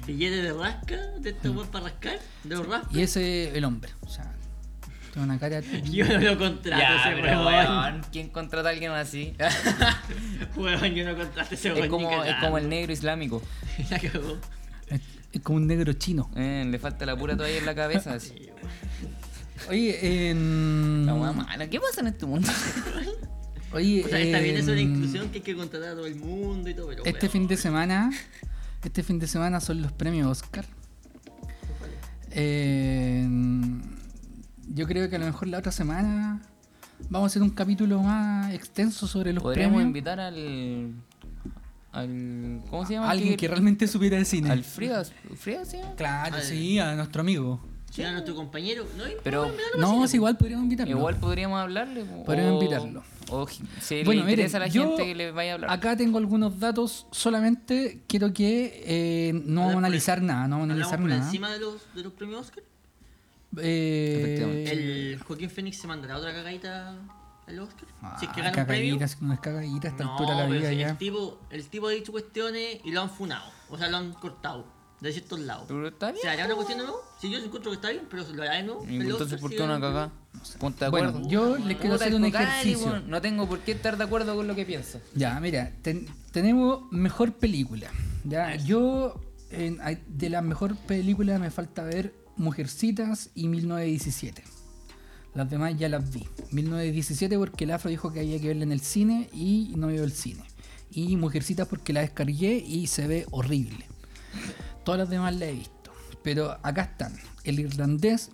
Speaker 2: billetes de rasca, de este weón para rascar, de los rascos.
Speaker 1: y ese el hombre, o sea, tiene una cara
Speaker 2: Yo no lo contrato
Speaker 3: Ya,
Speaker 2: ese
Speaker 3: pero
Speaker 2: weón.
Speaker 3: weón, ¿quién contrata a alguien así?
Speaker 2: Weón, yo no contrato ese weón.
Speaker 3: es, como,
Speaker 2: ni
Speaker 3: es como
Speaker 2: cagando.
Speaker 3: el negro islámico.
Speaker 2: La cagó.
Speaker 1: Es, es como un negro chino.
Speaker 3: Eh, le falta la pura toalla en la cabeza. así.
Speaker 1: Oye, en...
Speaker 3: La weá mala. ¿Qué pasa en este mundo?
Speaker 1: Oye,
Speaker 2: O sea, está bien eso de la
Speaker 1: en-
Speaker 2: inclusión que hay que contratar a todo el mundo y todo, pero.
Speaker 1: Em, Este
Speaker 2: weón,
Speaker 1: fin de semana, este fin de semana son los premios Oscar. En- yo creo que a lo mejor la otra semana vamos a hacer un capítulo más extenso sobre los
Speaker 3: Podríamos
Speaker 1: premios.
Speaker 3: invitar al, al. ¿Cómo se llama?
Speaker 1: Alguien
Speaker 3: el
Speaker 1: que realmente supiera de cine.
Speaker 3: Al Frivas. ¿Frivas se llama?
Speaker 1: Claro,
Speaker 2: Al-
Speaker 1: sí, a nuestro amigo.
Speaker 2: Si era nuestro compañero, no hay
Speaker 3: Pero-
Speaker 2: no, en verdad no
Speaker 1: No,
Speaker 2: pasa
Speaker 1: si igual podríamos invitarlo.
Speaker 3: Igual podríamos hablarle. po,
Speaker 1: Podríamos
Speaker 3: o-
Speaker 1: invitarlo.
Speaker 3: O gi- si
Speaker 1: Bueno,
Speaker 3: le
Speaker 1: miren,
Speaker 3: interesa a la
Speaker 1: yo
Speaker 3: gente que le vaya a hablar.
Speaker 1: Acá tengo algunos datos, solamente quiero que eh, no vamos a
Speaker 2: por
Speaker 1: analizar nada, no vamos a
Speaker 2: Hablamos
Speaker 1: analizar
Speaker 2: por
Speaker 1: nada.
Speaker 2: encima de los, de los premios Oscar.
Speaker 1: Eh,
Speaker 3: Efectivamente.
Speaker 2: El Joaquín Phoenix se mandará otra cagadita al Oscar.
Speaker 1: ah,
Speaker 2: si es que gana un premio.
Speaker 1: cagadita, unas cagaditas a esta
Speaker 2: No,
Speaker 1: altura de la
Speaker 2: pero
Speaker 1: vida
Speaker 2: si
Speaker 1: ya.
Speaker 2: el tipo, el tipo ha dicho cuestiones y lo han funado. O sea, lo han cortado de ciertos lados.
Speaker 3: Pero está bien.
Speaker 2: ¿Se hará una cuestión de nuevo? Si yo encuentro que está bien, pero se lo hará de nuevo. El
Speaker 3: Entonces,
Speaker 2: Oscar
Speaker 3: ¿por
Speaker 2: sí
Speaker 3: qué
Speaker 2: gana
Speaker 3: una
Speaker 2: un premio.
Speaker 3: cagada? Ponte de
Speaker 1: Bueno,
Speaker 3: acuerdo.
Speaker 1: yo les quiero
Speaker 3: Puta,
Speaker 1: hacer
Speaker 3: el
Speaker 1: un
Speaker 3: Cocali,
Speaker 1: ejercicio.
Speaker 3: weón. No tengo por qué estar de acuerdo con lo que pienso.
Speaker 1: Ya, mira, ten- tenemos mejor película. Ya, yo en- hay- de la mejor película me falta ver Mujercitas y 1917. Las demás ya las vi. 1917 porque el Afro dijo que había que verla en el cine y no veo el cine. Y Mujercitas porque la descargué y se ve horrible. Todas las demás las he visto. Pero acá están. El irlandés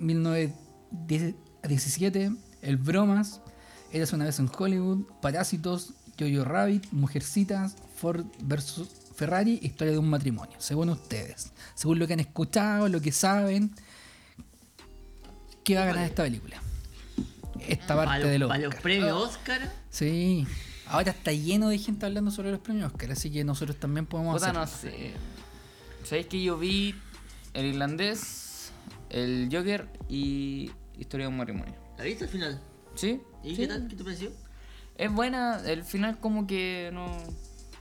Speaker 1: 1917, El Bromas, Eras una vez en Hollywood, Parásitos, Jojo Rabbit, Mujercitas, Ford vs. Ferrari, Historia de un matrimonio. Según ustedes, según lo que han escuchado, lo que saben, ¿qué va a ganar esta película? Esta
Speaker 2: Para
Speaker 1: parte
Speaker 2: los-
Speaker 1: de los
Speaker 2: Para los premios Oscar.
Speaker 1: Sí. Ahora está lleno de gente hablando sobre los premios Oscar, así que nosotros también podemos
Speaker 3: Puta,
Speaker 1: hacer.
Speaker 3: no sé. ¿Sabéis que yo vi el irlandés, el Joker y Historia de un matrimonio?
Speaker 2: ¿La viste al final?
Speaker 3: ¿Sí?
Speaker 2: ¿Y
Speaker 3: sí.
Speaker 2: qué tal? ¿Qué te pareció?
Speaker 3: Es buena, el final como que no...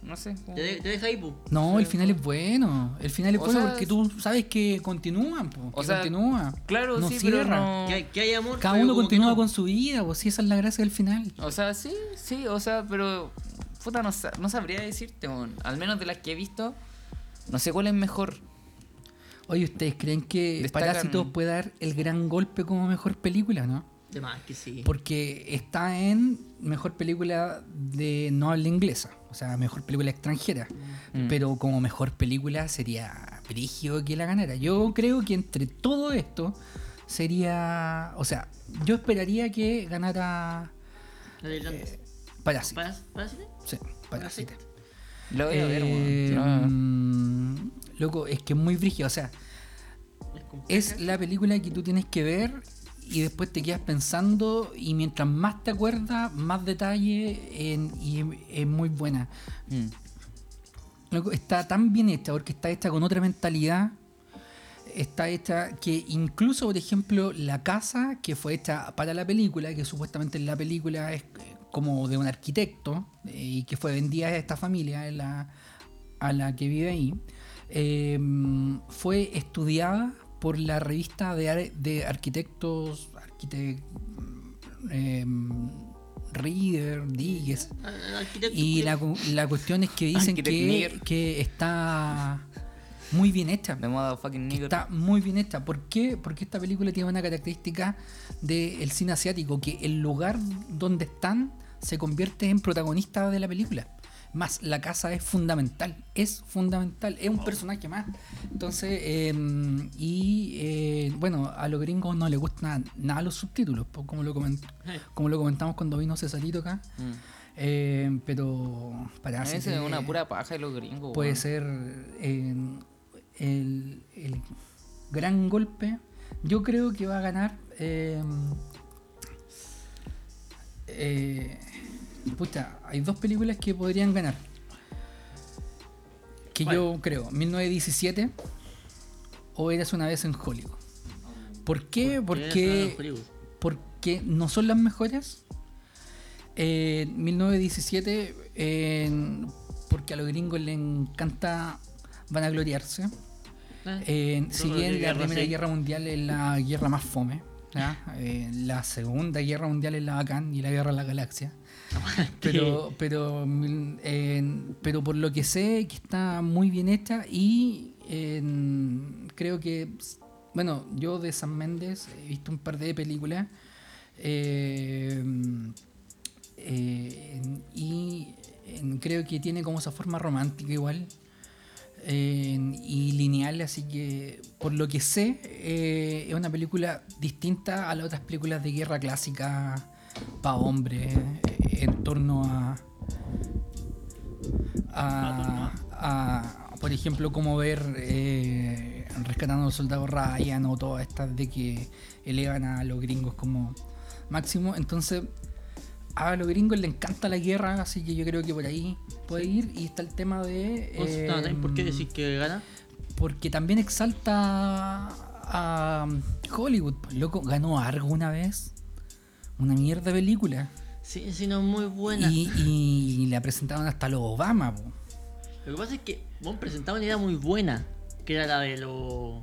Speaker 3: No sé. como-
Speaker 2: ¿Te, de- te deja ahí, pu?
Speaker 1: Uh. No, el final es bueno. El final es
Speaker 3: O
Speaker 1: bueno
Speaker 3: sea,
Speaker 1: porque tú sabes que continúan, po,
Speaker 3: o
Speaker 1: que
Speaker 3: sea,
Speaker 1: continúa.
Speaker 3: Claro,
Speaker 1: no
Speaker 3: sí,
Speaker 1: cierra.
Speaker 3: pero no...
Speaker 2: Que, hay- que hay amor.
Speaker 1: Cada
Speaker 2: pero
Speaker 1: uno
Speaker 2: como que
Speaker 1: continúa
Speaker 2: no.
Speaker 1: con su vida, pues sí, esa es la gracia del final.
Speaker 3: O sea, sí, sí, o sea, pero. Puta, no, sa- no sabría decirte, weón. al menos de las que he visto, no sé cuál es mejor.
Speaker 1: Oye, ¿ustedes creen que
Speaker 3: Destacan-
Speaker 1: Parásitos puede dar el gran golpe como mejor película, no?
Speaker 2: De más que sí.
Speaker 1: Porque está en mejor película de no habla inglesa, o sea, mejor película extranjera.
Speaker 3: Mm.
Speaker 1: Pero como mejor película sería Brigio que la ganara. Yo creo que entre todo esto sería. O sea, yo esperaría que ganara
Speaker 2: La de Irlandés.
Speaker 1: eh, Parásito.
Speaker 2: ¿Para, para decirle?
Speaker 1: sí, Parásito.
Speaker 3: Lo voy a ver,
Speaker 1: Eh,
Speaker 3: weón. Lo voy a ver.
Speaker 1: mm, Loco, es que es muy brígido. O sea,
Speaker 2: Es compleja.
Speaker 1: es la película que tú tienes que ver y después te quedas pensando y mientras más te acuerdas, más detalle en- y es- es muy buena.
Speaker 3: Mm.
Speaker 1: Loco, está tan bien hecha porque está hecha con otra mentalidad. Está hecha que incluso, por ejemplo, la casa que fue hecha para la película, que supuestamente en la película es eh, como de un arquitecto eh, y que fue vendida a esta familia, en la- a la que vive ahí, eh, fue estudiada por la revista de, ar- de arquitectos, arquitect, eh, Reader, Digges,
Speaker 2: Al- al arquitecto,
Speaker 1: y
Speaker 2: culiao.
Speaker 1: la, cu- la cuestión es que dicen
Speaker 3: Architect
Speaker 1: que,
Speaker 3: Nigger.
Speaker 1: que está muy bien hecha.
Speaker 3: The motherfucking nigger.
Speaker 1: Está muy bien hecha. ¿Por qué? Porque esta película tiene una característica del cine asiático, que el lugar donde están se convierte en protagonista de la película. Más, la casa es fundamental, es fundamental, es un personaje más. Entonces, eh, y eh, bueno, a los gringos no les gustan nada los subtítulos, po, como lo, comen- como lo comentamos cuando vino Cesarito acá.
Speaker 3: Mm.
Speaker 1: Eh, pero para
Speaker 3: Ese
Speaker 1: hacer-
Speaker 3: es una pura paja de los gringos.
Speaker 1: puede
Speaker 3: weón.
Speaker 1: ser eh, el, el gran golpe. Yo creo que va a ganar. eh, eh, puta, hay dos películas que podrían ganar. Que yo creo, 1917 o Eras una vez en Hollywood. ¿Por qué?
Speaker 2: Tiene
Speaker 1: Porque
Speaker 2: razón, Hollywood.
Speaker 1: porque no son las mejores. En 1917, en- porque a los gringos les encanta vanagloriarse.
Speaker 2: Ah.
Speaker 1: En- si
Speaker 2: Solo
Speaker 1: bien
Speaker 2: de
Speaker 1: la
Speaker 2: guerra,
Speaker 1: Primera
Speaker 2: sí.
Speaker 1: Guerra Mundial es la guerra más fome, ¿ya? Eh, la Segunda Guerra Mundial es la bacán y la Guerra de la Galaxia. Pero, pero, mil- en- pero por lo que sé, que está muy bien hecha y en- creo que, bueno, yo de San Méndez he visto un par de películas eh, eh, y en- creo que tiene como esa forma romántica igual eh, y lineal, así que por lo que sé eh, es una película distinta a las otras películas de guerra clásica para hombres eh, en torno a, a, a, por ejemplo como ver eh, rescatando al soldado Ryan o todas estas de que elevan a los gringos como máximo entonces a los gringos les encanta la guerra, así que yo creo que por ahí puede ir. Y está el tema de. eh,
Speaker 2: Pues, No, ¿Por qué decir que gana?
Speaker 1: Porque también exalta a Hollywood. pues, Loco, ganó Argo una vez. Una mierda de película.
Speaker 2: Sí, sí, no, muy buena.
Speaker 1: Y, y la presentaron hasta los Obama. pues. po.
Speaker 2: Lo que pasa es que Bon presentaba una idea muy buena, que era la de los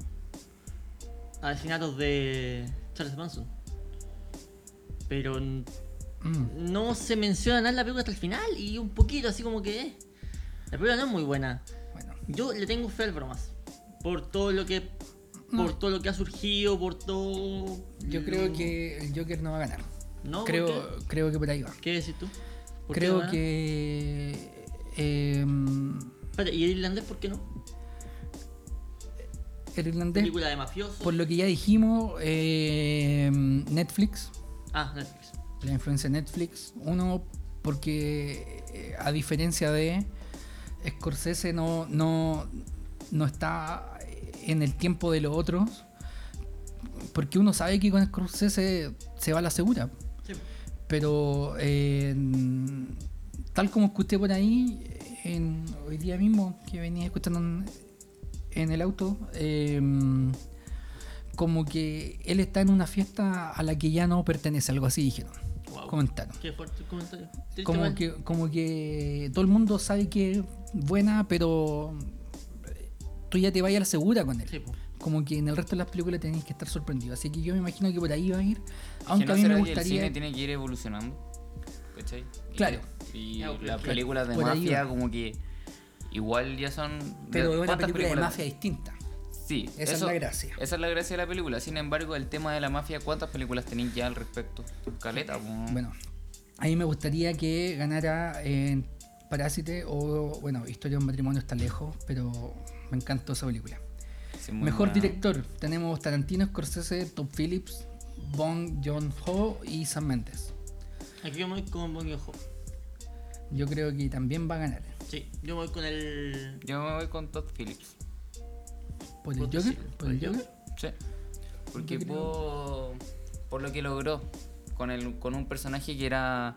Speaker 2: asesinatos de Charles Manson. Pero n-
Speaker 1: Mm.
Speaker 2: no se menciona nada en la película hasta el final y un poquito así como que eh, La película no es muy buena.
Speaker 1: Bueno,
Speaker 2: Yo le tengo fe al bromas. Por todo lo que. Por todo lo que ha surgido, por todo.
Speaker 1: Mm. yo creo que el Joker no va a ganar.
Speaker 2: Mm. No,
Speaker 1: creo,
Speaker 2: ¿por
Speaker 1: creo que por ahí va.
Speaker 2: ¿Qué decís tú? ¿Por qué
Speaker 1: Creo
Speaker 2: no?
Speaker 1: que. em,
Speaker 2: Espérate, ¿y el irlandés por qué no?
Speaker 1: el irlandés,
Speaker 2: Película de mafiosos.
Speaker 1: por lo que ya dijimos, em, Netflix.
Speaker 2: Ah, Netflix.
Speaker 1: la influencia de Netflix. Uno, porque eh, a diferencia de Scorsese no, no, no está en el tiempo de los otros, porque uno sabe que con Scorsese se va a la segura.
Speaker 2: Sí.
Speaker 1: Pero eh, tal como escuché por ahí, en- hoy día mismo que venía escuchando en, en el auto, eh, como que él está en una fiesta a la que ya no pertenece, algo así dijeron,
Speaker 2: Wow.
Speaker 1: comentaron.
Speaker 2: Qué fuerte el comentario. Triste
Speaker 1: Como
Speaker 2: igual.
Speaker 1: que, como que todo el mundo sabe que es buena, pero tú ya te vayas a la segura con él.
Speaker 2: Sí, po.
Speaker 1: Como que en el resto de las películas tenés que estar sorprendido. Así que yo me imagino que por ahí va a ir.
Speaker 3: Que
Speaker 1: Aunque
Speaker 3: no
Speaker 1: a mí me
Speaker 3: será que El
Speaker 1: gustaría.
Speaker 3: cine tiene que ir evolucionando. ¿Cachai? Y-
Speaker 1: Claro.
Speaker 3: Y
Speaker 2: Ya, pues,
Speaker 3: las
Speaker 2: claro.
Speaker 3: películas de
Speaker 1: Por ahí
Speaker 3: mafia,
Speaker 1: va.
Speaker 3: como que. Igual ya son.
Speaker 1: Pero es una
Speaker 3: ¿cuántas
Speaker 1: película de
Speaker 3: películas?
Speaker 1: mafia distinta.
Speaker 3: Sí,
Speaker 1: Esa es la gracia.
Speaker 3: Esa es la gracia de la película. Sin embargo, el tema de la mafia, ¿cuántas películas tenéis ya al respecto? Caleta, po.
Speaker 1: Bueno, a mí me gustaría que ganara eh, Parásite o, bueno, Historia de un matrimonio está lejos, pero me encantó esa película.
Speaker 3: Sí, pues, muy
Speaker 1: Mejor
Speaker 3: buena.
Speaker 1: director, tenemos Tarantino, Scorsese, Top Phillips, Bong Joon-ho y Sam Mendes.
Speaker 2: Aquí yo me voy con Bong Joon-ho.
Speaker 1: Yo creo que también va a ganar. ¿eh?
Speaker 2: Sí, yo me voy con el.
Speaker 3: Yo me voy con Todd Phillips.
Speaker 1: ¿Por el
Speaker 2: Puta,
Speaker 1: Joker?
Speaker 2: sí,
Speaker 1: ¿Por el Joker?
Speaker 3: Sí. Porque
Speaker 1: Yo creo-
Speaker 3: por, por lo que logró con, el, con un personaje que era.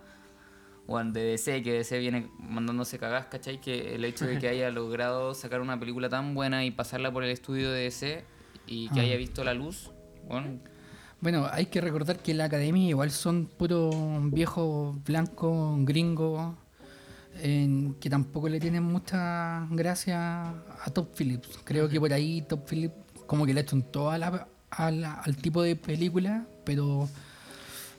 Speaker 3: Bueno, de DC, que DC viene mandándose cagás, ¿cachai? Que el hecho de que haya logrado sacar una película tan buena y pasarla por el estudio de DC y que
Speaker 1: Ah.
Speaker 3: haya visto la luz, bueno,
Speaker 1: Bueno, hay que recordar que la academia igual son puros viejos blancos, gringos, en- que tampoco le tienen mucha gracia a Top Phillips. Creo que por ahí Top Phillips como que le ha hecho en toda la, a la- al tipo de película, pero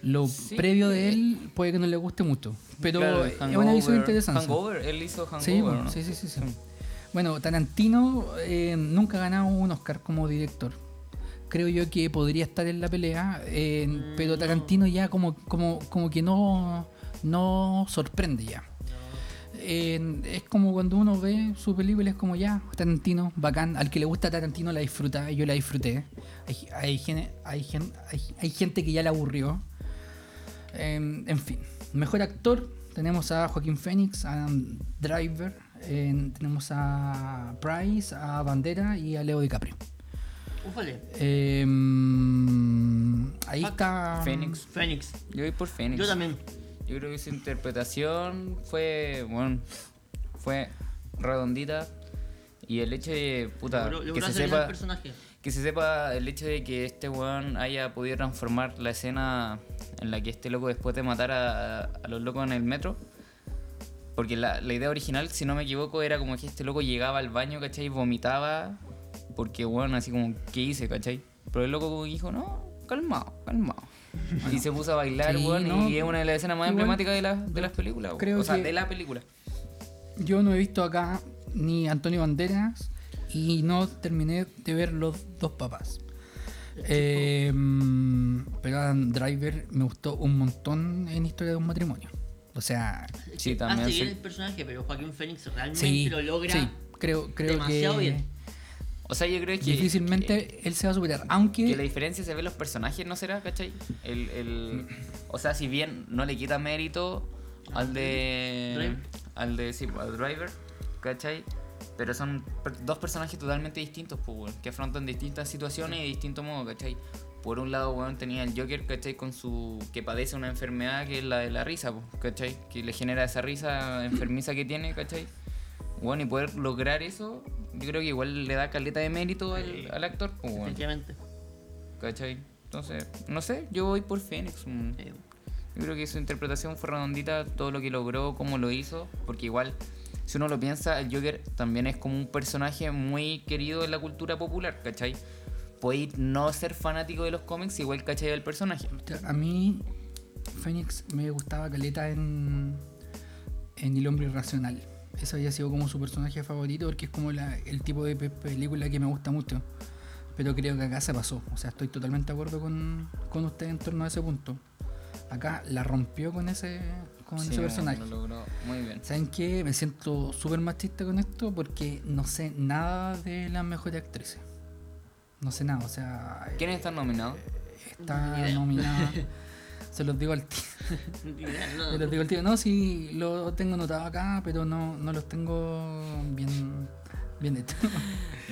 Speaker 1: lo
Speaker 3: Sí.
Speaker 1: previo de él puede que no le guste mucho. Pero
Speaker 3: claro,
Speaker 1: es una visión
Speaker 3: Hangover-
Speaker 1: interesante.
Speaker 3: Hangover, él hizo Hangover.
Speaker 1: Sí, bueno,
Speaker 3: ¿no?
Speaker 1: sí, sí, sí, sí. Bueno, Tarantino eh, nunca ha ganado un Oscar como director. Creo yo que podría estar en la pelea, eh, pero Tarantino ya como, como, como que no, no sorprende ya. Eh, es como cuando uno ve su película, es como ya, Tarantino, bacán. Al que le gusta Tarantino la disfruta, yo la disfruté. Hay, hay, gen- hay, gen- hay, hay gente que ya la aburrió. Eh, en fin, mejor actor tenemos a Joaquín Phoenix, a Adam Driver, eh, tenemos a Price, a Bandera y a Leo DiCaprio.
Speaker 2: Ufale.
Speaker 1: Eh, Em, ahí está.
Speaker 3: Phoenix.
Speaker 2: Fénix.
Speaker 3: Yo voy por Phoenix.
Speaker 2: Yo también.
Speaker 3: Yo creo que su interpretación fue, bueno, fue redondita. Y el hecho de, puta,
Speaker 2: Logró- logró
Speaker 3: que se
Speaker 2: hacer el
Speaker 3: sepa,
Speaker 2: personaje.
Speaker 3: que se sepa el hecho de que este weón haya podido transformar la escena en la que este loco después de matar a, a los locos en el metro. Porque la, la idea original, si no me equivoco, era como que este loco llegaba al baño, ¿cachai? Vomitaba. Porque, bueno, así como, ¿qué hice, cachai? Pero el loco como que dijo, no, calmado, calmado. Y se puso a bailar,
Speaker 1: Sí,
Speaker 3: weón,
Speaker 1: no,
Speaker 3: y es una de las escenas más
Speaker 1: igual-
Speaker 3: emblemáticas de, las de las películas. weón.
Speaker 1: creo
Speaker 3: o sea,
Speaker 1: que-
Speaker 3: de la película.
Speaker 1: Yo no he visto acá ni Antonio Banderas y no terminé de ver los dos papás. Eh, pero Adam Driver me gustó un montón en Historia de un matrimonio. O sea,
Speaker 3: Sí,
Speaker 2: Hace
Speaker 3: también.
Speaker 2: bien
Speaker 3: sí.
Speaker 2: el personaje, pero Joaquín Fénix realmente
Speaker 1: sí,
Speaker 2: lo logra.
Speaker 1: sí, creo, creo
Speaker 2: demasiado
Speaker 1: que
Speaker 2: bien.
Speaker 3: O sea, yo creo que...
Speaker 1: difícilmente él se va a superar. Aunque
Speaker 3: Que la diferencia se ve en los personajes, ¿no será? ¿Cachai? El, el- o sea, si bien no le quita mérito al de.
Speaker 2: Driver.
Speaker 3: Al de. Sí, al driver, ¿cachai? Pero son per- dos personajes totalmente distintos, pues, weón, que afrontan distintas situaciones y distintos modos, ¿cachai? por un lado, weón, tenía el Joker, ¿cachai? Con su. que padece una enfermedad que es la de la risa, po, ¿cachai? Que le genera esa risa enfermiza que tiene, ¿cachai? Bueno, y poder lograr eso, yo creo que igual le da caleta de mérito al, al actor, po, weón,
Speaker 2: Efectivamente.
Speaker 3: ¿cachai? Entonces, no sé, yo voy por Phoenix. mm.
Speaker 2: Eh,
Speaker 3: Yo creo que su interpretación fue redondita, todo lo que logró, cómo lo hizo, porque igual, si uno lo piensa, el Joker también es como un personaje muy querido en la cultura popular, ¿cachai? Podéis no ser fanático de los cómics, igual cachai del personaje.
Speaker 1: A mí, Fénix me gustaba caleta en, en El Hombre Irracional. Ese había sido como su personaje favorito porque es como la- el tipo de pe- película que me gusta mucho. Pero creo que acá se pasó. O sea, estoy totalmente de acuerdo con, con usted en torno a ese punto. Acá la rompió con ese, con
Speaker 3: Sí,
Speaker 1: ese
Speaker 3: bueno,
Speaker 1: personaje.
Speaker 3: Lo logró muy bien.
Speaker 1: ¿Saben qué? Me siento súper machista con esto porque no sé nada de las mejores actrices. No sé nada, o sea,
Speaker 3: ¿Quiénes están nominados?
Speaker 1: está
Speaker 2: Ni idea.
Speaker 1: nominada. Se los digo al tío.
Speaker 2: no,
Speaker 1: Se los digo al tío. No, sí, lo tengo notado acá, pero no, no los tengo bien, bien hechos.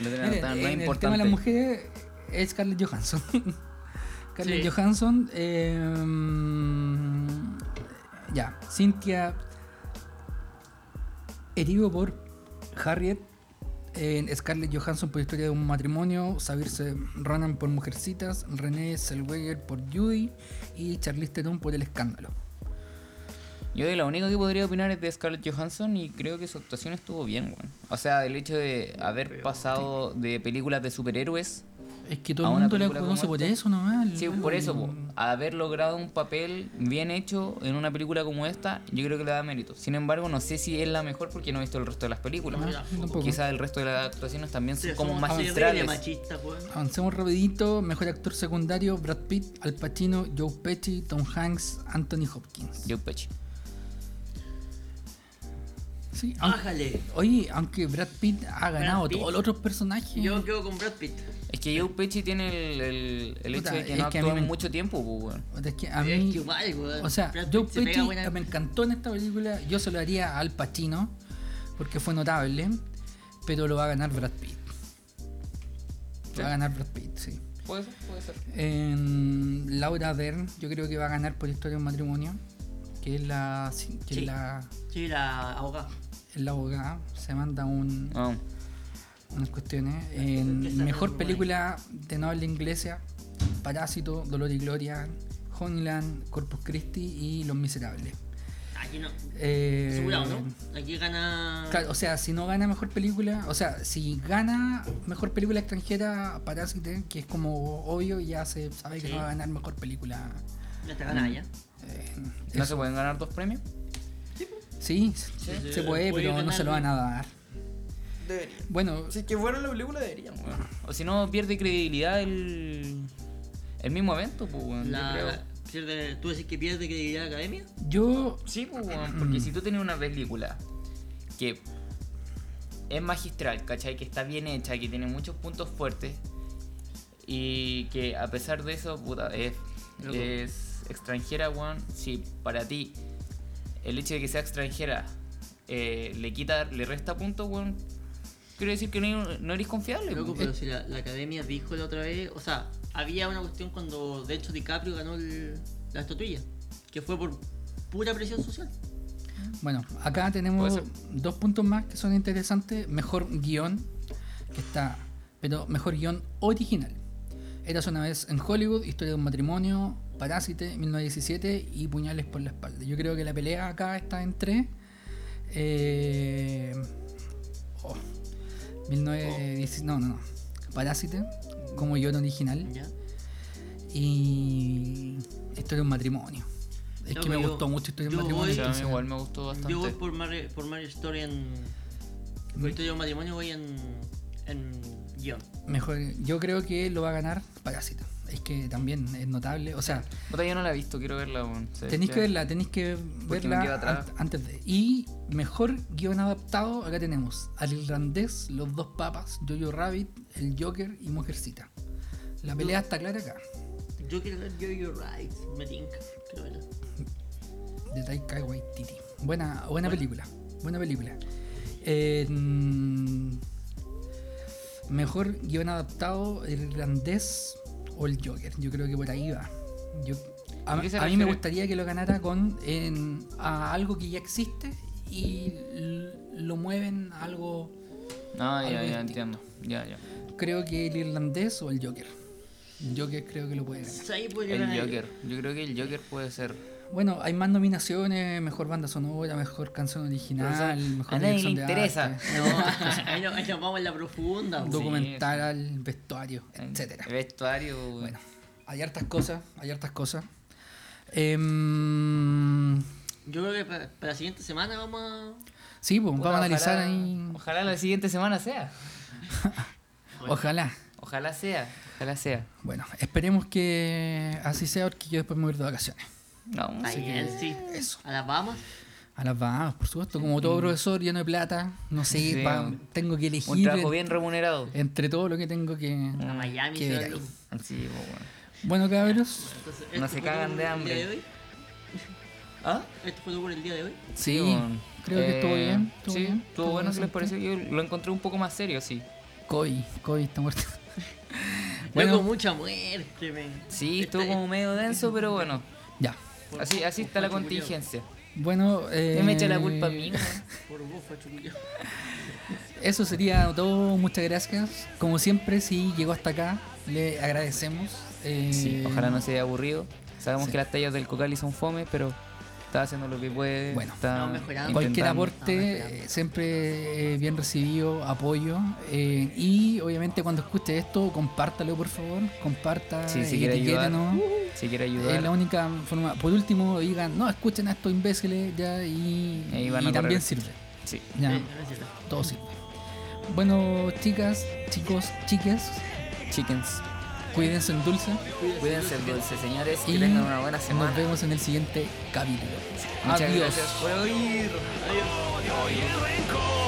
Speaker 3: Lo tengo
Speaker 1: Miren,
Speaker 3: anotado, no
Speaker 1: en el
Speaker 3: es
Speaker 1: tema de
Speaker 3: importante.
Speaker 1: las mujeres es Scarlett Johansson. Scarlett
Speaker 2: Sí.
Speaker 1: Johansson, em, ya, Cynthia, herido por Harriet, en Scarlett Johansson por historia de un matrimonio, Sabirse Ronan por Mujercitas, Renée Zellweger por Judy y Charlize Theron por El Escándalo.
Speaker 3: Yo de lo único que podría opinar es de Scarlett Johansson y creo que su actuación estuvo bien, weón. O sea, el hecho de haber pasado de películas de superhéroes
Speaker 1: Es que todo
Speaker 3: A
Speaker 1: el
Speaker 3: una
Speaker 1: mundo la
Speaker 3: película como
Speaker 1: conoce por
Speaker 3: esta.
Speaker 1: eso nomás.
Speaker 3: Sí,
Speaker 2: Mm.
Speaker 1: el-
Speaker 3: por eso, po. haber logrado un papel bien hecho en una película como esta, yo creo que le da mérito. Sin embargo, no sé si es la mejor porque no he visto el resto de las películas.
Speaker 1: No,
Speaker 2: yo
Speaker 3: Quizás
Speaker 1: tampoco.
Speaker 3: el resto de las actuaciones también son
Speaker 2: Sí,
Speaker 3: como
Speaker 2: somos
Speaker 3: más
Speaker 2: terrible
Speaker 3: centrales.
Speaker 2: machista, pues.
Speaker 1: Avancemos rapidito, mejor actor secundario, Brad Pitt, Al Pacino, Joe Pesci, Tom Hanks, Anthony Hopkins.
Speaker 3: Joe Pesci.
Speaker 1: Sí, aunque-
Speaker 2: Bájale.
Speaker 1: oye, aunque Brad Pitt ha ganado
Speaker 2: Pitt.
Speaker 1: todos los otros personajes,
Speaker 2: Yo quedo con Brad Pitt.
Speaker 3: Es que Joe Pesci tiene el, el- el hecho
Speaker 1: Puta,
Speaker 3: de que
Speaker 1: es
Speaker 3: no
Speaker 1: que a
Speaker 3: actúa
Speaker 1: mí me-
Speaker 3: mucho tiempo, po, weón.
Speaker 1: es que a
Speaker 2: Es
Speaker 1: mí,
Speaker 2: que igual, weón.
Speaker 1: o sea,
Speaker 2: Brad
Speaker 1: Joe
Speaker 2: Pitt se pega
Speaker 1: Pesci
Speaker 2: buena-
Speaker 1: me encantó en esta película, yo se lo haría a Al Pacino, porque fue notable, pero lo va a ganar Brad Pitt. Lo va a ganar Brad Pitt, sí.
Speaker 3: Puede ser, puede ser.
Speaker 1: En Laura Dern, yo creo que va a ganar por Historia de un Matrimonio, que es la... Que es
Speaker 2: Sí.
Speaker 1: la
Speaker 2: Sí, la abogada.
Speaker 1: el abogado se manda un,
Speaker 3: No,
Speaker 1: unas cuestiones. En
Speaker 2: que está
Speaker 1: mejor
Speaker 2: muy
Speaker 1: película de no habla inglesa, Parásito, Dolor y Gloria, Homeland, Corpus Christi y Los Miserables.
Speaker 2: Aquí no.
Speaker 1: Eh,
Speaker 2: Asegurado, ¿no? Aquí gana.
Speaker 1: claro, o sea, si no gana mejor película, o sea, si gana mejor película extranjera, Parásito, que es como obvio, ya se sabe que
Speaker 2: Sí.
Speaker 1: no va a ganar mejor película.
Speaker 2: Ya está gana ya.
Speaker 1: Eh,
Speaker 3: ¿No
Speaker 1: eso.
Speaker 3: se pueden ganar dos premios?
Speaker 1: Sí, se
Speaker 2: sí,
Speaker 1: puede,
Speaker 2: puede
Speaker 1: pero no
Speaker 2: ganar.
Speaker 1: se lo van a dar.
Speaker 3: Debería.
Speaker 1: Bueno,
Speaker 3: Si es que fuera la película, deberían, weón. O si no, pierde credibilidad el, el mismo evento, pues, weón. yo creo.
Speaker 2: La... Pierde... ¿Tú decís que pierde credibilidad la academia?
Speaker 1: yo
Speaker 3: Sí, pues, weón, porque si tú tienes una película que es magistral, ¿cachai? Que está bien hecha, que tiene muchos puntos fuertes y que a pesar de eso, puta, es,
Speaker 2: Loco.
Speaker 3: es extranjera, weón. Si para ti el hecho de que sea extranjera eh, le quita, le resta puntos, weón, quiero decir que no, no eres
Speaker 1: Eh,
Speaker 3: confiable,
Speaker 2: Loco,
Speaker 3: pues.
Speaker 2: pero si la, la academia dijo la otra vez. O sea, había una cuestión cuando de hecho DiCaprio ganó el- la estatuilla. Que fue por pura presión social.
Speaker 1: Bueno, acá
Speaker 3: Puede
Speaker 1: tenemos
Speaker 3: ser.
Speaker 1: dos puntos más que son interesantes. Mejor guión, que está, pero mejor guión original. Eras una vez en Hollywood, Historia de un matrimonio, Parásite, 1917 y Puñales por la espalda. Yo creo que la pelea acá está entre... Eh, oh, 1917 No, no, no. Parásite, como guión original,
Speaker 2: ¿Ya?
Speaker 1: y Historia de un matrimonio. Es
Speaker 2: Loco,
Speaker 1: que me
Speaker 2: yo-
Speaker 1: gustó mucho Historia de un
Speaker 2: yo
Speaker 1: matrimonio.
Speaker 2: voy-
Speaker 3: O sea, a mí
Speaker 1: entonces-
Speaker 3: igual me gustó bastante.
Speaker 2: Yo voy por Marriage, por Marriage Story en.
Speaker 1: Mm.
Speaker 2: Por historia de un matrimonio voy en. en guión.
Speaker 1: Mejor, yo creo que lo va a ganar Parásito. Es que también es notable. O sea,
Speaker 3: Puta, yo no la he visto, quiero verla, weón. ¿sabes
Speaker 1: tenéis
Speaker 3: qué?
Speaker 1: que verla, tenéis que
Speaker 3: Porque me quedo
Speaker 1: verla
Speaker 3: atrás.
Speaker 1: an- antes de. Y mejor guión adaptado, acá tenemos al irlandés, los dos papas, Jojo Rabbit, el Joker y Mujercita. La pelea está clara acá.
Speaker 2: Yo quiero ver Yo Your Right, me tinca. Quiero verla.
Speaker 1: De Taika Waititi. Buena, buena película. Buena película. Eh, mm, mejor guión adaptado, el irlandés o o el Joker. Yo creo que por ahí va. Yo- a,
Speaker 3: ¿Y qué se
Speaker 1: a mí me
Speaker 3: refiere?
Speaker 1: gustaría que lo ganara con en- a algo que ya existe y l- lo mueven a algo.
Speaker 3: Ah,
Speaker 1: Algo
Speaker 3: ya, ya,
Speaker 1: distinto.
Speaker 3: entiendo. Ya, ya.
Speaker 1: Creo que el irlandés o el Joker. El Joker creo que lo puede ganar.
Speaker 2: O sea, ahí podría
Speaker 3: El
Speaker 2: ganar yo.
Speaker 3: Joker. Yo creo que el Joker puede ser.
Speaker 1: Bueno, hay más nominaciones: mejor banda sonora, mejor canción original,
Speaker 3: Pero eso
Speaker 1: mejor
Speaker 3: a nadie
Speaker 1: dirección
Speaker 3: le
Speaker 1: de
Speaker 3: interesa.
Speaker 1: arte,
Speaker 2: No, ahí no- ahí nos vamos en la profunda. pues. po.
Speaker 1: documental, vestuario, etcétera.
Speaker 3: Vestuario.
Speaker 1: Bueno, hay hartas cosas, hay hartas cosas. Em,
Speaker 2: Yo creo que pa- para, la siguiente semana vamos a...
Speaker 1: sí, pues,
Speaker 3: Puta,
Speaker 1: vamos a analizar
Speaker 3: ojalá-
Speaker 1: ahí.
Speaker 3: Ojalá la siguiente semana sea.
Speaker 1: Ojalá.
Speaker 3: Ojalá sea. Ojalá sea.
Speaker 1: Bueno, esperemos que así sea porque yo después me voy a ir de vacaciones.
Speaker 3: No,
Speaker 2: Está bien, sí.
Speaker 1: eso.
Speaker 2: A las Bahamas.
Speaker 1: A las Bahamas, por supuesto. Como todo profesor lleno de plata, no sé,
Speaker 3: Sí,
Speaker 1: pa-
Speaker 3: un-
Speaker 1: tengo que
Speaker 3: un
Speaker 1: elegir
Speaker 3: trabajo
Speaker 1: en-
Speaker 3: bien remunerado.
Speaker 1: entre todo lo que tengo que...
Speaker 3: Mm,
Speaker 2: A Miami.
Speaker 1: que
Speaker 2: se
Speaker 1: ver
Speaker 2: va a
Speaker 1: ahí.
Speaker 2: ir.
Speaker 3: Sí, pues, bueno.
Speaker 1: Bueno, cabros.
Speaker 2: Entonces,
Speaker 3: No
Speaker 2: ¿esto
Speaker 3: se
Speaker 2: fue
Speaker 3: cagan de
Speaker 2: todo por el
Speaker 3: hambre.
Speaker 2: día de hoy?
Speaker 3: ¿Ah?
Speaker 2: ¿Esto fue todo por el día de hoy?
Speaker 1: Sí,
Speaker 3: bueno.
Speaker 1: creo que estuvo
Speaker 3: Eh,
Speaker 1: bien. Estuvo
Speaker 3: sí,
Speaker 1: bien,
Speaker 3: estuvo bueno, ¿qué les
Speaker 1: decente.
Speaker 3: pareció? Yo lo encontré un poco más serio, sí.
Speaker 1: Coy, Coy está muerto.
Speaker 2: Bueno,
Speaker 1: bueno,
Speaker 2: mucha muerte, men.
Speaker 3: Sí,
Speaker 2: Este-
Speaker 3: estuvo como medio denso, pero bueno.
Speaker 1: ya.
Speaker 3: Así, así está la contingencia.
Speaker 1: Bueno, eh,
Speaker 3: Ya me echa la culpa a mí, weón.
Speaker 2: Por vos, Facho culiao.
Speaker 1: Eso sería todo, muchas gracias. Como siempre, si llegó hasta acá, le agradecemos. Eh,
Speaker 3: Sí, ojalá no se haya aburrido. Sabemos
Speaker 1: sí.
Speaker 3: que las tallas del Cocali son fome, pero está haciendo lo que puede.
Speaker 1: Bueno.
Speaker 3: está
Speaker 2: No, mejorando.
Speaker 1: Cualquier
Speaker 3: intentando.
Speaker 1: aporte,
Speaker 2: Ah, esperamos.
Speaker 1: eh, siempre eh, bien recibido, apoyo. eh, y obviamente cuando escuche esto, compártalo por favor, comparta,
Speaker 3: Sí, si quiere ayudar.
Speaker 1: etiquétenos.
Speaker 3: Si quiere
Speaker 1: Es la
Speaker 3: ayudar.
Speaker 1: única forma. Por último, digan, no, escuchen a estos imbéciles ya y,
Speaker 3: Ahí van
Speaker 1: y
Speaker 3: a correr.
Speaker 1: también sirve.
Speaker 3: Sí.
Speaker 1: Ya,
Speaker 2: Eh, no es cierto.
Speaker 1: todo sirve. Bueno, chicas, chicos, chicas,
Speaker 3: Chickens.
Speaker 1: cuídense en dulce.
Speaker 3: Cuídense dulce, señores.
Speaker 1: Y
Speaker 3: Que tengan una buena
Speaker 1: Nos
Speaker 3: semana.
Speaker 1: vemos en el siguiente capítulo.
Speaker 3: Muchas
Speaker 1: Adiós.
Speaker 3: gracias por oír.
Speaker 4: odio y el rencor.